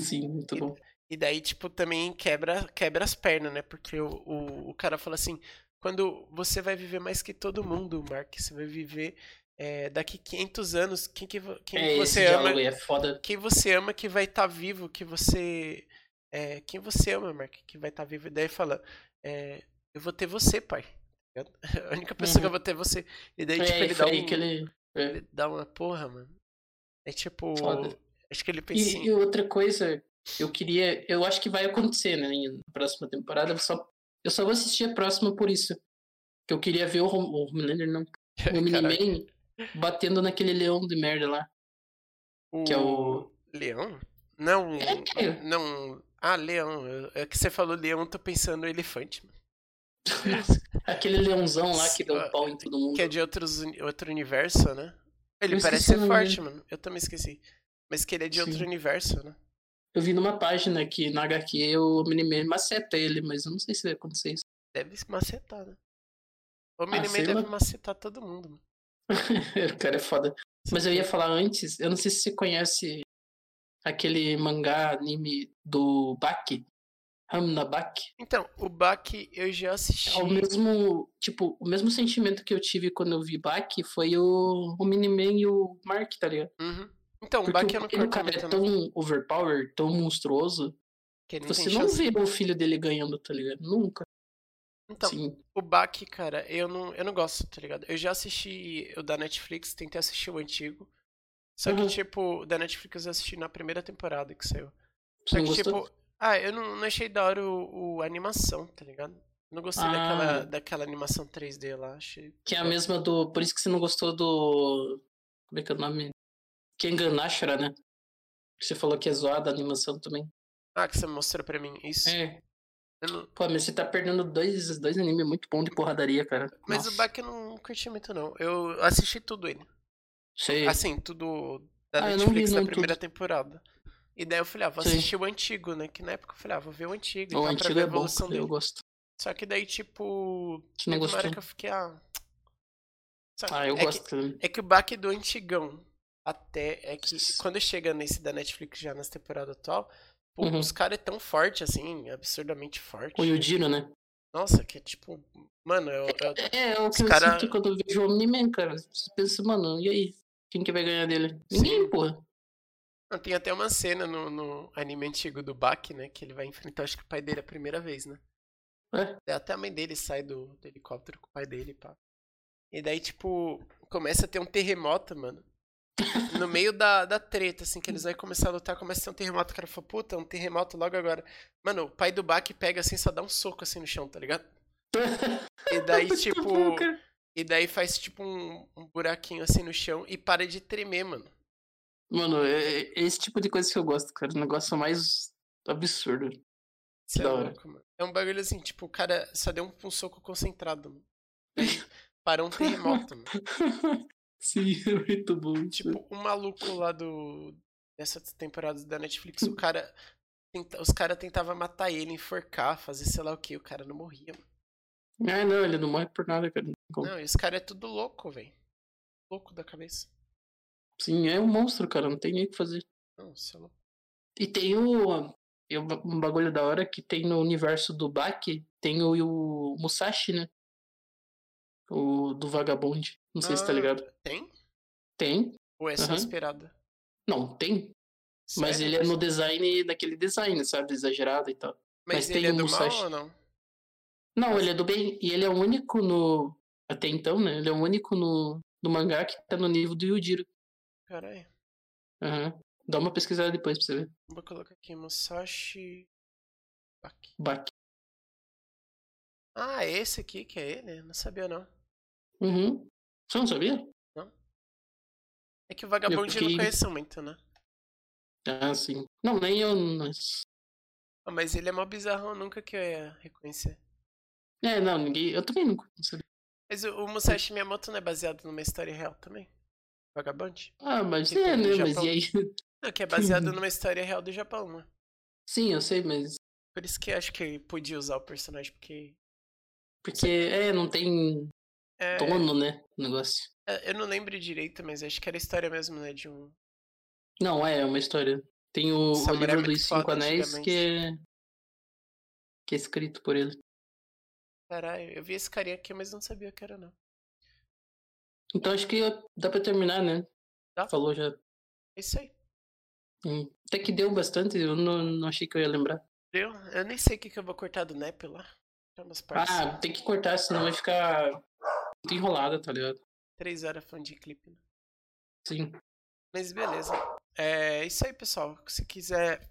Sim, muito
E-
bom.
E daí, tipo, também quebra, quebra as pernas, né? Porque o, o, o cara fala assim: quando você vai viver mais que todo mundo, Mark, você vai viver é, daqui 500 anos, quem, que, vo- quem
É, esse
você ama.
diálogo aí é foda.
Quem você ama que vai estar vivo, que você. é, quem você ama, Mark, que vai estar vivo. E daí fala: é, Eu vou ter você, pai. Tá ligado? A única pessoa que eu
Uhum.
vou ter é você. E daí,
é,
tipo, ele
ele
dá,
aí
um-
que ele. é.
ele dá uma porra, mano. É tipo.
Foda.
Acho que ele pensa
E,
assim.
e outra coisa, eu queria. Eu acho que vai acontecer, né? em- Na próxima temporada. Eu só, eu só vou assistir a próxima por isso. Que eu queria ver o, Hom- o Homelander, não. O Miniman batendo naquele leão de merda lá. que é o-
Leão? Não.
É, cara.
Não. Ah, leão. Eu- É que você falou leão, eu tô pensando no elefante. mano.
Aquele leãozão lá que deu
Ah,
um pau em todo mundo.
Que é de outros, uni- outro universo, né? Ele
Eu
parece
esqueci o
ser
nome
forte, mano. Eu também esqueci. Mas que ele é de outro
Sim.
universo, né?
Eu vi numa página que na HQ o Miniman maceta ele, mas eu não sei se vai acontecer isso.
Deve se macetar, né? O Miniman
Ah, sei
deve
lá.
macetar todo mundo, mano.
o cara é foda. Mas eu ia falar antes, eu não sei se você conhece aquele mangá anime do Baki, Hamnabaki.
Então, o Baki eu já assisti.
É o mesmo, tipo, o mesmo sentimento que eu tive quando eu vi Baki foi o, o Miniman e o Mark, tá ligado?
Uhum. Então, o
Porque
Baki eu não
o, ele,
curto
cara,
muito,
é
não.
tão overpower, tão monstruoso, tipo,
que ele não
você
tem
não
chance.
vê o filho dele ganhando, tá ligado? Nunca.
Então,
Sim.
o Baki, cara, eu não, eu não gosto, tá ligado? Eu já assisti o da Netflix, tentei assistir o antigo. Só que,
Uhum.
tipo, da Netflix eu assisti na primeira temporada que saiu.
Você
Só
não
que,
gostou?
tipo, ah, eu não, não achei da hora o, o- a animação, tá ligado? Não gostei
Ah.
daquela, daquela animação 3D lá, achei.
Que é a mesma do. Por isso que você não gostou do. Como é que é o nome? Kengan Ashura, né? Que você falou que é zoada a animação também.
Ah, que você mostrou pra mim. Isso.
É.
Eu não-
Pô, mas você tá perdendo dois, dois animes muito bons de porradaria, cara.
Mas
Nossa.
o Bach eu não curti muito, não. Eu assisti tudo ele.
Sei.
Assim, tudo da
Ah, eu não
Netflix
vi,
da
não,
primeira temporada. E daí eu falei, ah, vou
Sim.
assistir o antigo, né? Que na época eu falei, ah, vou ver o antigo e
o
tal, pra
antigo
ver a
é bom,
evolução
cara, eu
dele.
gosto.
Só que daí, tipo,
Você
teve
não
uma
gostou?
hora que eu fiquei, ah. Só que
Ah, eu
é
gosto. também.
Que, é que o baque do antigão até é que quando chega nesse da Netflix já nas temporadas atual, pô,
Uhum.
os caras é tão forte assim, absurdamente forte.
O Yujiro, né?
Nossa, que é tipo, mano, eu, eu-
É, é o que
Os
eu
cara-
sinto quando eu vejo o Omni-Man, cara. Você pensa, mano, e aí? Quem que vai ganhar dele?
Sim.
Ninguém, porra.
Não, Tem até uma cena no, no anime antigo do Baki, né? Que ele vai enfrentar, acho que o pai dele a primeira vez, né?
É.
Daí Até a mãe dele sai do, do helicóptero com o pai dele, pá. E daí, tipo, começa a ter um terremoto, mano. No meio da, da treta, assim, que eles vão começar a lutar, começa a ter um terremoto. O cara fala, puta, um terremoto logo agora. Mano, o pai do Baki pega assim, só dá um soco assim no chão, tá ligado? E daí,
Muito
tipo.
bom, cara.
E daí faz, tipo, um, um buraquinho assim no chão e para de tremer, mano.
Mano, é, é esse tipo de coisa que eu gosto, cara. O negócio mais absurdo.
Cê é
Da hora.
louco, mano. É um bagulho assim, tipo, o cara só deu um, um soco concentrado, mano. Aí parou um terremoto, mano.
Sim, é muito bom. isso.
Tipo, o maluco lá do. Dessa temporada da Netflix, o cara. tenta- Os caras tentavam matar ele, enforcar, fazer sei lá o que, o cara não morria, mano.
Ah, não, ele não morre por nada, cara.
Não, e os caras é tudo louco, velho. Louco da cabeça.
Sim, é um monstro, cara. Não tem nem o que fazer.
Não, é sei lá.
E tem o. e um ba- Um bagulho da hora que tem no universo do Baki, tem o, o Musashi, né? O do Vagabond. Não sei se tá
Ah.
ligado.
Tem?
Tem.
Ou é só
Aham.
esperada?
Não, tem. Mas
Sério?
ele é no design daquele design, sabe? Exagerado e tal.
Mas
mas
ele
tem
é
um
do
Musashi.
mal ou não?
Não, ele é do bem. E ele é o único no. Até então, né? Ele é o único no, no mangá que tá no nível do Yujiro.
Caralho.
Aham. Dá uma pesquisada depois pra você ver.
Vou colocar aqui Musashi. Aqui.
Baki.
Ah, é esse aqui que é ele? Não sabia não.
Uhum. Você não sabia?
É que o Vagabond eu não
fiquei-
conheço muito, né?
Ah, sim. Não, nem eu. mas-
Ah, mas ele é mó bizarrão, nunca que eu ia reconhecer.
É, não, ninguém. Eu também nunca. não sabia.
Mas o, o Musashi Miyamoto não é baseado numa história real também? Vagabond?
Ah, mas
Tipo,
é,
no
né? Mas
Japão.
e aí?
Não, que é baseado numa história real do Japão, né?
Sim, eu sei, mas.
Por isso que eu acho que podia usar o personagem, porque.
Porque, é, não tem
É,
dono, né? O negócio.
é, eu não lembro direito, mas acho que era história mesmo, né? De um.
Não, é, é uma história. Tem o, o
Samurai é
livro
muito
dos Cinco
foda,
Anéis que é. que é escrito por ele.
Caralho, eu vi esse carinha aqui, mas não sabia que era, não.
Então acho que dá pra terminar, né?
Dá.
Falou já.
É isso aí.
Hum, Até que deu bastante, eu não, não achei que eu ia lembrar.
Deu? Eu nem sei o que, que eu vou cortar do Nep lá. Tem umas partes.
Ah, tem que cortar, senão vai ficar muito enrolada, tá ligado?
Três horas falando de clipe, né?
Sim.
Mas beleza. É isso aí, pessoal. Se quiser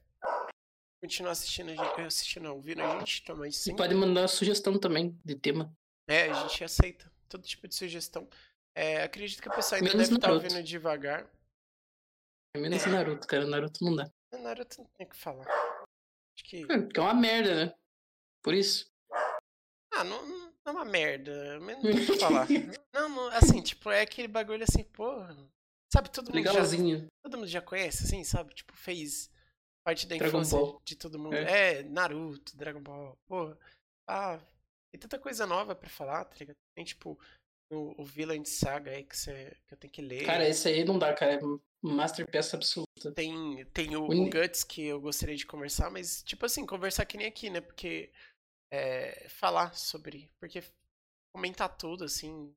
continuar assistindo a gente, assistindo, não, ouvindo a gente, toma isso.
Você pode mandar sugestão também de tema.
É, a gente aceita todo tipo de sugestão. É, acredito que o pessoal ainda
Menos
deve estar
Naruto.
ouvindo devagar.
É menos Naruto, cara. Naruto não dá.
Mas Naruto não tem o que falar. Acho que.
É, Porque é uma merda, né? Por isso.
Ah, não, não é uma merda. Mas não tem o que falar. Não, não, assim, tipo, é aquele bagulho assim, porra. Sabe, todo mundo já
Legalzinho.
todo mundo já conhece, assim, sabe? Tipo, fez parte da
Dragon
infância
Ball.
de todo mundo. É. Naruto, Dragon Ball, porra. Ah, tem tanta coisa nova pra falar, tá ligado? Tem, tipo, o, o Villain Saga aí que, cê, que eu tenho que ler.
Cara, esse aí não dá, cara. É masterpiece absoluta.
Tem, tem o,
O
o
ni-
Guts que eu gostaria de conversar, mas, tipo assim, conversar que nem aqui, né? Porque é, falar sobre. Porque comentar tudo, assim.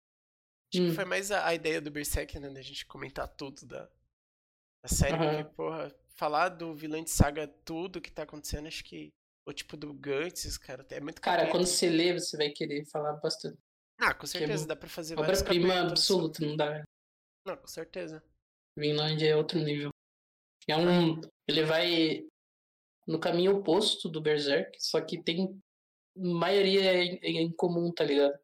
Acho que
Hum.
foi mais a, a ideia do Berserk, né? Da gente comentar tudo da, da série.
Aham.
Porque, porra, falar do vilã de saga, tudo que tá acontecendo, acho que. Ou tipo do Guts, cara, é muito
Cara,
capítulo.
quando você lê, você vai querer falar bastante.
Ah, com
é
certeza,
bom.
dá pra fazer vários
Obra-prima
capítulos.
absoluta, não dá.
Não, com certeza.
Vinland é outro nível. É um. Ele vai no caminho oposto do Berserk, só que tem. Maioria é em- é em comum, tá ligado?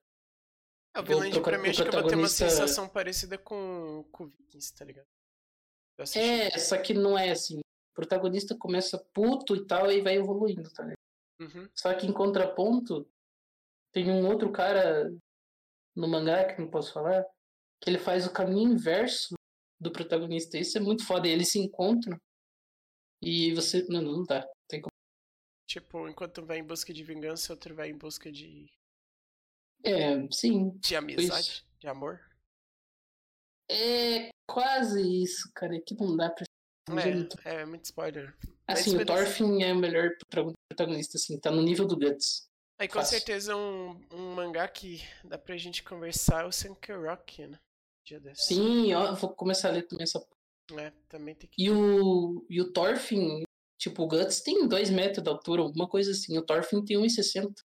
É, o
O
Vinland pra
proca-
mim
o
acho que eu vou ter uma
protagonista-
sensação parecida com, com Vikings, tá ligado? Eu assisti. um
É, só que não é assim. O protagonista começa puto e tal e vai evoluindo, tá ligado?
Uhum.
Só que em contraponto, tem um outro cara no mangá que não posso falar, que ele faz o caminho inverso do protagonista. Isso é muito foda. E eles se encontram e você. Não, não tá. dá. Tem como.
Tipo, enquanto um vai em busca de vingança, outro vai em busca de,
É, sim.
de amizade, de amor.
É quase isso, cara. É que não dá pra.
É, é muito spoiler. mas
Assim, o
beleza.
Thorfinn é o melhor protago- protagonista, assim, tá no nível do Guts.
Aí com
Fácil.
certeza um, um mangá que dá pra gente conversar é o Sankey Rock, né? Dia desse.
Sim, ó, eu vou começar a ler também essa
É, também tem que.
E o, e o Thorfinn, tipo, o Guts tem 2 metros de altura, alguma coisa assim. O Thorfinn tem 1,60, pra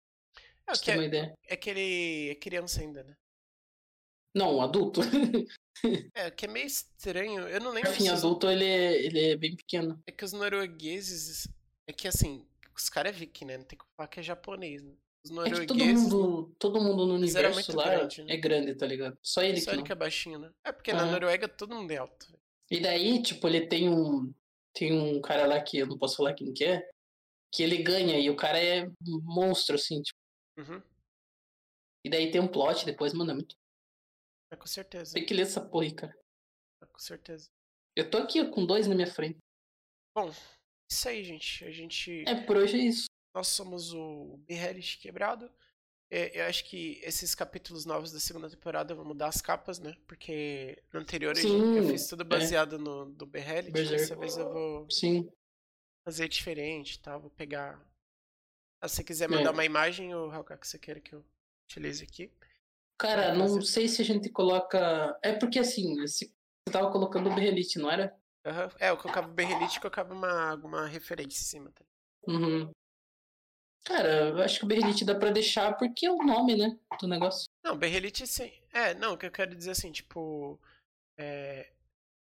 É, o
você
que
ter uma
é,
ideia.
é que ele é criança ainda, né?
Não, o adulto.
É, o que é meio estranho. Eu não
O
lembro.
Thorfinn
se os-
adulto, ele é, ele é bem pequeno.
É que os noruegueses. É que assim, os caras é viking, né? Não tem que falar que é japonês, né? Os
É que todo
noruegueses.
mundo, todo mundo no
Mas era
universo
muito
lá
grande, né?
é grande, tá ligado? Só ele
Só
que
ele
não.
que é baixinho, né? É porque na
Aham.
Noruega todo mundo é alto.
E daí, tipo, ele tem um. Tem um cara lá que eu não posso falar quem que é, que ele ganha e o cara é um monstro, assim, tipo.
Uhum.
E daí tem um plot depois, mano, é muito.
É com certeza.
Tem que ler essa porra aí, cara.
É com certeza.
Eu tô aqui com dois na minha frente.
Isso aí, gente. A gente.
É, por hoje é isso.
Nós somos o Behellich Quebrado. É, Eu acho que esses capítulos novos da segunda temporada vão mudar as capas, né? Porque no anterior a gente- eu
Sim, é.
fiz tudo baseado no do Behellich.
Berserk.
Dessa vez eu vou
Sim.
fazer diferente, tá? Vou pegar. Ah, se você quiser
É.
mandar uma imagem, ou Hawkeye, que você queira que eu utilize aqui.
Cara,
Vai
não
É, fazer.
sei se a gente coloca. É porque assim, esse- você tava colocando o Berrelite, não era?
Aham. É, eu colocava o Behellich e colocava uma, alguma referência em cima. Tá?
Uhum. Cara, eu acho que o Berrelite dá pra deixar porque é o nome, né? Do negócio.
Não, Berrelite sim. É, não, o que eu quero dizer assim, tipo. é,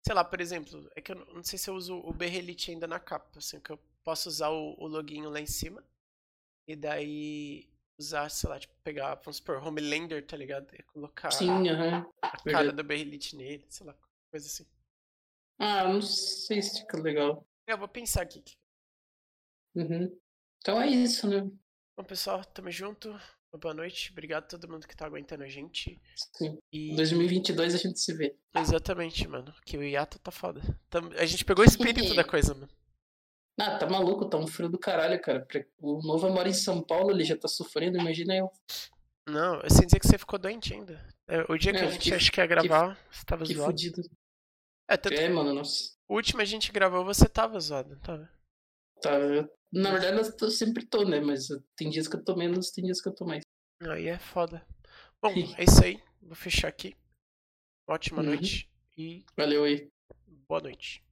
sei lá, por exemplo, é que eu não não sei se eu uso o Berrelite ainda na capa, assim, que eu posso usar o, o loginho lá em cima. E daí usar, sei lá, tipo, pegar, vamos supor, Homelander, tá ligado? E colocar
Sim, aham.
a cara
verdade.
do Berrelite nele, sei lá, coisa assim.
Ah, não sei se fica legal.
É, Eu vou pensar aqui.
Uhum. Então é isso, né?
Bom, pessoal, tamo junto. Uma boa noite. Obrigado a todo mundo que tá aguentando a gente.
Sim.
E.
Em 2022 a gente se vê.
Exatamente, mano. Que o hiato tá foda. Tam- A gente pegou o espírito da coisa, mano.
Ah, tá maluco, tá um frio do caralho, cara. Pra- O Nova mora em São Paulo, ele já tá sofrendo, imagina eu.
Não, eu sem dizer que você ficou doente ainda. É, O dia que
É,
a
eu
gente
fiquei-
acha que ia gravar, você tava
Que
zoado.
fudido.
É, tanto que
É, mano, nossa.
o último a gente gravou, você tava zoado, não tava?
Tá, eu- Na verdade, eu tô- sempre tô, né? Mas tem dias que eu tô menos, tem dias que eu tô mais.
Aí é foda. Bom, é isso aí. Vou fechar aqui. Ótima
Uhum.
noite e
Valeu aí.
boa noite.